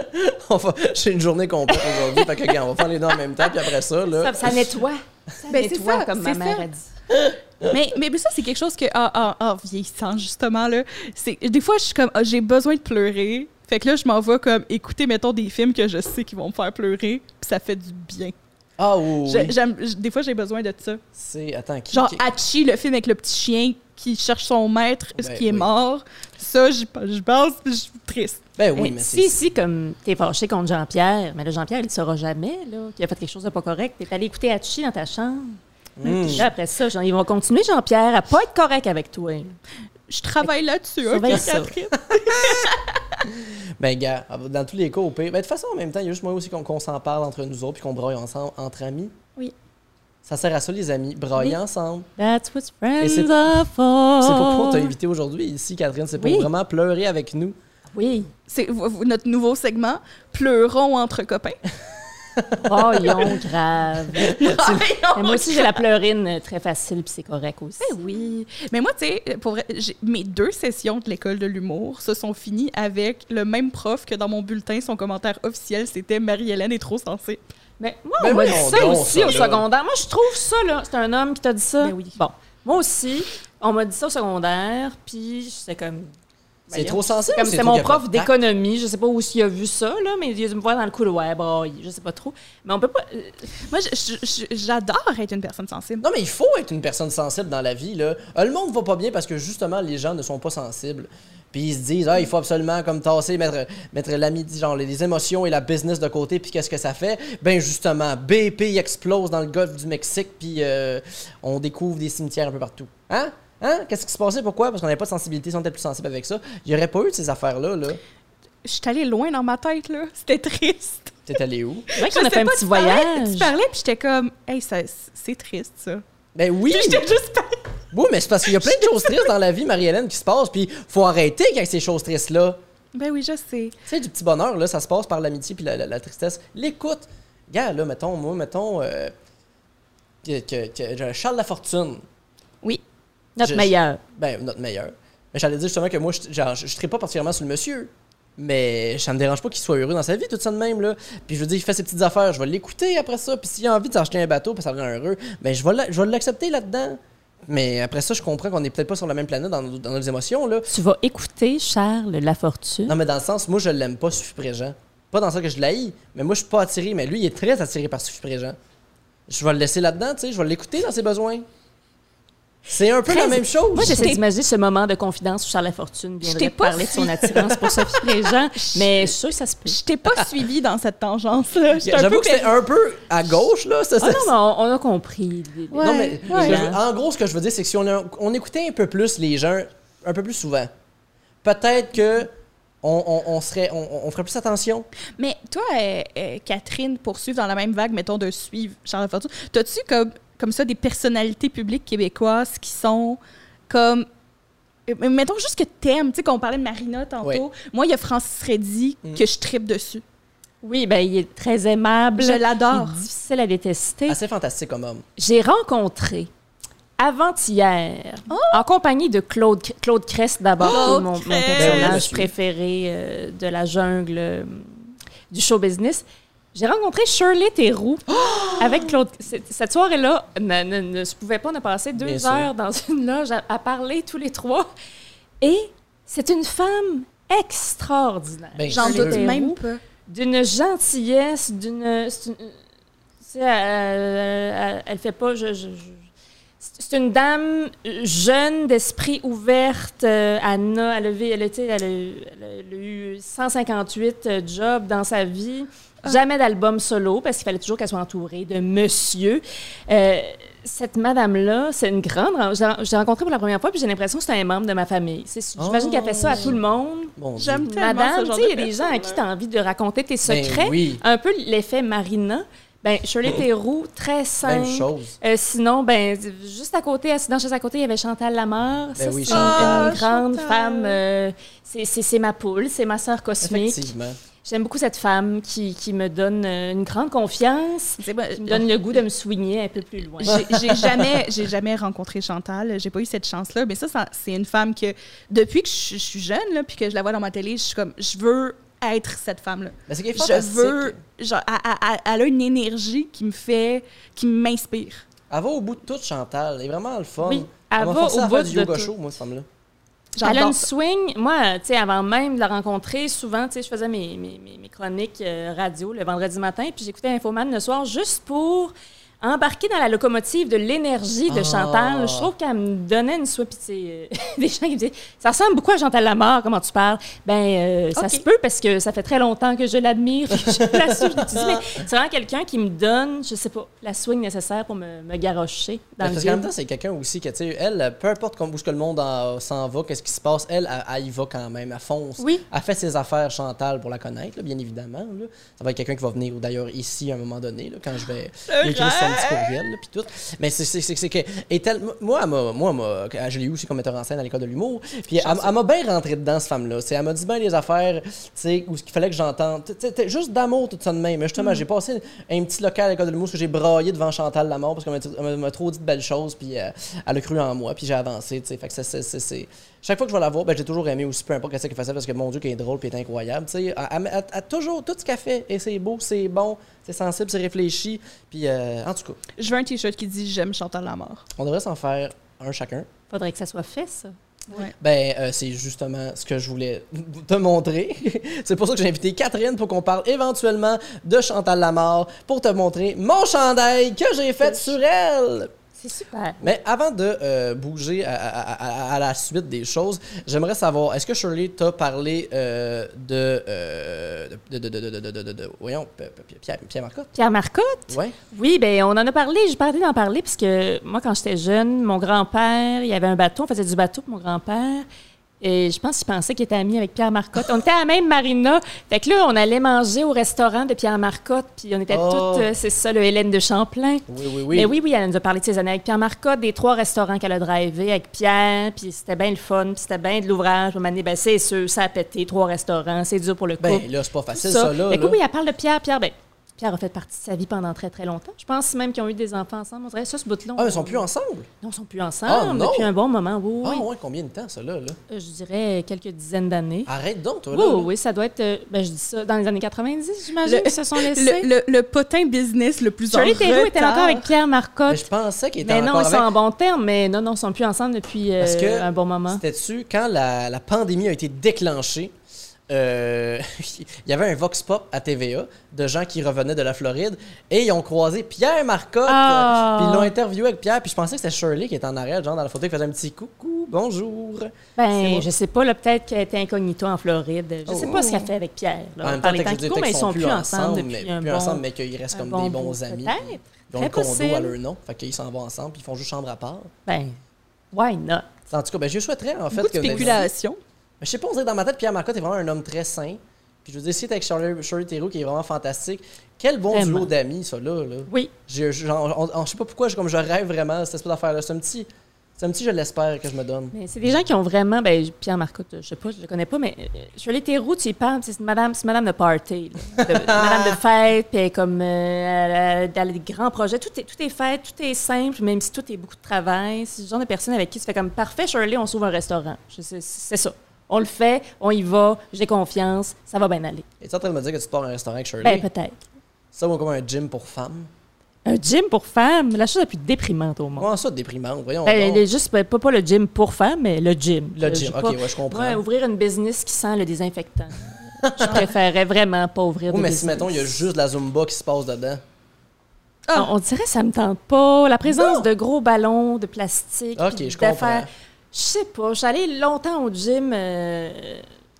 A: On va- J'ai une journée complète aujourd'hui. fait que, regarde, on va faire les deux en même temps, puis après ça, là.
C: Ça, ça nettoie. Ça
B: Ben, c'est
C: nettoie,
B: ça,
C: comme ma
B: c'est
C: mère
B: ça.
C: a dit.
B: Mais, mais mais ça, c'est quelque chose que, en, en- en vieillissant, justement, là, c'est, des fois, je suis comme, ah, j'ai besoin de pleurer. Fait que là, je m'en vais comme écouter, mettons, des films que je sais qui vont me faire pleurer, puis ça fait du bien.
A: Ah oui.
B: J'ai- j'aime- j- des fois, j'ai besoin de ça.
A: C'est. Attends, qui.
B: Genre,
A: qui-
B: Hachi, le film avec le petit chien qui cherche son maître, ce
A: Ben
B: qui est
A: oui.
B: mort. Ça, j'y pe- je pense, puis je suis triste.
A: Ben oui,
C: Eh,
A: mais c'est.
C: si, si, comme t'es fâché contre Jean-Pierre, mais là, Jean-Pierre, il ne saura jamais là, qu'il a fait quelque chose de pas correct. T'es allé écouter Hachi dans ta chambre.
A: Hmm.
C: Puis Là, après ça, genre, ils vont continuer, Jean-Pierre, à pas être correct avec toi.
B: Je travaille là-dessus, hein,
C: Surveille ça.
B: Catherine.
A: Ben, gars, dans tous les cas, au pire. Ben, de toute façon, en même temps, il y a juste moyen aussi qu'on qu'on s'en parle entre nous autres, puis qu'on braille ensemble, entre amis.
B: Oui.
A: Ça sert à ça, les amis. Brailler
C: Oui.
A: ensemble.
C: That's what
A: Et c'est-
C: friends are for.
A: C'est pourquoi on t'a invité aujourd'hui ici, Catherine. C'est pour
C: Oh. Oui.
A: vraiment pleurer avec nous.
C: Oui.
B: C'est vo- vo- notre nouveau segment, Pleurons entre copains.
C: Braillons Oh, grave. Mais
B: Voyons,
C: moi aussi, j'ai la pleurine euh, très facile, puis c'est correct aussi.
B: Ben oui. Mais moi, tu sais, pour vrai, j'ai- mes deux sessions de l'école de l'humour se sont finies avec le même prof que dans mon bulletin, son commentaire officiel, c'était Marie-Hélène est trop sensée.
C: Mais moi,
A: Ben
C: on m'a
A: oui,
C: dit
A: non,
C: ça
A: donc,
C: aussi
A: ça,
C: au
A: là.
C: secondaire. Moi, je trouve ça, là, c'est un homme qui t'a dit ça.
B: Ben oui.
C: Bon, moi aussi, on m'a dit ça au secondaire, puis c'est comme...
A: C'est
C: voyons,
A: trop sensé, ou
C: Comme
A: c'est
C: c'était
A: trop
C: mon
A: capable?
C: prof d'économie, je sais pas où il a vu ça, là, mais il a dû me voir dans le couloir, brailler, je sais pas trop. Mais on peut pas... euh,
B: Moi, je- je- je- j'adore être une personne sensible.
A: Non, mais il faut être une personne sensible dans la vie. Là. Euh, Le monde va pas bien parce que justement, les gens ne sont pas sensibles. Puis ils se disent, ah, il faut absolument comme tasser, mettre, mettre l'ami, genre les, les émotions et la business de côté. Puis qu'est-ce que ça fait? Ben justement, BP explose dans le golfe du Mexique, puis euh, on découvre des cimetières un peu partout. Hein? Hein? Qu'est-ce qui se passait? Pourquoi? Parce qu'on n'avait pas de sensibilité, si on était plus sensible avec ça. Il n'y aurait pas eu de ces affaires-là. Là.
B: Je suis allée loin dans ma tête, là. C'était triste.
A: T'es allé où?
C: C'est vrai qu'on a
B: sais
C: fait un
B: pas,
C: petit
B: tu parlais-
C: voyage.
B: Tu parlais, puis j'étais comme, hey, ça- c'est triste, ça.
A: Ben oui!
B: Puis j'étais juste pas.
A: Oui, mais c'est parce qu'il y a plein de choses tristes dans la vie, Marie-Hélène, qui se passent, puis faut arrêter avec ces choses tristes-là.
B: Ben oui, je sais.
A: Tu sais, du petit bonheur, là, ça se passe par l'amitié puis la, la- la tristesse. L'écoute. Gars, là, mettons, moi, mettons, euh, que, que- que- Charles Lafortune,
C: Oui. Notre
A: Je-
C: meilleur.
A: ben, notre meilleur. Mais j'allais dire justement que moi, je genre, je- je tripe pas particulièrement sur le monsieur. Mais ça me dérange pas qu'il soit heureux dans sa vie, tout ça de même, là. Puis je veux dire, il fait ses petites affaires, je vais l'écouter après ça. Puis s'il a envie de s'acheter un bateau, puis ça le rend heureux, ben je vais la- je vais l'accepter là-dedans. Mais après ça, je comprends qu'on est peut-être pas sur la même planète dans, nos- dans nos émotions, là.
C: Tu vas écouter Charles Lafortune.
A: Non, mais dans le sens, moi, je l'aime pas, Sophie Préjean. Pas dans le sens que je l'haïs, mais moi, je suis pas attiré. Mais lui, il est très attiré par Sophie Préjean. Je vais le laisser là-dedans, tu sais. Je vais l'écouter dans ses besoins. C'est un peu la
C: Très-
A: même chose.
C: Moi, j'essaie
A: C'est-
C: d'imaginer ce moment de confidence où Charles Lafortune viendrait
B: t'ai
C: te
B: pas
C: parler de son attirance pour Sophie Préjean, mais je suis sûre que ça se peut.
B: Je t'ai pas suivi dans cette tangence-là. J'étais un peu
A: J'avoue que c'est un peu à gauche, là. Ça,
C: Ah
A: ça-
C: non, mais on, on a compris.
B: Ouais.
A: Non, mais
B: ouais.
A: je veux- en gros, ce que je veux dire, c'est que si on, a- on écoutait un peu plus les gens, un peu plus souvent, peut-être que on, on- on serait, on, on ferait plus attention.
B: Mais toi, euh, euh, Catherine, pour suivre dans la même vague, mettons, de suivre Charles Fortune, t'as-tu comme, comme ça des personnalités publiques québécoises qui sont comme. euh, Mettons juste que t'aimes, tu sais, qu'on parlait de Marina tantôt.
A: Ouais.
B: Moi, il y a Francis Reddy
A: Mm.
B: que je tripe dessus.
C: Oui, ben il est très aimable.
B: Je l'adore. Ah,
C: Il est difficile à détester.
A: Assez fantastique comme homme.
C: J'ai rencontré avant-hier, en compagnie de Claude, Claude Crest d'abord,
B: Oh,
C: qui est mon, mon
B: Crest!
A: Ben oui,
C: personnage
A: monsieur.
C: préféré euh, de la jungle euh, du show business. J'ai rencontré Shirley Theroux
B: Oh!
C: avec Claude. Cette cette soirée-là, ne, ne- ne se pouvait pas. On a passé deux
A: Bien sûr.
C: heures dans une loge à, à parler tous les trois. Et c'est une femme extraordinaire.
A: Ben,
B: J'en
A: Shirley
B: doute
A: Theroux.
B: même pas.
C: D'une gentillesse, d'une. c'est une- tu sais, elle, elle- euh, elle fait pas. je- je- je- c'est c'est une dame jeune, d'esprit ouverte. euh, Anna, elle a, vi- elle, a, tu sais, elle a eu- elle a- elle a eu 158 euh, jobs dans sa vie. Jamais d'album solo parce qu'il fallait toujours qu'elle soit entourée de monsieur. Euh, cette madame-là, c'est une grande. J'ai j'ai rencontré pour la première fois, puis j'ai l'impression que c'est un membre de ma famille. C'est- J'imagine
A: Oh.
C: qu'elle fait ça à tout le monde.
A: Bon Dieu.
B: J'aime tellement
C: Madame,
B: ce
C: tu
B: genre
C: sais, il y a
B: de
C: des gens à qui tu as envie de raconter tes
A: Ben
C: secrets.
A: oui,
C: Un peu l'effet Marina. Ben, Shirley Theroux, très simple.
A: même chose.
C: Euh, sinon, ben, juste à côté, assise dans la chaise à côté, il y avait Chantal Lamarre. Ça,
A: Ben oui,
C: c'est
B: Chantal.
C: une grande
B: Ah, Chantal.
C: femme. euh, c'est- c'est c'est ma poule, c'est ma sœur cosmique.
A: Effectivement.
C: J'aime beaucoup cette femme qui, qui me donne euh, une grande confiance,
B: C'est bon,
C: qui me donne le goût de me soigner un peu plus loin.
B: J'ai- J'ai jamais, j'ai jamais rencontré Chantal. J'ai pas eu cette chance-là. Mais ça, ça- c'est une femme que depuis que je, je suis jeune, là, puis que je la vois dans ma télé, je suis comme, je veux être cette femme-là.
A: Mais c'est qu'elle est
B: Je
A: fantastique.
B: veux, genre, elle- elle- elle- elle a une énergie qui me fait, qui m'inspire.
A: Elle va au bout de tout, Chantal. Elle est vraiment le fun.
C: Oui, elle
A: m'a
C: va
A: forcé
C: au
A: à faire
C: bout
A: du
C: de
A: yoga
C: tout.
A: chaud, moi, cette femme-là.
C: Elle a
B: J'adore
C: une
B: ça.
C: swing. Moi, euh, tu sais, avant même de la rencontrer, souvent, tu sais, je faisais mes, mes- mes- mes chroniques euh, radio le vendredi matin, puis j'écoutais Infoman le soir juste pour embarquer dans la locomotive de l'énergie de
A: Ah.
C: Chantal. Je trouve qu'elle me donnait une soie. Puis, tu sais, euh, des gens qui me disaient Ça ressemble beaucoup à Chantal Lamar, comment tu parles. Ben, euh, ça
B: Ok.
C: se peut parce que ça fait très longtemps que je l'admire. que je la suis. Je
A: Ah.
C: me suis dit, mais c'est vraiment quelqu'un qui me donne, je sais pas, la swing nécessaire pour me, me garrocher dans le
A: Parce qu'en même
C: vide.
A: temps, c'est quelqu'un aussi que, tu sais, elle, peu importe comme- où ce que le monde en- s'en va, qu'est-ce qui se passe, elle, elle, elle y va quand même, elle fonce.
C: Oui.
A: Elle fait ses affaires, Chantal, pour la connaître, là, bien évidemment. là. Ça va être quelqu'un qui va venir, d'ailleurs, ici, à un moment donné, là, quand je vais lui écrire son petit courriel, là, puis tout. Mais c'est- c'est c'est- c'est que... Et telle- moi, elle m'a- moi, elle m'a- je l'ai eu aussi comme metteur en scène à l'école de l'humour, puis elle, elle m'a bien rentré dedans, cette femme-là. C'est- Elle m'a dit bien les affaires, tu sais, où ce qu'il fallait que j'entende. Tu sais, t'es juste d'amour, tout ça de même. Mais Justement, j'ai passé un petit local à l'école de l'humour, parce que j'ai braillé devant Chantal Lamour, parce qu'elle m'a dit- elle m'a- m'a trop dit de belles choses, puis euh, elle a cru en moi, puis j'ai avancé, tu sais. Fait que c'est- c'est- c'est- c'est... Chaque fois que je vais la voir, ben, j'ai toujours aimé aussi, peu importe ce qu'elle faisait, parce que mon Dieu, qu'elle est drôle puis elle est incroyable. tu sais. Elle, elle- elle- elle a toujours tout ce qu'elle fait, et c'est beau, c'est bon, c'est sensible, c'est réfléchi. Puis euh, en tout cas,
B: Je veux un t-shirt qui dit J'aime Chantal Lamar.
A: on devrait s'en faire un chacun.
C: Faudrait que ça soit fait, ça.
A: Ben, euh, c'est justement ce que je voulais te montrer. c'est pour ça que j'ai invité Catherine pour qu'on parle éventuellement de Chantal Lamarre pour te montrer mon chandail que j'ai fait sur elle.
C: C'est super.
A: Mais avant de euh, bouger à, à- à- à la suite des choses, j'aimerais savoir, est-ce que Shirley t'a parlé euh, de, euh, de, de, de, de, de- de- de- de- Voyons, P- P- Pierre, Pierre Marcotte?
C: Pierre Marcotte?
A: Ouais.
C: Oui, ben on en a parlé. J'ai parlé d'en parler parce que moi, quand j'étais jeune, mon grand-père, il avait un bateau. On faisait du bateau pour mon grand-père. Et je pense qu'il pensait qu'il était ami avec Pierre Marcotte. On était à la même marina. Fait que là, on allait manger au restaurant de Pierre Marcotte. Puis on était
A: Oh.
C: toutes, euh, c'est ça, le Hélène de Champlain.
A: Oui, oui, oui.
C: Mais oui, oui, elle nous a parlé de ses années avec Pierre Marcotte, des trois restaurants qu'elle a drivé avec Pierre, puis c'était bien le fun, puis c'était bien de l'ouvrage. Puis à un moment donné, ben, c'est sûr, ça a pété, trois restaurants, c'est dur pour le couple.
A: Ben là, c'est pas facile, ça,
C: Oh, Ça.
A: là.
C: Fait que
A: là.
C: oui, elle parle de Pierre. Pierre, ben, Pierre a fait partie de sa vie pendant très, très longtemps. Je pense même qu'ils ont eu des enfants ensemble. On dirait ça, ce bout-là.
A: Ah,
C: on-
A: ils sont plus ensemble?
C: Non, ils sont plus ensemble
A: Ah, non.
C: depuis un bon moment. Oui,
A: Ah,
C: oui.
A: ouais, combien de temps, ça, là? là?
C: Euh, Je dirais quelques dizaines d'années.
A: Arrête donc, toi,
C: oui,
A: là.
C: oui, oui, ça doit être, euh, ben, je dis ça, dans les années 90, j'imagine,
B: Le-
C: ils se sont laissés.
B: Le, le- le potin business le plus
C: Shirley
B: en
C: Theroux était
B: retard.
C: encore avec Pierre
A: Mais
C: Marcotte.
A: je pensais qu'il était
C: Mais non,
A: encore
C: ils sont
A: avec.
C: en bon terme, mais non, non, ils sont plus ensemble depuis euh,
A: Parce que
C: un bon moment.
A: C'était-tu quand la, la pandémie a été déclenchée? euh, il y avait un vox pop à TVA de gens qui revenaient de la Floride et ils ont croisé Pierre Marcotte. euh,
C: Ah.
A: Puis ils l'ont interviewé avec Pierre. Puis je pensais que c'était Shirley qui était en arrière, genre dans la photo, qui faisait un petit coucou, bonjour. C'est moi.
C: Ben, je sais pas, là, peut-être qu'elle était incognito en Floride. Je sais
A: Oh.
C: pas ce qu'elle fait avec Pierre. Là,
A: En même
C: par
A: temps,
C: les temps
A: peut-être
C: qui
A: qu'ils
C: courent, mais ils sont plus ensemble
A: mais,
C: depuis un
A: plus
C: bon-
A: ensemble, mais qu'ils restent
C: un
A: comme
C: bon
A: des
C: bout,
A: bons amis.
C: peut-être.
A: Ils ont le
C: Très
A: condo à
C: possible.
A: leur nom. Fait qu'ils s'en vont ensemble. Puis ils font juste chambre à part.
C: Ben, why not?
A: En tout cas, ben, je souhaiterais en fait
B: Beaucoup
A: que.
B: de spéculation.
A: Mais Je sais pas, on dirait que dans ma tête, Pierre Marcotte est vraiment un homme très sain. Puis je veux dire, si t'es avec Shirley, Shirley Theroux, qui est vraiment fantastique, quel bon
C: Vraiment.
A: duo d'amis, ça, là. là.
C: Oui.
A: J'ai- genre, on- on- Je sais pas pourquoi, je- comme je rêve vraiment de cette espèce d'affaire-là. C'est un petit, c'est un petit, je l'espère, que je me donne.
C: Mais c'est des gens qui ont vraiment. Ben, Pierre Marcotte, je sais pas, je le connais pas, mais euh, Shirley Theroux, tu y parles, c'est une madame, c'est une madame de party, là. De- une madame de fête, puis elle est comme. euh, elle, a- elle a des grands projets. Tout est, tout est fait, tout est simple, même si tout est beaucoup de travail. C'est le genre de personne avec qui tu fais comme parfait, Shirley, on s'ouvre un restaurant. Je sais, C'est ça. On le fait, on y va, j'ai confiance, ça va bien aller.
A: Es-tu en train de me dire que tu pars à un restaurant avec Shirley?
C: Ben, peut-être.
A: ça, ou comme un gym pour femmes?
C: Un gym pour femmes, la chose la plus déprimante au monde.
A: Comment ça, déprimante? Voyons.
C: Ben,
A: donc.
C: elle est juste ben, pas, pas le gym pour femmes, mais le gym.
A: Le
C: Je-
A: gym,
C: j'ai
A: ok,
C: pas-
A: ouais, je comprends.
C: Ouais, ouvrir une business qui sent le désinfectant. je préférais vraiment pas ouvrir
A: Oui,
C: de
A: mais si,
C: business.
A: mettons, il y a juste de la Zumba qui se passe dedans.
C: Ah, On, dirait que ça me tente pas. La présence de gros ballons, de plastique,
A: Ok,
C: puis
A: je comprends.
C: d'affaires. Je sais pas, je suis allée longtemps au gym. euh,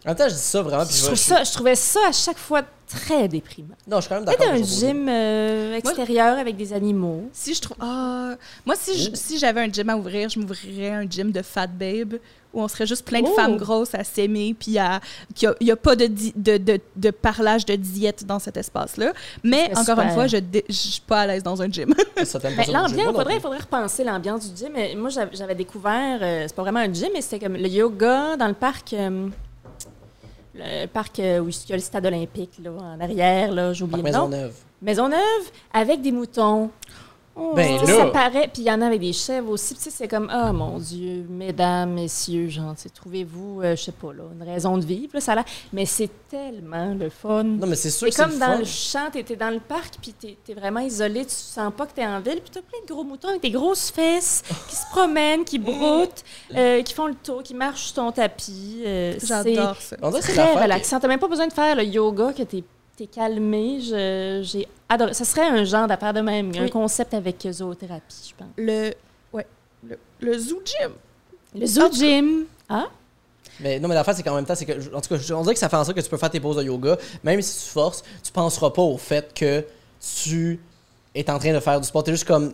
A: En même temps, je dis ça vraiment. Puis
C: je,
A: je,
C: trouve
A: je-
C: ça, je trouvais ça à chaque fois très déprimant.
A: Non, je suis quand même d'accord.
C: Peut-être un
A: avec ça.
C: gym euh, extérieur avec des animaux.
B: Si je trouve. Ah, moi, si je-
A: Oh.
B: si j'avais un gym à ouvrir, je m'ouvrirais un gym de Fat Babe où on serait juste plein de
C: Oh.
B: femmes grosses à s'aimer, puis à- qu'il n'y a, pas de, di- de, de- de parlage de diète dans cet espace-là. Mais
C: serait
B: encore une
C: super.
B: fois, je ne suis pas à l'aise dans un gym.
A: Ça t'aime pas ça,
C: Ben,
A: le gym?
C: l'ambiance,
A: Moi non
C: faudrait,
A: plus.
C: faudrait repenser l'ambiance du gym. Mais Moi, j'avais j'avais découvert, euh, c'est pas vraiment un gym, mais c'était comme le yoga dans le parc, euh, le parc euh, où il y a le stade olympique, là, en arrière, là, j'ai oublié
A: Parc
C: le nom.
A: Maisonneuve.
C: Maisonneuve, avec des moutons.
A: Ben
C: Tu sais,
A: là.
C: Ça paraît, puis il y en a avec des chèvres aussi. Puis tu sais, c'est comme, ah mon Dieu, mesdames, messieurs, genre, tu sais, trouvez-vous, euh, je sais pas, là, une raison de vivre, là, ça a l'air. Mais c'est tellement le fun.
A: Non, mais c'est sûr
C: C'est
A: que c'est
C: comme
A: le
C: dans
A: fun.
C: le champ, t'es t'es dans le parc, puis t'es es vraiment isolé, tu sens pas que t'es en ville, puis t'as plein de gros moutons avec des grosses fesses qui se promènent, qui broutent, euh, qui font le tour, qui marchent sur ton tapis. euh,
B: J'adore ça.
A: On dirait que
C: C'est
A: c'est
C: très
A: l'affaire qui-
C: relaxant. T'as même pas besoin de faire le yoga, que t'es es calmé. Je- J'ai adoré. Ça serait un genre d'affaire de même, un
B: Oui.
C: concept avec zoothérapie, je pense.
B: Le. Ouais. Le, le zoo gym.
C: Le zoo gym. Ah?
A: Mais non, mais l'affaire, c'est qu'en même temps, c'est que. En tout cas, je- on dirait que ça fait en sorte que tu peux faire tes pauses de yoga. Même si tu forces, tu penseras pas au fait que tu es en train de faire du sport. T'es juste comme.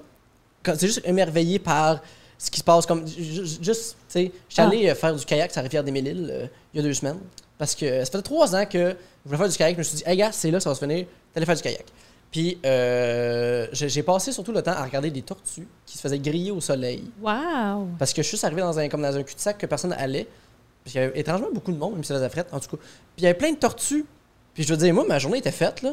A: comme- T'es juste émerveillé par ce qui se passe. Comme. ju- ju- Juste, tu sais. Je suis
C: Ah.
A: allé euh, faire du kayak sur la rivière des Mille il y a deux semaines. Parce que euh, ça faisait trois ans que je voulais faire du kayak. Je me suis dit, hey gars, c'est là, ça va se finir. T'allais faire du kayak. Puis, euh, j'ai j'ai passé surtout le temps à regarder des tortues qui se faisaient griller au soleil.
C: Wow!
A: Parce que je suis juste arrivé dans un, comme dans un cul-de-sac que personne allait. Puis il y avait étrangement beaucoup de monde, même si ça faisait frette, en tout cas. Puis il y avait plein de tortues. Puis je veux dire, moi, ma journée était faite, là.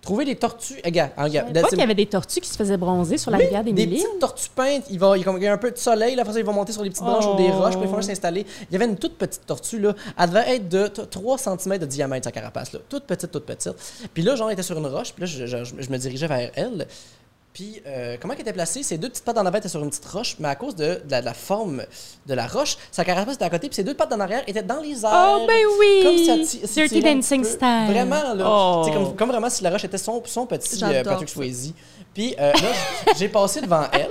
A: Trouver des tortues. Eh, gars, en-
C: Je
A: gars,
C: savais pas
A: c'est-
C: qu'il y avait des tortues qui se faisaient bronzer sur la
A: oui,
C: rivière des
A: des
C: Mille-Îles.
A: petites tortues peintes. Il va, il y a comme- il y a un peu de soleil, là, après ça, ils vont monter sur les petites branches ou des
C: Oh.
A: roches, puis ils vont s'installer. Il y avait une toute petite tortue, là. Elle devait être de t- 3 cm de diamètre, sa carapace, là. Toute petite, toute petite. Puis là, genre, elle était sur une roche, puis là, je, je- je- je me dirigeais vers elle. Puis, euh, comment elle était placée? Ses deux petites pattes en avant étaient sur une petite roche, mais à cause de, de la, de la forme de la roche, sa carapace était à côté, puis ses deux pattes en arrière étaient dans les airs.
C: Oh, ben oui!
A: Comme si elle ti- si
C: Dirty
A: tirait un
C: Dancing
A: peu.
C: style.
A: Vraiment, là.
C: Oh.
A: Tu sais, Comme, comme vraiment si la roche était son, son petit euh,
B: J'adore
A: Patrick
B: ça.
A: Swayze. Puis euh, là, j'ai passé devant elle.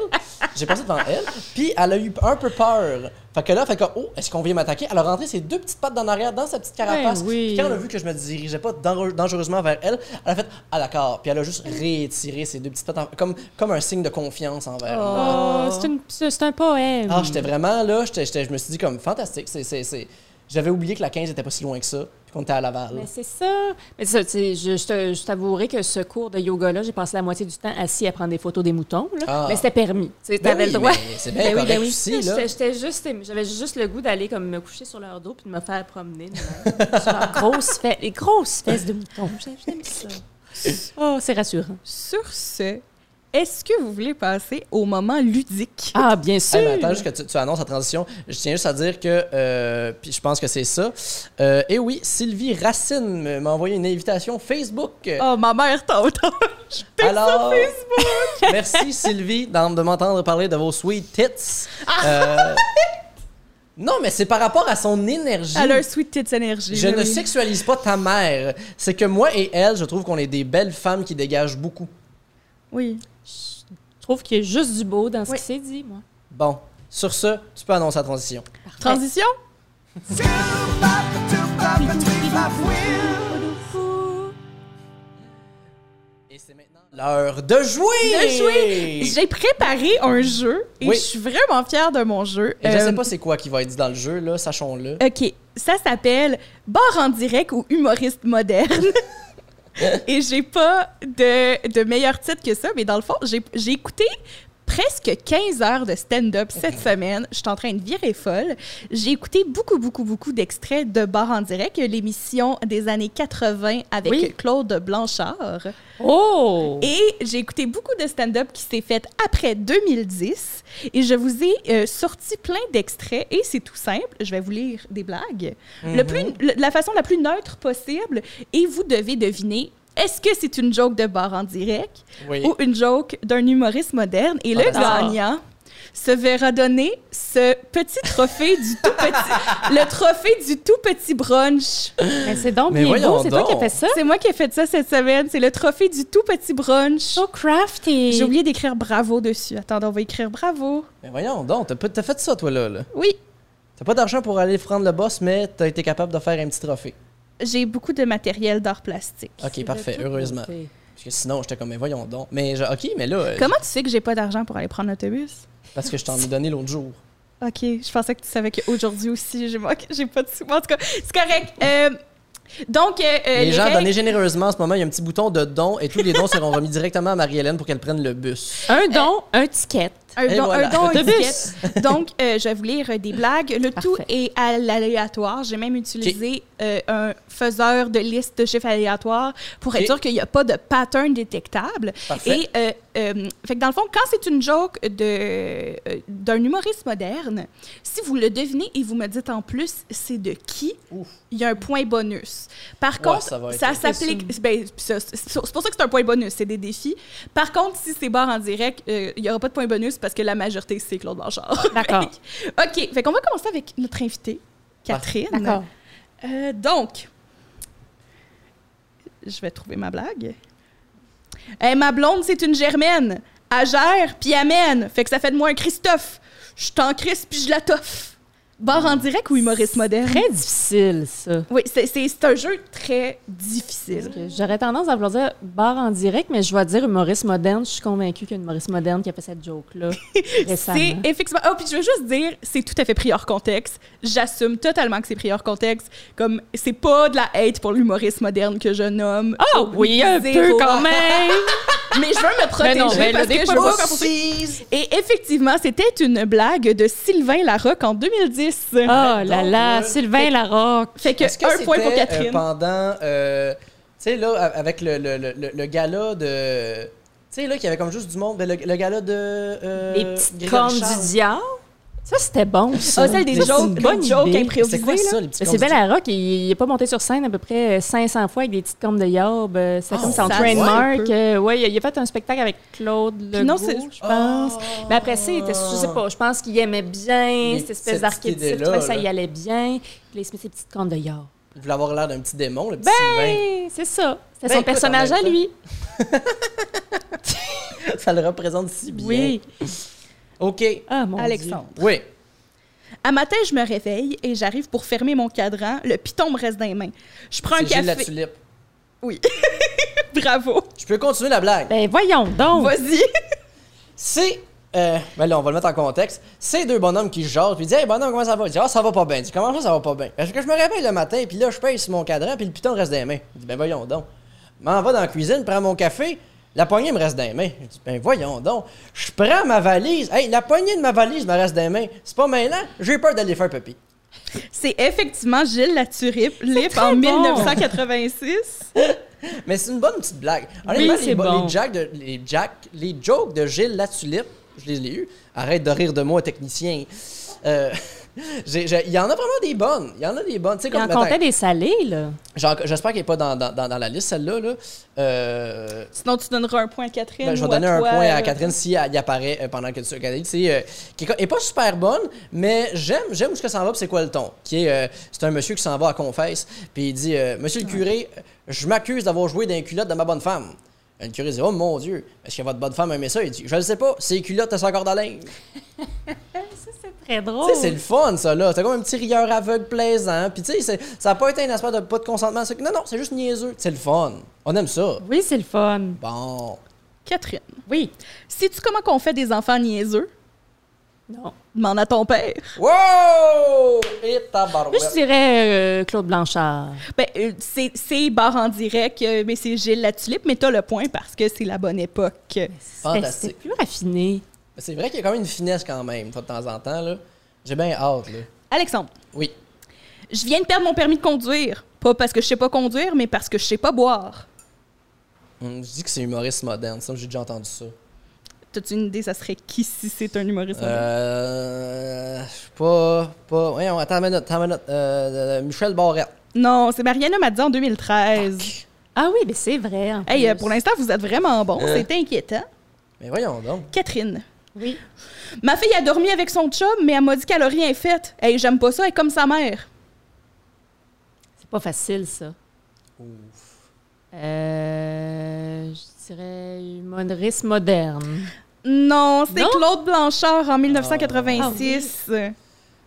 A: J'ai passé devant elle, puis elle a eu un peu peur. Fait que là, fait que, oh, est-ce qu'on vient m'attaquer? Elle a rentré ses deux petites pattes dans l'arrière dans sa petite carapace.
B: Ben oui.
A: Puis quand elle a vu que je me dirigeais pas dangereux- dangereusement vers elle, elle a fait Ah d'accord. Puis elle a juste rétiré ses deux petites pattes en- comme, comme un signe de confiance envers moi.
C: Oh, c'est une- c'est c'est un poème.
A: Ah, j'étais vraiment là, j'étais- j'étais- je me suis dit comme fantastique. c'est- c'est- c'est- J'avais oublié que la 15 était pas si loin que ça, puis qu'on était à Laval.
C: Mais c'est ça. Mais c'est ça, tu sais, je, je te- je t'avouerai que ce cours de yoga-là, j'ai passé la moitié du temps assis à prendre des photos des moutons. là.
A: Ah.
C: Mais c'était permis. Tu sais,
A: Ben
C: t'avais
A: oui,
C: le droit.
A: mais C'est bien
C: Ben oui,
A: correct
C: ben oui.
A: aussi, là.
D: J'étais- j'étais juste, j'avais juste le goût d'aller comme me coucher sur leur dos puis de me faire promener.
C: Sur leurs grosses fesses, les grosses fesses de mouton. J'ai- J'aime ça. Oh, c'est rassurant.
B: Sur ce, est-ce que vous voulez passer au moment ludique?
C: Ah, bien sûr.
A: Hey, mais attends juste que tu, tu annonces la transition. Je tiens juste à dire que, euh, puis je pense que c'est ça. Euh, et oui, Sylvie Racine me- m'a envoyé une invitation Facebook. Euh,
B: Oh, ma mère tente.
A: Alors, merci Sylvie d'en- de m'entendre parler de vos sweet tits.
B: Ah!
A: Euh, non, mais c'est par rapport à son énergie.
B: Elle a un sweet tits énergie.
A: Je ne
B: oui.
A: sexualise pas ta mère. C'est que moi et elle, je trouve qu'on est des belles femmes qui dégagent beaucoup.
B: Oui.
C: Je trouve qu'il y a juste du beau dans ce
B: Oui.
C: qui s'est dit, moi.
A: Bon, sur ce, tu peux annoncer la transition.
B: Transition?
A: Et c'est maintenant l'heure de jouer!
B: De jouer! J'ai préparé un jeu et
A: Oui.
B: je suis vraiment fière de mon jeu.
A: Et je
B: Euh,
A: sais pas c'est quoi qui va être dit dans le jeu, là, sachons-le.
B: OK. Ça s'appelle Bar en direct ou humoriste moderne. Et j'ai pas de, de meilleur titre que ça, mais dans le fond, j'ai j'ai écouté presque 15 heures de stand-up cette semaine. Je suis en train de virer folle. J'ai écouté beaucoup, beaucoup, beaucoup d'extraits de Bar en direct, l'émission des années 80 avec
C: Oui.
B: Claude Blanchard.
C: Oh!
B: Et j'ai écouté beaucoup de stand-up qui s'est fait après 2010 et je vous ai euh, sorti plein d'extraits et c'est tout simple, je vais vous lire des blagues le plus, le- la façon la plus neutre possible et vous devez deviner est-ce que c'est une joke de bar en direct
A: Oui.
B: Euh, ou une joke d'un humoriste moderne et le
C: Ah.
B: gagnant se verra donner ce petit trophée du tout petit le trophée du tout petit brunch.
C: Mais ben, c'est donc
A: Mais
C: bien
A: voyons
C: beau. C'est toi qui as
A: donc.
C: fait ça?
B: C'est moi qui ai fait ça cette semaine, c'est le trophée du tout petit brunch.
C: So crafty.
B: J'ai oublié d'écrire bravo dessus. Attendez, on va écrire bravo.
A: Mais voyons donc, t'as pas- t'as fait ça, toi, là. là.
B: Oui,
A: T'as pas d'argent pour aller prendre le boss, mais t'as été capable de faire un petit trophée.
B: j'ai beaucoup de matériel d'art plastique.
A: Ok, parfait, heureusement. Parce que sinon, j'étais comme, mais voyons donc. Mais je- ok, mais là, euh,
B: Comment tu sais que j'ai pas d'argent pour aller prendre l'autobus?
A: parce que je t'en ai donné l'autre jour.
B: Ok, je pensais que tu savais qu'aujourd'hui aussi, j'ai manqué- j'ai pas de sous. En tout cas, c'est correct. Euh, donc, euh, euh,
A: les, gens,
B: règles-
A: donnez généreusement en ce moment, il y a un petit bouton de don et tous les dons seront remis directement à Marie-Hélène pour qu'elle prenne le bus.
C: Un don, un ticket.
B: un
A: Et
B: don,
A: voilà.
B: un don, une
C: Autobus.
B: étiquette. Donc, euh, je vais vous lire euh, des blagues. Le
C: Parfait.
B: tout est à l'aléatoire. J'ai même utilisé euh, un faiseur de liste de chiffres aléatoires pour être
A: Ok.
B: sûr qu'il n'y a pas de pattern détectable.
A: Parfait.
B: Et euh, euh, fait que dans le fond, quand c'est une joke de euh, d'un humoriste moderne, si vous le devinez et vous me dites en plus c'est de qui,
A: Ouf.
B: il y a un point bonus. Par
A: Ouais,
B: contre,
A: ça va être-
B: ça s'applique. ben, ça, c'est c'est pour ça que c'est un point bonus, c'est des défis. Par contre, si c'est barre en direct, euh, il n'y aura pas de point bonus parce que la majorité, c'est Claude Blanchard.
C: D'accord.
B: OK, fait qu'on va commencer avec notre invitée, Catherine.
C: D'accord.
B: Euh, donc, je vais trouver ma blague. Hey, ma blonde, c'est une germaine. Elle gère, puis amène. Fait que ça fait de moi un Christophe. Je t'en crisse, puis je la toffe. Barre en direct ou humoriste moderne?
C: Très difficile, ça.
B: Oui, c'est- c'est c'est un jeu très difficile.
C: Parce que J'aurais tendance à vouloir dire bar en direct, mais je vais dire humoriste moderne. Je suis convaincue qu'une humoriste moderne qui a fait cette joke-là
B: C'est
C: récemment.
B: effectivement. Ah, puis je veux juste dire, c'est tout à fait pris hors contexte. J'assume totalement que c'est pris hors contexte. Comme, c'est pas de la hate pour l'humoriste moderne que je nomme.
C: Ah oui, un
B: Zéro.
C: peu quand même!
B: Mais je veux me protéger
C: Mais non, mais là,
B: parce
C: des
B: que je
C: fois,
B: veux pas
C: aussi.
B: qu'on poursuive. Et effectivement, c'était une blague de Sylvain Larocque en 2010.
C: Oh là
A: Donc,
C: là,
A: euh,
C: Sylvain Larocque!
B: Fait que,
A: Est-ce que
B: un point pour
A: c'était, euh,
B: Catherine.
A: pendant, euh, tu sais, là, a- avec le, le, le, le- le gala de. Tu sais, là, qu'il y avait comme juste du monde, ben, le, le gala de. euh,
C: Les petites
A: Grégory
C: cornes
A: Charles.
C: du diable. Ça, c'était bon, ça.
B: Ah, celle des
C: Ça, c'est
B: jokes,
C: une
B: des
C: bonne
B: jokes
C: idée.
B: improvisées.
A: C'est quoi
B: là.
A: ça, les petites
C: Ben,
A: cornes
C: c'est
A: du
C: Bel Larocque, il n'est pas monté sur scène à peu près 500 fois avec des petites cornes de yob. euh, C'est
A: Oh,
C: comme son
B: ça
C: trademark.
B: se
C: euh, ouais, il a- il a fait un spectacle avec Claude Legault,
B: non, c'est-
C: je pense.
A: Oh.
C: Mais après ça, il était, je sais pas, je pense qu'il aimait bien
A: Les-
C: cette
A: cette
C: espèce d'archétype.
A: idée-là,
C: je trouvais que Ça
A: là.
C: y allait bien. Puis il se met ses petites cornes de yob.
A: Il voulait avoir l'air d'un petit démon, le petit
C: Ben, c'est ça. C'était
A: Ben,
C: son
A: écoute,
C: personnage
A: en même
C: à lui.
A: Sylvain. Ça le représente si bien.
C: Oui.
A: OK.
E: Ah, mon
B: Alexandre.
A: Oui.
B: À matin, je me réveille et j'arrive pour fermer mon cadran. Le piton me reste dans les mains. Je prends un
A: C'est Gilles la
B: café.
A: tulipe.
B: Bravo.
A: Je peux continuer la blague.
E: Ben voyons donc.
B: Vas-y.
A: C'est. Euh, ben là, on va le mettre en contexte. C'est deux bonhommes qui se jasent, puis ils disent Hey, bonhomme, comment ça va Il dit Ah, ça va pas bien. Il dit Comment ça, ça va pas bien Parce que je me réveille le matin, puis là, je pèse sur mon cadran, puis le piton reste dans les mains. Il dit Ben voyons donc. M'en va dans la cuisine, prends mon café, la poignée me reste dans les mains. Je dis Ben voyons donc. Je prends ma valise. Hey, la poignée de ma valise me reste dans les mains. C'est pas maintenant, j'ai peur d'aller faire papy.
B: C'est effectivement Gilles la tulipe, libre en
E: très bon.
B: 1986.
A: Mais c'est une bonne petite blague. Honnêtement,
E: Oui,
A: les,
E: c'est
A: bo-
E: bon.
A: les, jacks de- les, jacks- les jokes de Gilles Latulippe, je les ai eus. Arrête de rire de moi, technicien. Euh, j'ai- j'ai- Il y en a vraiment des bonnes. Il y en a des bonnes. Tu sais,
E: Il
A: comme
E: en
A: attends,
E: comptait des salés, là.
A: j'en- J'espère qu'elle n'est pas dans, dans, dans, dans la liste, celle-là. Là. Euh,
B: Sinon, tu donneras un point à Catherine.
A: ben, je vais
B: ou à
A: donner un
B: toi,
A: point à
B: euh,
A: Catherine si elle y apparaît euh, pendant que tu regardes. C'est euh, qui est co- est pas super bonne, mais j'aime j'aime où ce que ça en va. puis C'est quoi le ton Qui est euh, c'est un monsieur qui s'en va à confesse, puis il dit euh, Monsieur le curé, euh, je m'accuse d'avoir joué d'un culotte de ma bonne femme. Le curé dit Oh mon Dieu, est-ce que votre bonne femme aimait ça Il dit Je le sais pas, ses culottes elles sont encore dans la linge.
E: C'est très
A: Tu
E: drôle.
C: Oh.
A: sais, c'est le fun, ça, là. C'est comme un petit rieur aveugle plaisant. Puis, tu sais, c'est- ça n'a pas été un aspect de pas de consentement. C'est que, Non, non, c'est juste niaiseux. C'est le fun. On aime ça.
E: Oui, c'est le fun.
A: Bon.
B: euh, Catherine.
E: Oui.
B: Sais-tu comment qu'on fait des enfants niaiseux?
E: Non.
B: Demande à ton père.
A: Wow! Et
E: Moi,
A: tabarouette.
E: je dirais euh, Claude Blanchard.
B: Ben, euh, c'est- c'est barre en direct, euh, mais c'est Gilles la tulipe, mais t'as le point parce que c'est la bonne époque.
E: C'était
A: Fantastique.
E: Ben, plus raffiné.
A: C'est vrai qu'il y a quand même une finesse quand même, de temps en temps. là. J'ai bien hâte. Là.
B: Alexandre,
A: Oui.
B: je viens de perdre mon permis de conduire. Pas parce que je sais pas conduire, mais parce que je sais pas boire.
A: Hum, Je dis que c'est humoriste moderne. Ça, j'ai déjà entendu ça.
B: T'as-tu une idée, ça serait qui si c'est un humoriste?
A: Euh. Je sais pas. pas... Voyons, attends une minute. Attends une minute. Euh, euh, Michel Barrette.
B: Non, c'est Mariana Madzi en 2013.
E: Ah oui, mais c'est vrai. en
B: Hey,
E: plus.
B: euh, pour l'instant, vous êtes vraiment bon.
A: Euh.
B: C'est inquiétant.
A: Mais voyons donc.
B: Catherine.
E: Oui.
B: Ma fille a dormi avec son chum, mais elle m'a dit qu'elle a rien fait. Hey, j'aime pas ça, elle est comme sa mère.
E: C'est pas facile, ça.
A: Ouf.
E: Euh, je dirais humoriste moderne.
B: Non, c'est
E: Non?
B: Claude Blanchard en 1986.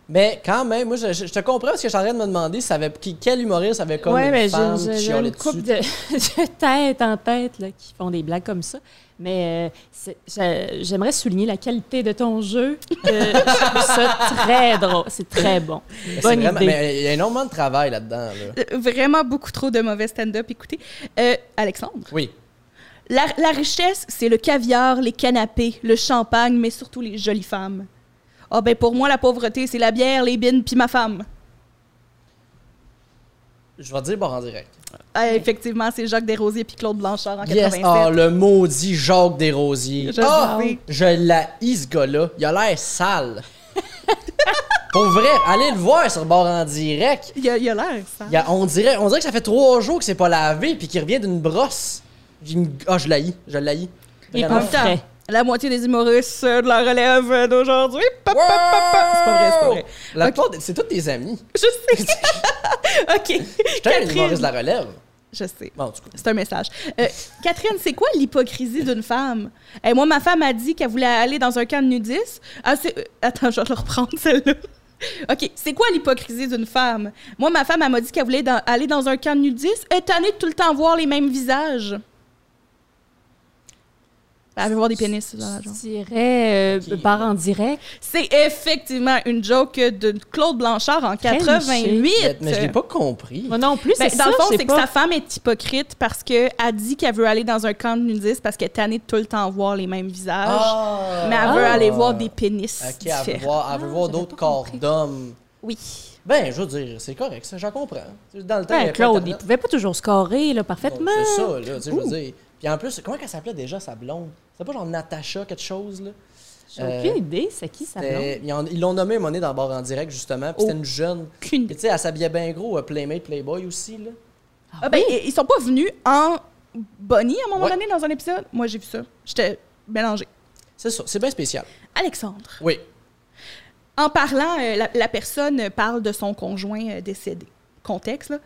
A: Mais quand même, moi, je, je- je te comprends parce que j'étais en train de me demander si ça avait- qui, quel humoriste avait comme
E: ouais,
A: une
E: mais j'ai-
A: femme
E: j'ai-
A: qui
E: j'ai
A: chialait
E: une couple
A: dessus.
E: de, de tête en tête là, qui font des blagues comme ça. Mais euh, c'est- j'a- j'aimerais souligner la qualité de ton jeu. Euh, je trouve ça très drôle. C'est très bon.
A: Mais c'est
E: Bonne
A: vraiment-
E: idée.
A: mais il y a énormément de travail là-dedans. là.
B: Euh, Vraiment beaucoup trop de mauvais stand-up. Écoutez, Euh, Alexandre,
A: Oui.
B: la, la richesse, c'est le caviar, les canapés, le champagne, mais surtout les jolies femmes. Ah ben pour moi, la pauvreté, c'est la bière, les bines, puis ma femme.
A: Je vais dire bar en direct.
B: Ah, effectivement, c'est Jacques Desrosiers puis Claude Blanchard en
A: Yes,
B: 87.
A: oh, le maudit Jacques Desrosiers.
B: Je
A: Ah,
B: sais.
A: je la ce gars-là. Il a l'air sale. Pour vrai, allez le voir sur bord en direct.
B: Il y a il y a l'air, ça.
A: Il y a- on, dirait, on dirait que ça fait trois jours que c'est pas lavé puis qu'il revient d'une brosse. Il me- Ah, je l'ai, je l'ai.
E: Il est
B: En
E: pas
B: même temps,
E: frais.
B: la moitié des humoristes euh, de la relève euh, d'aujourd'hui. Pa, pa, pa, pa. C'est pas vrai, c'est pas vrai.
A: La plupart des- c'est tous des amis.
B: Je sais. OK.
A: J'étais un
B: Catherine.
A: humoriste de la relève.
B: Je sais.
A: Bon, en tout cas.
B: C'est un message. Euh, Catherine, c'est quoi l'hypocrisie d'une femme? Et moi, ma femme a dit qu'elle voulait aller dans un camp de nudistes. Ah, c'est- euh, Attends, je vais le reprendre, celle-là. OK, c'est quoi l'hypocrisie d'une femme? Moi, ma femme, elle m'a dit qu'elle voulait dans- aller dans un camp de nudistes. Elle est tannée de tout le temps voir les mêmes visages. Elle veut voir des pénis dans la
E: Je
B: joue.
E: dirais euh, bar en direct.
B: C'est effectivement une joke de Claude Blanchard en
E: Très
B: 88.
A: Mais, mais je l'ai pas compris.
E: Moi non plus,
B: Ben,
E: c'est
B: dans
E: ça,
B: le fond,
E: je sais
B: c'est que
E: pas.
B: sa femme est hypocrite parce qu'elle dit qu'elle veut aller dans un camp de nudistes parce qu'elle est tannée de tout le temps voir les mêmes visages.
A: Ah.
B: mais elle veut
A: Ah.
B: aller voir des pénis
A: Ok, elle veut
B: différents.
A: voir, elle veut
E: Ah,
A: voir
E: j'avais
A: d'autres
E: pas
A: corps
E: compris.
A: d'hommes.
B: Oui.
A: Ben, je veux dire, c'est correct, ça, j'en comprends. Dans le temps, il y
E: Ben,
A: avait pas
E: Claude, il
A: Internet.
E: pouvait pas toujours scorer là, parfaitement.
A: Donc, C'est ça, là, tu sais, je veux dire. Puis en plus, comment qu'elle s'appelait déjà, sa blonde? C'était pas genre Natacha, quelque chose, là?
E: J'ai
A: Euh,
E: aucune idée, c'est qui ça blonde.
A: C'était- Ils en- ils l'ont nommée à un moment donné dans Bar en direct, justement, puis c'était une jeune.
B: Qu'une-
A: Puis tu sais, elle s'habillait bien gros, euh, Playmate, Playboy aussi, là.
B: Ah ben, Ils sont pas venus en Bonnie à un moment
A: Ouais.
B: donné dans un épisode. Moi, j'ai vu ça. J'étais mélangée.
A: C'est ça, c'est bien spécial.
B: Alexandre,
A: Oui.
B: en parlant, euh, la, la personne parle de son conjoint euh, décédé. Contexte, là.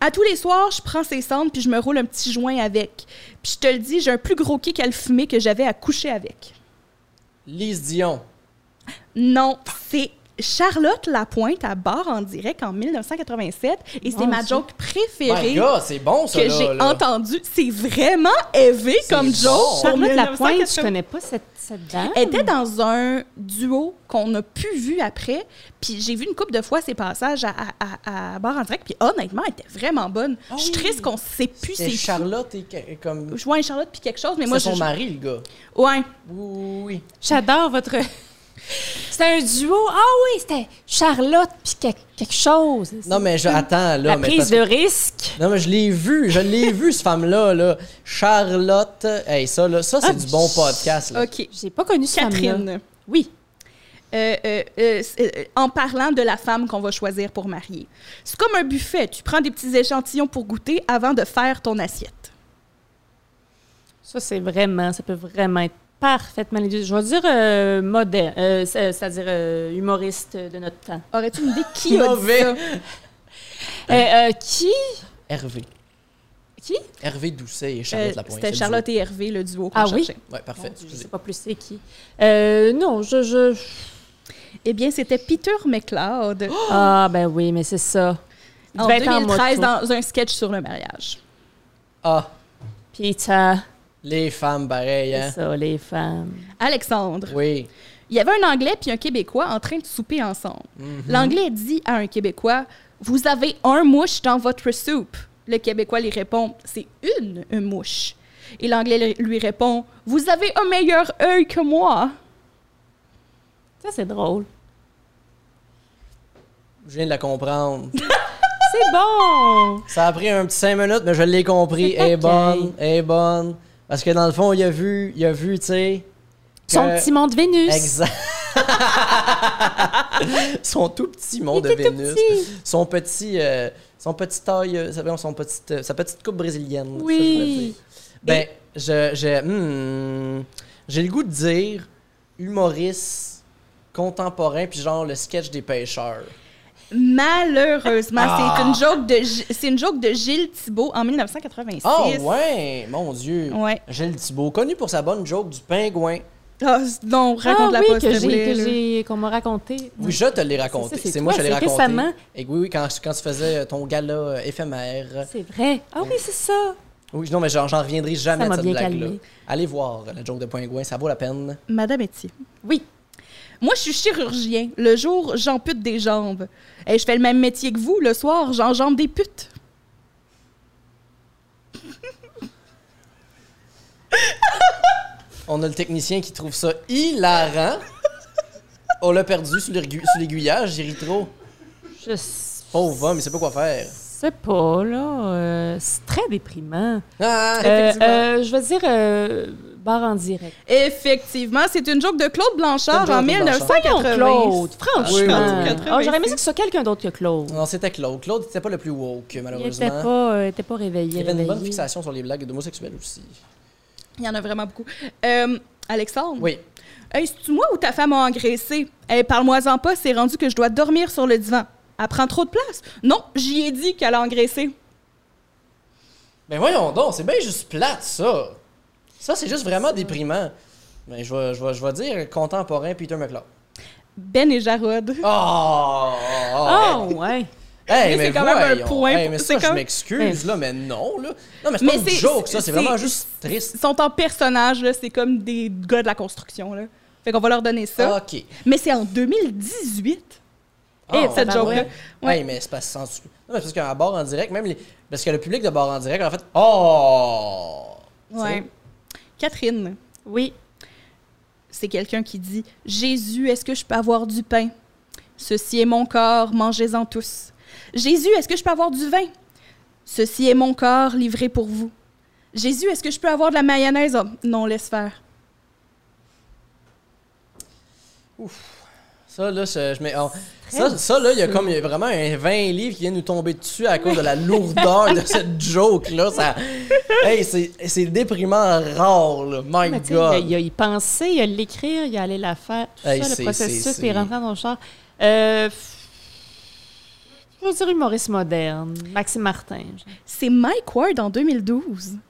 B: À tous les soirs, je prends ses cendres puis je me roule un petit joint avec. Puis je te le dis, j'ai un plus gros kick à le fumer que j'avais à coucher avec.
A: Lise Dion.
B: Non, c'est Charlotte Lapointe à Barre en direct en 1987 et c'est
C: Bon,
B: ma
C: ça.
B: joke
A: My
B: préférée
A: God, c'est bon ça.
B: que
A: là,
B: j'ai
A: là.
B: entendue. C'est vraiment élevé comme
A: bon.
B: joke.
A: Charlotte
C: Charlotte Lapointe,
B: 1987.
C: je connais pas cette, cette dame.
B: Elle était dans un duo qu'on n'a plus vu après. Puis j'ai vu une couple de fois ses passages à, à, à- à Bar en direct. Puis honnêtement, elle était vraiment bonne. je suis
A: Ah oui.
B: triste qu'on ne sait plus
A: C'est
B: c'est
A: Charlotte et que- et comme.
B: Je vois une Charlotte puis quelque chose, mais moi
A: C'est
B: je.
A: son mari, le gars.
B: Ouais.
A: Oui, oui,
C: J'adore votre. C'était un duo. Ah oui, c'était Charlotte puis quel- quelque chose.
A: oui. Non, mais je attends, là.
C: La
A: mais
C: prise
A: parce
C: de
A: que-
C: risque.
A: Non, mais je l'ai vu, je l'ai vu, cette femme-là, là. Charlotte. Hey, ça, là, ça, c'est
C: Ah,
A: du bon podcast, là.
B: OK.
C: J'ai pas connu cette femme-là.
B: Catherine.
C: Oui.
B: Euh, euh, euh, c'est- euh, en parlant de la femme qu'on va choisir pour marier. C'est comme un buffet. Tu prends des petits échantillons pour goûter avant de faire ton assiette.
C: Ça, c'est vraiment, ça peut vraiment être parfaitement les deux. Je vais dire euh, modèle, euh, c'est- c'est-à-dire euh, humoriste de notre temps.
B: Aurais-tu une idée qui a dit ça?
A: Hein?
C: Euh, euh, qui?
A: Hervé.
C: Qui?
A: Hervé Doucet et Charlotte
B: Euh,
A: Lapointe.
B: C'était
A: c'est le
B: Charlotte et Hervé, le duo qu'on
C: Ah oui?
B: cherchait.
A: duo. Ouais, parfait.
C: Mon Dieu, je
A: excusez.
C: sais pas plus c'est qui. Euh, non, je... je...
B: Eh bien, c'était Peter McLeod.
C: Ah ben oui, mais c'est ça. Il
B: en
C: devait être
B: 2013
C: moto.
B: dans un sketch sur le mariage.
A: Ah,
C: Peter,
A: les femmes, pareil,
C: c'est
A: hein.
C: ça, les femmes.
B: Alexandre,
A: Oui.
B: il y avait un Anglais puis un Québécois en train de souper ensemble.
A: Mhm.
B: L'Anglais dit à un Québécois Vous avez un mouche dans votre soupe. Le Québécois lui répond C'est une, une mouche. Et l'Anglais lui répond Vous avez un meilleur œil que moi.
C: Ça, c'est drôle.
A: Je viens de la comprendre.
C: C'est bon!
A: Ça a pris un petit cinq minutes, mais je l'ai compris.
C: C'est
A: Elle est
C: pareil.
A: bonne, elle est bonne. Parce que dans le fond, il a vu, il a vu, tu sais.
C: Son
A: que-
C: petit mont de Vénus.
A: Exact. son tout petit monde de
C: était tout
A: Vénus.
C: petit.
A: Son petit. euh, son petit taille. euh, ça veut dire son petite, euh, sa petite coupe brésilienne.
C: Oui.
A: ça, je voulais dire. Ben, je. je- hmm, J'ai le goût de dire humoriste contemporain, puis genre le sketch des pêcheurs.
B: Malheureusement, c'est
A: Ah.
B: une joke de Gi- c'est une joke de Gilles Thibault en 1986.
A: Oh, ouais! Mon Dieu!
B: Ouais.
A: Gilles Thibault, connu pour sa bonne joke du pingouin.
B: Ah, non, raconte la
C: ah, oui,
B: poste,
C: que
B: s'il te
C: j'ai-
B: plaît,
C: que
B: là.
C: j'ai- qu'on m'a raconté.
A: Oui, je te l'ai raconté.
C: C'est ça, c'est
A: C'est moi qui
C: toi,
A: te l'ai
C: c'est
A: raconté.
C: récemment.
A: Et oui, oui, quand, quand tu faisais ton gala euh, éphémère.
C: C'est vrai. Ah oui, c'est ça.
A: Oui, non, mais j'en j'en reviendrai jamais
C: Ça
A: de
C: m'a
A: cette
C: bien
A: blague-là.
C: calmée.
A: Allez voir euh, la joke de Pingouin, ça vaut la peine.
B: Madame Etier.
C: Oui.
B: Moi, je suis chirurgien. Le jour, j'ampute des jambes. Et je fais le même métier que vous. Le soir, j'enjambe des putes.
A: On a le technicien qui trouve ça hilarant. On l'a perdu sous l'aigu- sous l'aiguillage, j'y ris trop.
C: Je sais
A: Pauvre homme, il sait pas quoi faire.
C: pas, là. euh, c'est très déprimant.
A: Ah!
C: Euh,
B: Effectivement.
C: euh, je veux dire, euh, barre en direct.
B: Effectivement, c'est une joke de Claude Blanchard
A: C'est
B: en
A: une joke de Blanchard.
C: Voyons,
B: 1980.
C: Claude, franchement.
A: Oui, oui, oui.
C: Ah, J'aurais aimé ça que ce soit quelqu'un d'autre que Claude.
A: Non, c'était Claude. Claude n'était pas le plus woke,
C: euh, Il n'était
A: malheureusement.
C: pas, euh, il était pas
A: Il
C: réveillé.
A: avait une bonne
C: réveillé.
A: fixation sur les blagues d'homosexuels aussi.
B: Il y en a vraiment beaucoup. Euh, Alexandre?
A: Oui.
B: Hey, c'est-tu moi ou ta femme a engraissé? Hey, parle-moi-en pas, c'est rendu que je dois dormir sur le divan. Elle prend trop de place. Non, j'y ai dit qu'elle a engraissé.
A: Mais voyons donc, c'est bien juste plate, ça. Ça, c'est juste vraiment déprimant. Mais je vais, je vais, je vais dire contemporain Peter McLeod.
B: Ben et Jarod.
A: Oh!
C: Ah, ouais.
A: Hey,
B: Mais
A: mais
B: c'est quand même un
A: voyons.
B: point
A: Hey,
B: pour-
A: mais
B: c'est
A: ça, je
B: comme-
A: m'excuse, là, mais non, là. Non, mais c'est
B: Mais
A: pas une
B: c'est-
A: joke, ça.
B: c'est-
A: C'est vraiment
B: c'est-
A: juste
B: Ils
A: triste.
B: sont en personnage, là, c'est comme des gars de la construction. Là. Fait qu'on va leur donner ça.
A: OK.
B: Mais c'est en 2018.
A: Ah,
B: Eh, cette
A: ouais.
B: joke-là. Ouais.
A: Hey, mais c'est parce que sans- Non, mais parce qu'à bord en direct, même les... Parce que le public de bord en direct, en fait... Oh!
B: Ouais. Catherine,
C: Oui.
B: c'est quelqu'un qui dit Jésus, est-ce que je peux avoir du pain Ceci est mon corps, mangez-en tous. Jésus, est-ce que je peux avoir du vin Ceci est mon corps livré pour vous. Jésus, est-ce que je peux avoir de la mayonnaise Ah, Non, laisse faire.
A: Ça, là, je, je mets... oh. Ça, ça, là, il y a comme il y a vraiment un 20 livres qui vient nous tomber dessus à cause de la lourdeur de cette joke-là. Ça... Hey, c'est c'est déprimant rare, là. Oh My
C: Mais tu sais,
A: God.
C: Il, y a y penser, il y a l'écrire, il y a aller la faire. Tout
A: Hey,
C: ça,
A: c'est-
C: le processus,
A: c'est-
C: puis
A: c'est-
C: rentrer dans ton char. Euh, je veux dire humoriste moderne. Maxime Martin.
B: C'est Mike Ward en 2012.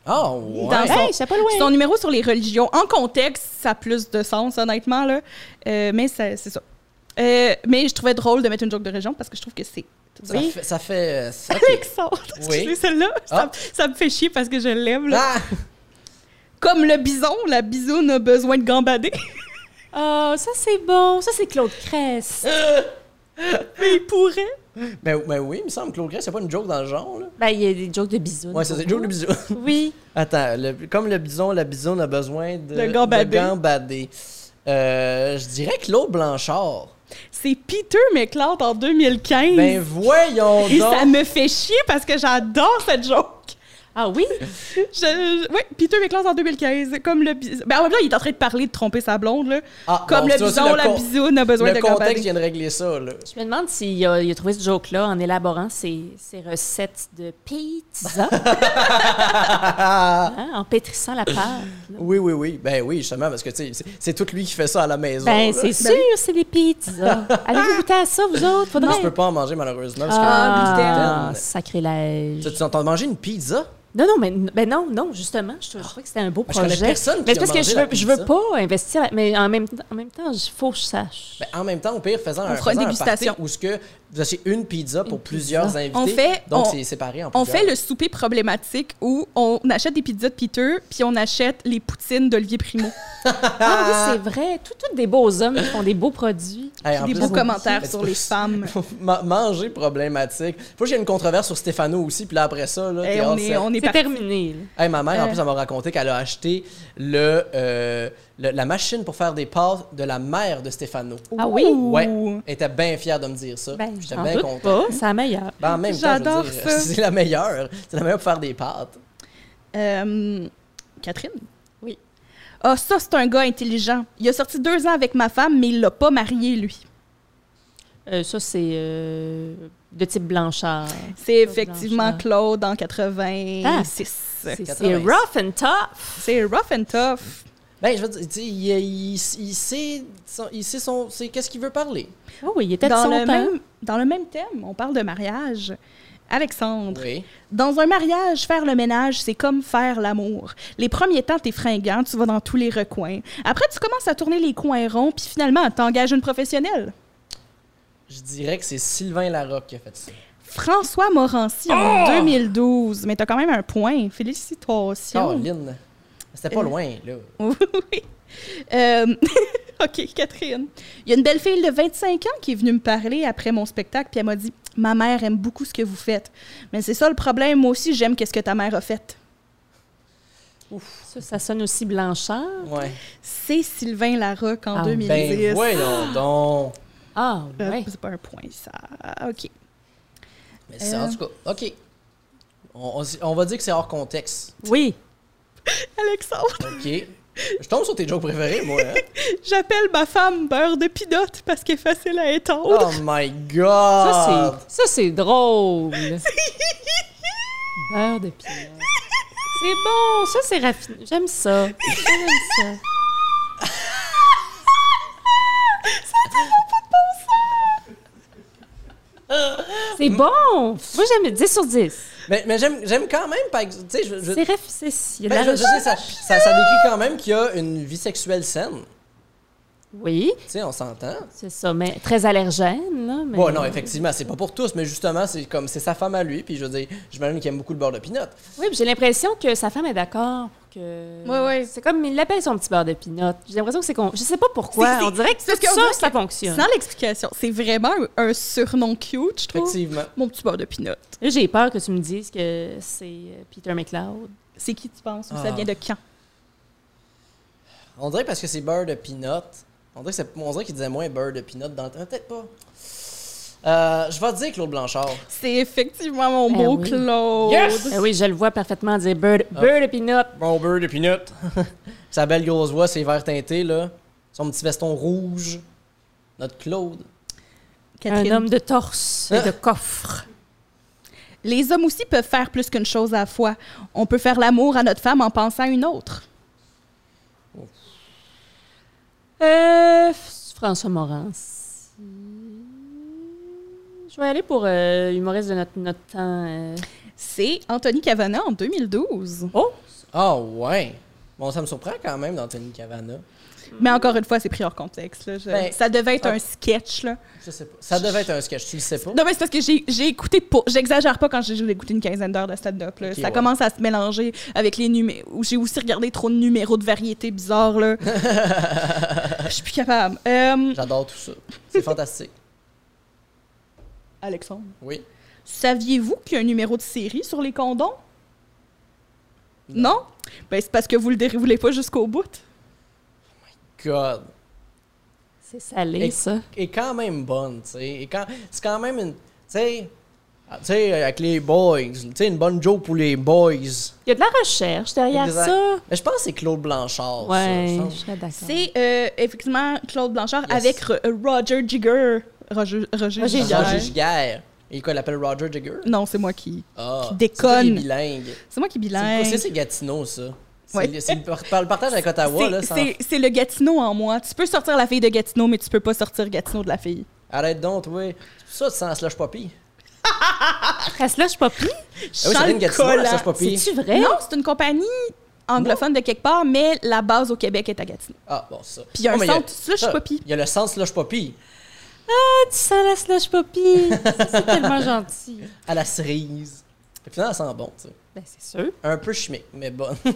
A: Ah, ouais.
B: Dans son-
C: Hey, je sais pas loin.
B: Son numéro sur les religions, en contexte, ça a plus de sens, honnêtement, là. Euh, mais ça- c'est ça. Euh, mais je trouvais drôle de mettre une joke de région parce que je trouve que c'est.
A: Ça fait. Ça fait euh, ça- ok.
B: Alexandre,
A: Oui.
B: excusez celle-là, ça, ça me fait chier parce que je l'aime. là.
A: Ah!
B: Comme le bison, la bisoune a besoin de gambader.
C: Oh, ça c'est bon. Ça c'est Claude Cress.
A: Euh.
B: mais il pourrait.
A: Mais, mais Ben, oui, il me semble que Claude Grès, c'est pas une joke dans le genre. Là.
C: Ben, il y a des jokes de bisous.
A: Ouais, ça, c'est une joke de bisou.
C: Oui.
A: Attends, le- comme le bison, la bisoune a besoin de,
B: De gambader.
A: gambader. Euh, je dirais Claude Blanchard.
B: C'est Peter McLeod en 2015.
A: Ben voyons
B: et
A: donc!
B: ça me fait chier parce que j'adore cette joke.
C: Ah oui?
B: Je, je- ouais, Peter McLeod en 2015. Comme le bison. Ben en même temps, il est en train de parler de tromper sa blonde. Là.
A: Ah,
B: Comme
A: bon,
B: le
A: tu vois, c'est
B: bison, la
A: con-
B: bisoune a besoin
A: Le
B: de
A: contexte
B: gambader.
A: vient de régler ça, là.
C: Je me demande s'il a, il a trouvé ce joke-là en élaborant ses, ses recettes de pizza. Hein, en pétrissant la pâte.
A: Oui, oui, oui. Ben oui, justement, parce que tu sais, c'est- c'est tout lui qui fait ça à la maison.
C: Ben,
A: là.
C: c'est sûr, c'est des pizzas. Allez-vous goûter à ça, vous autres?
A: Moi,
C: Faudrait...
A: je peux pas en manger, malheureusement. Parce que
C: Ah,
A: gluten.
C: sacrilège.
A: Tu- Tu entends manger une pizza?
C: Non, non, mais ben non, non, justement, je, trou- je trouvais que c'était un beau
A: je
C: projet.
A: connais personne
C: mais
A: qui
C: c'est
A: a
C: parce que
A: mangé
C: je
A: la
C: veux, je veux
A: pizza.
C: pas investir, mais en même, en même temps, il faut que je sache.
A: Ben, en même temps, au pire, faisant un,
B: fera une
A: faisant un
B: dégustation.
A: party où ce que vous achetez une pizza pour plusieurs invités.
B: On fait-
A: donc,
B: on-
A: c'est séparé en
B: On
A: plusieurs.
B: fait le souper problématique où on achète des pizzas de Peter, puis on achète les poutines d'Olivier Primo.
C: Ah oui, c'est vrai. Tout, tout des beaux hommes qui font des beaux produits.
A: Hey, en
B: Puis des
A: plus,
B: beaux
A: on-
B: commentaires
A: Mais tu
B: sur
A: peux-
B: les femmes.
A: Ma- manger problématique. Faut que j'ai une controverse sur Stéphano aussi, puis là, après ça, là,
B: Hey,
A: t'es
B: on
A: hors
B: est,
A: set.
B: on est
C: C'est
B: parti.
C: terminé. là.
A: Hey, ma mère, en
B: Euh.
A: plus, elle m'a raconté qu'elle a acheté le, euh, le- la machine pour faire des pâtes de la mère de Stéphano.
C: Ah oui?
A: Ouais. Elle était bien fière de me dire ça.
C: Ben,
A: J'étais
C: j'en
A: bien
C: doute
A: content.
C: pas. C'est la meilleure.
A: Ben, en même temps, je
B: J'adore
A: veux dire,
B: ça.
A: c'est la meilleure. C'est la meilleure pour faire des pâtes.
B: Euh, Catherine?
C: Oui.
B: Ah, ça, c'est un gars intelligent. Il a sorti deux ans avec ma femme, mais il l'a pas marié, lui.
C: Euh, ça, c'est euh, de type Blanchard.
B: C'est effectivement
C: Blanchard. Ah,
B: Claude en 86.
C: C'est c'est
A: 86.
C: rough and tough.
B: C'est rough and tough.
A: Ben, je veux dire, tu sais, il, il- il sait, son- il sait son, c'est qu'est-ce qu'il veut parler.
C: Oh, oui, il était de
B: Dans
C: son
B: le,
C: temps.
B: même, dans le même thème, on parle de mariage. Alexandre,
A: Oui.
B: Dans un mariage, faire le ménage, c'est comme faire l'amour. Les premiers temps, t'es fringant, tu vas dans tous les recoins. Après, tu commences à tourner les coins ronds, puis finalement, t'engages une professionnelle.
A: Je dirais que c'est Sylvain Larocque qui a fait ça.
B: François Morancy
C: Oh!
B: en 2012. Mais t'as quand même un point. Félicitations.
A: Caroline. C'était
B: Euh,
A: pas loin, là.
B: oui. Euh, OK, Catherine. Il y a une belle fille de 25 ans qui est venue me parler après mon spectacle, puis elle m'a dit Ma mère aime beaucoup ce que vous faites. Mais c'est ça le problème. Moi aussi, j'aime qu'est-ce que ta mère a fait.
C: Ça, ça sonne aussi Blanchard.
A: Ouais.
B: C'est Sylvain Larocque en
C: Ah, ben
B: 2010.
A: Ben, voyons donc.
C: Ah,
B: Euh,
C: ouais.
B: C'est pas un point, ça. OK.
A: Mais c'est,
C: Euh.
A: en tout cas, OK. On, on s- on va dire que c'est hors contexte.
C: Oui.
B: Alexandre,
A: OK. Je tombe sur tes jokes préférés, moi. hein.
B: j'appelle ma femme beurre de pidote parce qu'elle est facile à
A: Oh
B: étendre.
A: my God!
C: Ça, c'est- ça, c'est drôle. Beurre de pinot. C'est bon, ça, c'est raffiné. J'aime ça. J'aime ça. C'est bon! Moi, j'aime 10 sur 10.
A: Mais, mais j'aime, j'aime quand même, par exemple, tu sais, je, je-
C: C'est raffiné. Il y a de
A: ben,
C: la
A: je- je
C: recherche.
A: sais, ça, ça, ça décrit quand même qu'il y a une vie sexuelle saine.
C: Oui,
A: Tu sais, on s'entend.
C: c'est ça, mais très allergène, là. Mais...
A: Bon, non, effectivement, c'est pas pour tous, mais justement, c'est comme c'est sa femme à lui, puis je veux dire, j'imagine qu'il aime beaucoup le beurre de pinot.
C: Oui, puis j'ai l'impression que sa femme est d'accord pour que.
B: Ouais, ouais.
C: C'est comme il l'appelle son petit beurre de pinot. J'ai l'impression que c'est con. Je sais pas
B: C'est-
C: pourquoi.
B: c'est-
C: On dirait que
B: c'est
C: tout
B: parce qu'on
C: ça,
B: voit
C: ça fonctionne.
B: Sans l'explication, c'est vraiment un, un surnom cute, je trouve.
A: Effectivement.
B: Mon petit beurre de pinot.
C: Là, j'ai peur que tu me dises que c'est euh, Peter McLeod.
B: C'est qui tu penses ou
A: Ah.
B: ça vient de quand?
A: On dirait parce que c'est beurre de pinot. On dirait, que c'est- on dirait qu'il disait moins beurre de pinot dans le temps. Peut-être pas. Euh, je vais te dire Claude Blanchard.
B: C'est effectivement mon
C: Eh
B: beau
C: oui.
B: Claude.
C: Ben oui, je le vois parfaitement dire beurre de, beurre de pinot.
A: Bon beurre de pinot. Sa belle grosse voix, ses verts teintés, là. Son petit veston rouge. Notre Claude.
B: Catherine,
C: Un homme de torse et de coffre.
B: Les hommes aussi peuvent faire plus qu'une chose à la fois. On peut faire l'amour à notre femme en pensant à une autre.
C: Euh, F- François Morancy. Je vais aller pour euh, humoriste de notre, notre temps. euh.
B: C'est Anthony Cavana en 2012.
C: Oh!
A: Ah ouais. Bon, ça me surprend quand même d'Anthony Cavana.
B: Mais encore une fois, c'est pris hors contexte. là. Je-
A: Ben,
B: ça devait être
A: ah.
B: un sketch. Là.
A: Je sais pas. Ça devait être un sketch, tu le sais pas.
B: Non, mais c'est parce que j'ai j'ai écouté pour. J'exagère pas quand j'ai j'ai écouté une quinzaine d'heures de stand-up. là.
A: Ok,
B: ça
A: ouais.
B: commence à se mélanger avec les numéros. J'ai aussi regardé trop de numéros de variétés bizarres. là. Je suis plus capable. Euh,
A: J'adore tout ça. C'est fantastique.
B: Alexandre,
A: Oui.
B: saviez-vous qu'il y a un numéro de série sur les condoms? Non? Ben, c'est parce que vous le déroulez pas jusqu'au bout.
A: God.
C: C'est
A: Et-
C: salé, ça.
A: est quand même bonne, tu sais. Et quand- C'est quand même une. Tu sais. ah, tu sais, avec les boys. Tu sais, une bonne joke pour les boys.
C: Il y a de la recherche derrière
A: Exact.
C: ça.
A: Mais je pense que c'est Claude Blanchard. ça,
C: Ouais,
A: je
C: je
A: pense.
C: serais d'accord.
B: C'est euh, effectivement Claude Blanchard
A: Yes.
B: avec Ro- euh, Roger Jigger. Roger, Roger,
C: Roger
B: Jigger.
A: Roger Giguère. Et quoi, il l'appelle Roger Jagger?
B: Non, c'est moi qui.
A: Ah,
B: Qui
A: C'est
B: déconne.
A: tous les bilingues.
B: C'est moi qui
A: C'est le-
B: bilingue.
A: c'est- c'est Gatineau, ça. C'est
B: Ouais.
A: le, c'est le par- le partage avec Ottawa, là.
B: C'est-
A: sans-
B: c'est- C'est le Gatineau en moi. Tu peux sortir la fille de Gatineau, mais tu peux pas sortir Gatineau de la fille.
A: Arrête donc, oui. Ça, tu sens slush poppy.
C: Reste là, je suis pas pris.
A: Ah oui, ça
B: Charles
A: vient de Gatineau, la
B: Collant.
A: slush poppy.
C: C'est-tu vrai?
B: Non, c'est une compagnie anglophone de quelque part, mais la base au Québec est à Gatineau.
A: Ah, bon, ça.
B: Puis il y a
A: Ah,
B: un
A: mais
B: centre slush
A: ça,
B: poppy.
A: Il y a le centre slush poppy
C: Ah, tu sens la slush poppy. Ça, c'est tellement gentil.
A: à la cerise. Et puis, ça sent bon, tu sais.
C: Ben, c'est sûr.
A: Un peu chimique, mais bon. Ah,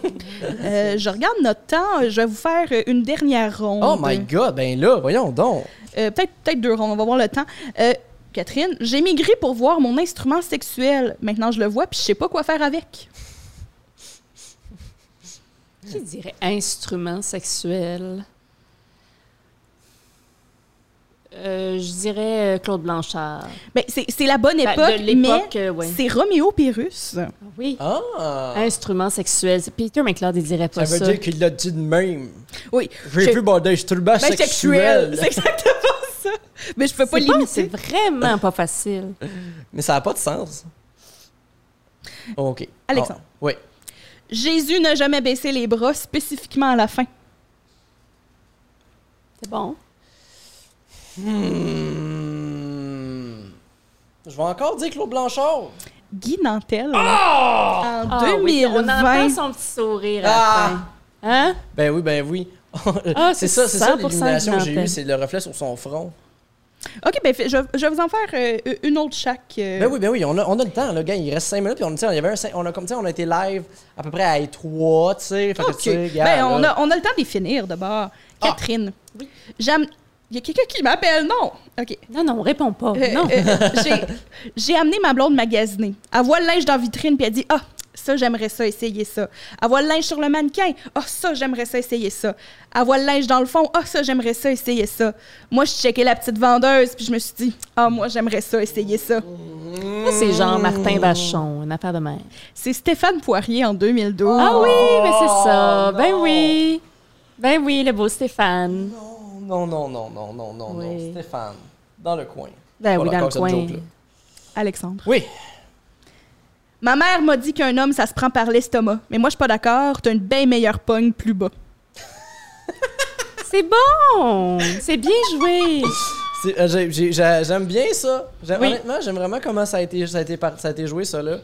B: Euh, je regarde notre temps. Je vais vous faire euh, une dernière ronde.
A: Oh my god, ben là, voyons donc.
B: Euh, peut-être peut deux rondes. On va voir le temps. Euh, Catherine, j'ai migré pour voir mon instrument sexuel. Maintenant, je le vois, puis je sais pas quoi faire avec.
C: Qui dirait instrument sexuel? Euh, je dirais euh, Claude Blanchard.
B: Ben, c'est c'est la bonne
C: Ben,
B: époque,
C: de
B: mais
C: l'époque, euh, ouais.
B: c'est Roméo Pyrrhus.
C: Ah Oui.
A: Ah!
C: Instrument sexuel. C'est- Peter McLeod, il dirait
A: Ça
C: pas
A: veut
C: ça.
A: dire qu'il l'a dit de même.
B: Oui.
A: J'ai
B: Je-
A: vu mon instrument
B: Ben, sexuel.
A: sexuel.
B: C'est exactement ça. Mais je peux pas
C: C'est pas-
B: l'imiter.
C: C'est vraiment pas facile.
A: Mais ça n'a pas de sens. OK.
B: Alexandre.
A: Ah, oui.
B: Jésus n'a jamais baissé les bras, spécifiquement à la fin.
C: C'est bon.
A: Hmm. Je vais encore dire Claude Blanchard.
B: Guy Nantel, en
C: Ah oui,
B: 2020.
C: on entend son petit sourire à
A: Ah!
C: la fin. Hein?
A: Ben oui, ben oui.
C: Ah,
A: c'est
C: c'est
A: ça, c'est ça
C: 100%
A: l'illumination que j'ai eue,
C: clientèle.
A: c'est le reflet sur son front.
B: OK, ben, fait- je, je vais vous en faire euh, une autre chaque. euh,
A: Ben oui, ben oui, on a, on a le temps, là, gars. Il reste 5 minutes, puis on, tu sais, on, y avait un cin- on a comme tu sais, on a été live à peu près à 3, tu sais. Fait que,
B: OK.
A: tu sais, gars,
B: Ben, on,
A: là,
B: a, on a le temps de les finir d'abord.
A: Ah.
B: Catherine, j'aime. Il y a quelqu'un qui m'appelle, non! OK.
C: Non, non, réponds pas.
B: Euh,
C: non.
B: euh, j'ai- J'ai amené ma blonde magasiner. Elle voit le linge dans la vitrine, puis elle dit Ah, ça, j'aimerais ça, essayer ça. Elle voit le linge sur le mannequin. Ah, ça, j'aimerais ça, essayer ça. Elle voit le linge dans le fond. Ah, ça, j'aimerais ça, essayer ça. Moi, je checkais la petite vendeuse, puis je me suis dit Ah, moi, j'aimerais ça, essayer ça. Euh,
C: Ça, c'est genre Martin Vachon, une affaire de mère.
B: C'est Stéphane Poirier en 2012.
C: Ah oui, mais c'est ça. Ben
A: Oh non.
C: oui. Ben oui, le beau Stéphane.
A: Non, non, non, non, non, non, non.
C: Oui.
A: Stéphane, dans le coin.
C: Ben oui,
A: Voilà,
C: dans le
A: encore
C: coin.
A: cette joke-là.
B: Alexandre.
A: Oui.
B: Ma mère m'a dit qu'un homme, ça se prend par l'estomac. Mais moi, je suis pas d'accord. T'as une bien meilleure pogne plus bas.
C: C'est bon! C'est bien joué!
A: C'est- euh, j'ai- j'ai- j'ai- J'aime bien ça. J'aime-
C: Oui.
A: Honnêtement, j'aime vraiment comment ça a été, ça a été, par- ça a été joué, ça, là.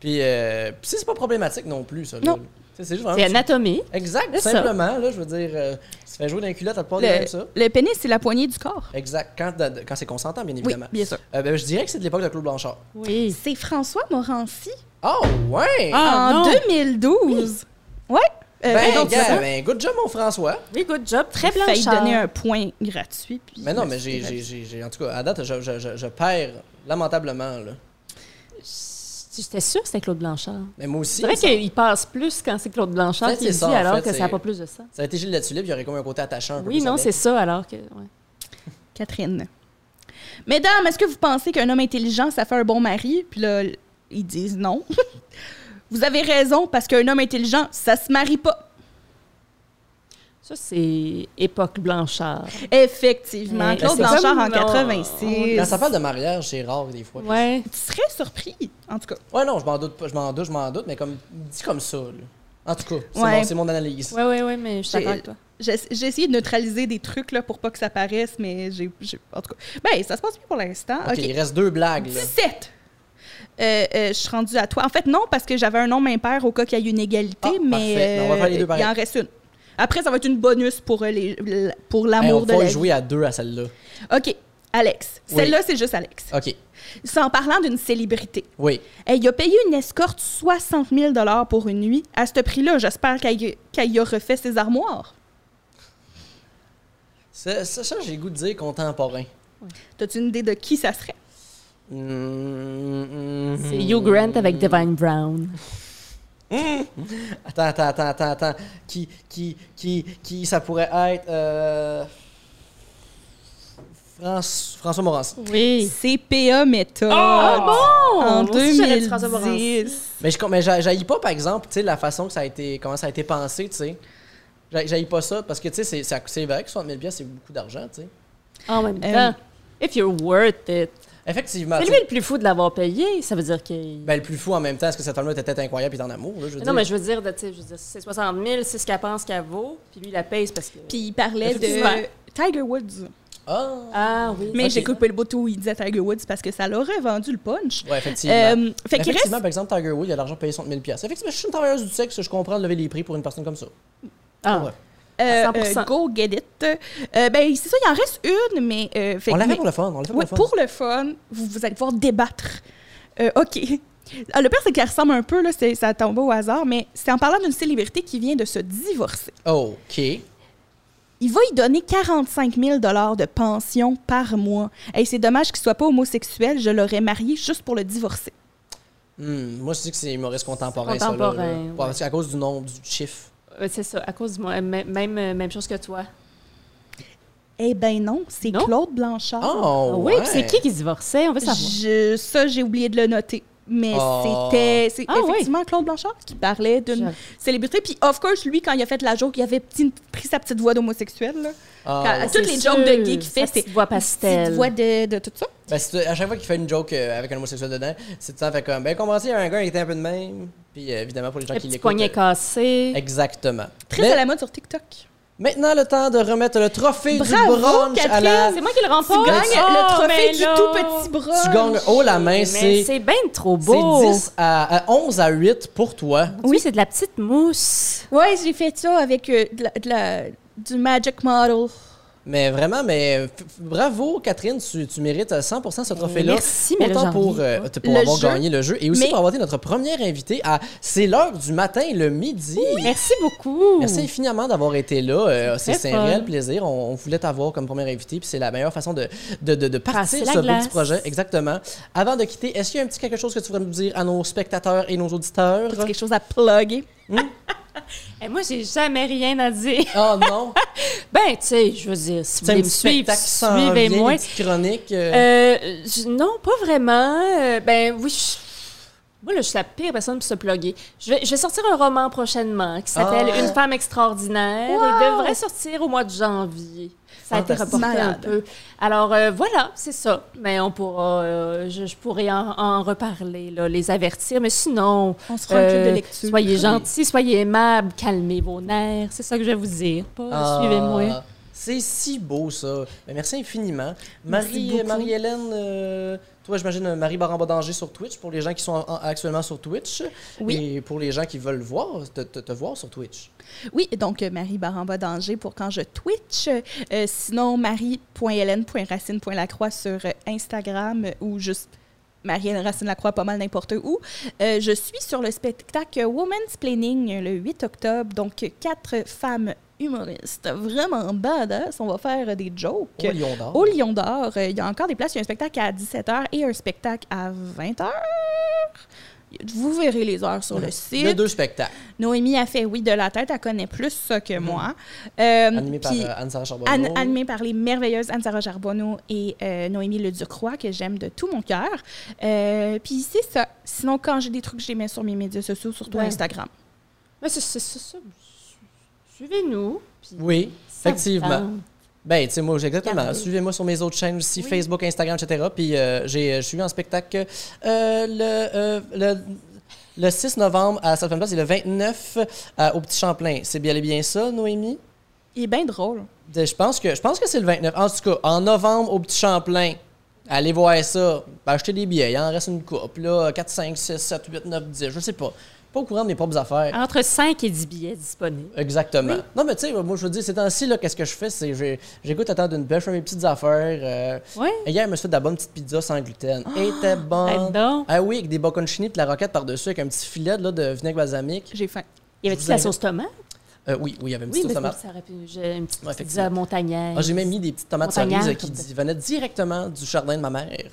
A: Puis, euh, puis c'est pas problématique non plus, ça, là.
B: Non.
A: Tu sais, C'est juste vraiment...
C: C'est anatomique.
A: Exact,
C: C'est ça.
A: simplement, là, je veux dire, euh, ça fait jouer dans les culottes à part de même, ça.
B: Le, le pénis, c'est la poignée du corps.
A: Exact, quand, quand c'est consentant, bien évidemment.
B: bien sûr.
A: Euh, ben, je dirais que c'est de l'époque de Claude Blanchard.
C: Oui.
B: C'est François Morancy
A: Oh, ouais!
C: Ah,
B: en
C: non.
B: 2012. Ouais. Euh,
A: ben,
B: donc,
A: gars,
B: c'est ça.
A: ben, good job, mon François.
C: Oui, good job. Très
B: J'ai failli
C: blanchard.
B: donner un point gratuit. Puis
A: Mais non,
B: je me
A: mais
B: suis
A: j'ai,
B: fait-
A: j'ai, j'ai- j'ai- en tout cas, à date, je, je- je- je perds lamentablement, là.
C: J'étais sûre que c'était Claude Blanchard.
A: Mais moi aussi,
C: C'est vrai
A: ça,
C: qu'il passe plus quand c'est Claude Blanchard
A: Peut-être
C: qui
A: c'est
C: le
A: ça,
C: dit,
A: en
C: alors
A: fait,
C: que
A: c'est-
C: ça n'a pas plus de sens.
A: ça a été Gilles la Tulipe, il y aurait comme un côté attachant un peu
C: Oui,
A: plus
C: non,
A: avec.
C: c'est ça, alors que... ouais.
B: Catherine. Mesdames, est-ce que vous pensez qu'un homme intelligent, ça fait un bon mari? Puis là, ils disent non. vous avez raison, parce qu'un homme intelligent, ça se marie pas.
C: Ça, c'est époque Blanchard.
B: Effectivement.
C: Ouais,
B: Claude
C: c'est
B: Blanchard
C: comme-
B: en
C: non.
B: 86.
A: Quand ça parle de mariage, c'est rare des fois.
C: Ouais.
B: Tu serais surpris, en tout cas.
A: Ouais, non, je m'en doute pas, je m'en doute, je m'en doute, mais comme, dit comme ça, là. En tout cas, c'est,
B: Ouais.
A: mon, c'est mon analyse.
C: Ouais, ouais, ouais, mais je suis
B: J'ai-
C: d'accord avec toi.
B: J'ai j'ai essayé de neutraliser des trucs là, pour pas que ça paraisse, mais j'ai. j'ai- En tout cas. Ben, ça se passe bien pour l'instant.
A: OK,
B: OK.
A: il reste deux blagues, là.
B: 17. euh, euh, je suis rendue à toi. En fait, non, parce que j'avais un nom impair au cas qu'il y ait une égalité,
A: Ah, parfait.
B: mais euh,
A: On va faire les deux
B: il en
A: pareil.
B: reste une. Après, ça va être une bonus pour, euh, les, l- pour
A: Hey,
B: l'amour
A: on
B: de
A: va
B: la
A: jouer à deux à celle-là.
B: vie. OK, Alex.
A: Oui. Ah.
B: Celle-là, c'est juste Alex.
A: OK.
B: C'est en parlant d'une célébrité.
A: Oui.
B: Hey, il a payé une escorte 60 000 pour une nuit. À ce prix-là, j'espère qu'elle qu'elle y a refait ses armoires.
A: Ça, ça, ça, j'ai le goût de dire contemporain.
B: T'as-tu une idée de qui ça serait?
A: Mm, mm,
C: C'est
A: mm.
C: Hugh Grant avec Divine Brown.
A: Attends, attends, attends, attends, attends. Qui, qui, qui, qui, ça pourrait être. euh, France- François Morancy.
C: Oui.
B: C'est PA Méthode.
C: bon!
B: En
C: Moi aussi, j'aurais dit
B: 2010.
C: François Morancy.
A: Mais je mais j'ha- j'haïs pas, par exemple, tu sais, la façon que ça a été. Comment ça a été pensé, tu sais. J'ha- J'haïs pas ça, parce que, tu sais, c'est- ça- c'est vrai que 60 000 piastres, c'est beaucoup d'argent, tu sais.
C: En même
B: Euh,
C: temps, if you're worth it.
A: Effectivement.
C: C'est
A: tu
C: lui
A: sais.
C: le plus fou de l'avoir payé. Ça veut dire qu'il.
A: Ben, le plus fou en même temps, est-ce que cet homme-là était peut-être incroyable et en amour, là, je veux
C: non,
A: dire.
C: mais je veux dire, de- tu sais, je veux dire, si c'est 60 000, c'est ce qu'elle pense qu'elle vaut, puis lui, il la paye c'est parce que.
B: Puis il parlait de
C: Effectivement.
B: Tiger Woods.
A: Ah!
C: Ah oui.
B: Mais
A: Ok.
B: j'ai coupé le bout où il disait Tiger Woods parce que ça l'aurait vendu le punch.
A: Ouais, effectivement.
B: Euh, fait qu'il reste.
A: effectivement, par exemple, Tiger Woods, il a l'argent payé 60 000 Effectivement, je suis une travailleuse du sexe, je comprends de lever les prix pour une personne comme ça.
C: Ah.
A: Ouais.
B: euh,
C: 100%.
B: euh, go get it. Euh, ben, c'est ça, il en reste une, mais. euh, fait
A: on
B: que-
A: l'a fait
B: mais-
A: pour le fun, on l'a fait pour le
B: Ouais,
A: fun.
B: pour le fun, vous, vous allez pouvoir débattre. Euh, OK. Ah, le pire, c'est qu'elle ressemble un peu, là, c'est- ça tombe au hasard, mais c'est en parlant d'une célébrité qui vient de se divorcer.
A: OK.
B: Il va y donner 45 000 de pension par mois. Et c'est dommage qu'il soit pas homosexuel, je l'aurais marié juste pour le divorcer.
A: Hmm, moi, je dis que c'est humoriste contemporain, ça. Là,
C: Contemporain,
A: là. Ouais,
C: ouais.
A: parce qu'à cause du nom, du chiffre.
C: Euh, C'est ça, à cause du moi, même, même, euh, même chose que toi.
B: Eh ben non, c'est
C: Non?
B: Claude Blanchard.
A: Oh,
C: Ah oui,
A: ouais.
C: puis c'est qui qui divorçait? On veut savoir.
B: Je- ça, j'ai oublié de le noter. Mais
A: Oh.
B: c'était c'est
C: Ah oui.
B: effectivement Claude Blanchard qui parlait d'une célébrité. Puis, of course, lui, quand il a fait la joke, il avait petit- pris sa petite voix d'homosexuel. là.
A: Ah,
B: Quand-
A: ouais.
B: toutes les jokes de gay qu'il fait,
C: c'est
B: c'est
C: voix
B: petite
C: pastel.
B: voix de, de tout ça.
A: Ben, c'est- à chaque fois qu'il fait une joke euh, avec un homosexuel dedans, c'est tout le temps fait comme, ben, comprenez, il y a un gars qui était un peu de même. Puis, euh, évidemment, pour les gens
C: Le
A: qui
C: petit
A: l'écoutent.
C: poignet
A: euh,
C: cassé.
A: Exactement.
B: Très
A: Mais
B: à la mode sur TikTok.
A: Maintenant, le temps de remettre le trophée
B: Bravo,
A: du brunch à la.
C: C'est moi qui le
B: Tu
C: remporte. Oh,
B: gagnes Oh, le trophée
C: mais
B: du
C: là.
B: tout petit bras.
A: Tu gagnes haut Oh, la main,
C: Mais
A: c'est
C: c'est bien trop beau.
A: c'est 10 à, à 11 à 8 pour toi.
C: Oui, c'est de la petite mousse.
B: Ouais, j'ai fait ça avec euh, de la- de la- du Magic Model.
A: Mais vraiment, mais f- f- bravo Catherine, tu, tu mérites euh, à 100% ce trophée-là.
C: Merci, mais là,
A: Autant
C: j'en
A: pour,
C: reviens
A: euh,
C: pas.
A: t- pour
B: Le
A: avoir
B: jeu.
A: gagné le jeu et aussi
B: Mais-
A: pour avoir été notre première invitée à C'est l'heure du matin, le midi.
C: Merci beaucoup.
A: Merci infiniment d'avoir été là. Euh,
C: C'est
A: c'est c'est
C: très
A: un
C: fun.
A: réel plaisir. On, on voulait t'avoir comme première invitée, puis c'est la meilleure façon de, de, de, de
C: Passer
A: partir
C: la
A: ce beau
C: glace.
A: petit projet. Exactement. Avant de quitter, est-ce qu'il y a un petit quelque chose que tu voudrais nous dire à nos spectateurs et nos auditeurs?
B: C'est quelque chose à plugger.
C: Et moi, j'ai jamais rien à dire.
A: Oh non!
C: Ben, tu sais, je veux dire, si vous
A: C'est un
C: voulez me
A: petit
C: suivre,
A: spectacle sans
C: suivez-moi.
A: chronique. euh,
C: Euh, je- non, pas vraiment. Euh, ben oui, je- moi, là, je suis la pire personne pour se plugger. Je vais, je vais sortir un roman prochainement qui s'appelle
A: Ah.
C: Une femme extraordinaire. Il devrait sortir au mois de janvier. Ça a été
A: Fantastique.
C: reporté un
B: Malade.
C: peu. Alors euh, voilà, c'est ça. Mais on pourra, euh, je, je pourrai en, en reparler, là, les avertir. Mais sinon, euh,
B: On se rend un club de lecture.
C: soyez gentils, soyez aimables, calmez vos nerfs. C'est ça que je vais vous dire. Pas
A: Ah,
C: Suivez-moi.
A: C'est si beau, ça. Ben, merci infiniment.
C: Merci
A: Marie,
C: beaucoup.
A: Marie-Hélène, euh, toi, j'imagine euh, Marie Baramba Danger sur Twitch pour les gens qui sont en- en- actuellement sur Twitch.
B: Oui.
A: Et pour les gens qui veulent voir, te, te- te voir sur Twitch.
B: Oui, donc euh, Marie Baramba Danger pour quand je Twitch. Euh, sinon, marie.hélène.racine.lacroix sur euh, Instagram euh, ou juste Marie-Hélène Racine Lacroix, pas mal n'importe où. Euh, je suis sur le spectacle Woman's Planning le 8 octobre. Donc, euh, quatre femmes humoristes vraiment badass. On va faire euh, des jokes.
A: Au Lion d'Or.
B: Au Lion d'Or, euh, il y a encore des places. Il y a un spectacle à 17h et un spectacle à 20h. Vous verrez les heures sur le
A: Il y a
B: site.
A: deux spectacles.
B: Noémie a fait oui de la tête, elle connaît plus ça que moi. Euh,
A: Animé par
B: puis
A: euh, Anne-Sarah Charbonneau.
B: Anne- animé par les merveilleuses Anne-Sarah Charbonneau et euh, Noémie Leducroix, que j'aime de tout mon cœur. Euh, puis c'est ça. Sinon, quand j'ai des trucs, je les mets sur mes médias sociaux, surtout
C: Ouais.
B: Instagram.
C: Mais c'est c'est- c'est ça. Suivez-nous. puis-
A: Oui,
C: Ça
A: effectivement.
C: me tente.
A: Ben, tu sais, moi, j'ai- exactement.
C: Regardez.
A: Suivez-moi sur mes autres chaînes aussi, Facebook, Instagram, etc. Puis, euh, j'ai- je suis en spectacle euh, le, euh, le, le 6 novembre à Southern Place et le 29 à- au Petit Champlain. C'est bien, et bien ça, Noémie?
B: Il est bien drôle.
A: De- Je pense que, je pense que c'est le 29. En tout cas, en novembre au Petit Champlain. Allez voir ça. Ben, achetez des billets. Il en reste une coupe. Là, 4, 5, 6, 7, 8, 9, 10. Je sais pas. Pas au courant de mes propres affaires.
C: Ah.
E: Entre 5 et 10 billets disponibles.
A: Exactement. Non, mais tu sais, moi, je veux dire, ces temps-ci, là, qu'est-ce que je fais? C'est j'ai- j'écoute attendre d'une pêche, je fais mes petites affaires. euh,
E: Oui.
A: et Hier, je me suis fait de la bonne petite pizza sans gluten. Elle était
E: Ben
A: bonne.
E: donc,
A: Ah oui, avec des bocconcini et de la roquette par-dessus, avec un petit filet là, de vinaigre balsamique.
B: J'ai faim.
E: y avait-tu de la
A: invite-
E: sauce tomate?
A: Euh, oui, oui, il y avait une
E: Oui,
A: petite
E: mais
A: sauce tomate.
E: ça aurait pu. J'ai une petite
A: Ouais,
E: pizza
A: effectivement.
E: montagnaise.
A: Ah, j'ai même mis des petites tomates
E: Montagnard,
A: cerises euh, qui
E: comme ça.
A: di- venaient directement du jardin de ma mère.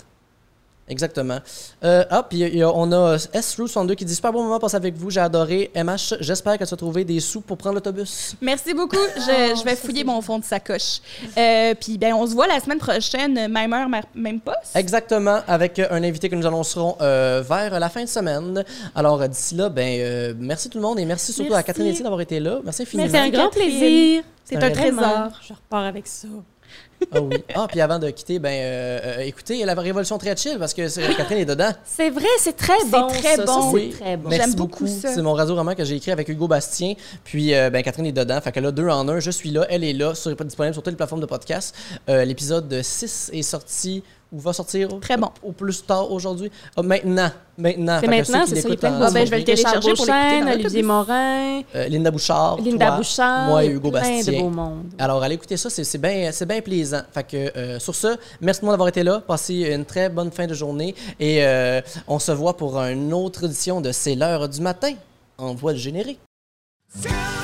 A: Exactement. Euh, ah, puis il y a- on a s 2 qui dit Super bon moment passé avec vous, j'ai adoré. MH, j'espère que tu as trouvé des sous pour prendre l'autobus.
B: Merci beaucoup. Je, je vais fouiller mon fond de sacoche. Euh, Puis, ben, on se voit la semaine prochaine, même heure, ma- même poste.
A: Exactement, avec euh, un invité que nous annoncerons euh, vers la fin de semaine. Alors euh, d'ici là, ben euh, merci tout le monde et merci surtout à
E: Merci.
A: Catherine Etier d'avoir été là. Merci infiniment.
E: C'était un grand
B: Catherine.
E: plaisir.
B: C'est un
E: Vraiment.
B: trésor.
C: Je repars avec ça.
A: Ah oui. Ah, puis avant de quitter, ben euh, euh, écoutez, la révolution très chill parce que c'est- Catherine est dedans.
E: C'est vrai, c'est très bon.
B: très
E: ça. Ça,
B: bon.
E: c'est
A: Oui.
E: très bon.
A: Merci
B: J'aime
A: beaucoup.
B: beaucoup ça.
A: C'est mon radio roman que j'ai écrit avec Hugo Bastien. Puis euh, ben, Catherine est dedans. Fait que là, deux en un, je suis là, elle est là, sur, disponible sur toutes les plateformes de podcast. Euh, L'épisode 6 est sorti ou va sortir au-
B: Très bon.
A: au plus tard aujourd'hui. Ah, maintenant. Maintenant.
E: C'est
A: Fait que
E: maintenant,
A: ceux qui
E: c'est ça. Il y a
A: l'écoutent hein.
E: plein de
A: en
E: bons
B: Ah ben, je vais le
A: janvier,
E: Richard
B: télécharger pour l'écouter dans
E: Beauchesne, Olivier
B: l'autobus.
E: Morin,
A: euh, Linda Bouchard.
E: Linda
A: toi,
E: Bouchard.
A: Moi et
E: il y a
A: Hugo
E: plein
A: Bastien.
E: de beau monde.
A: Alors, allez écouter ça, c'est c'est bien c'est bien plaisant. Fait que, euh, sur ce, merci tout le monde d'avoir été là. Passez une très bonne fin de journée et euh, on se voit pour une autre édition de C'est l'heure du matin. On voit le générique.
F: Tell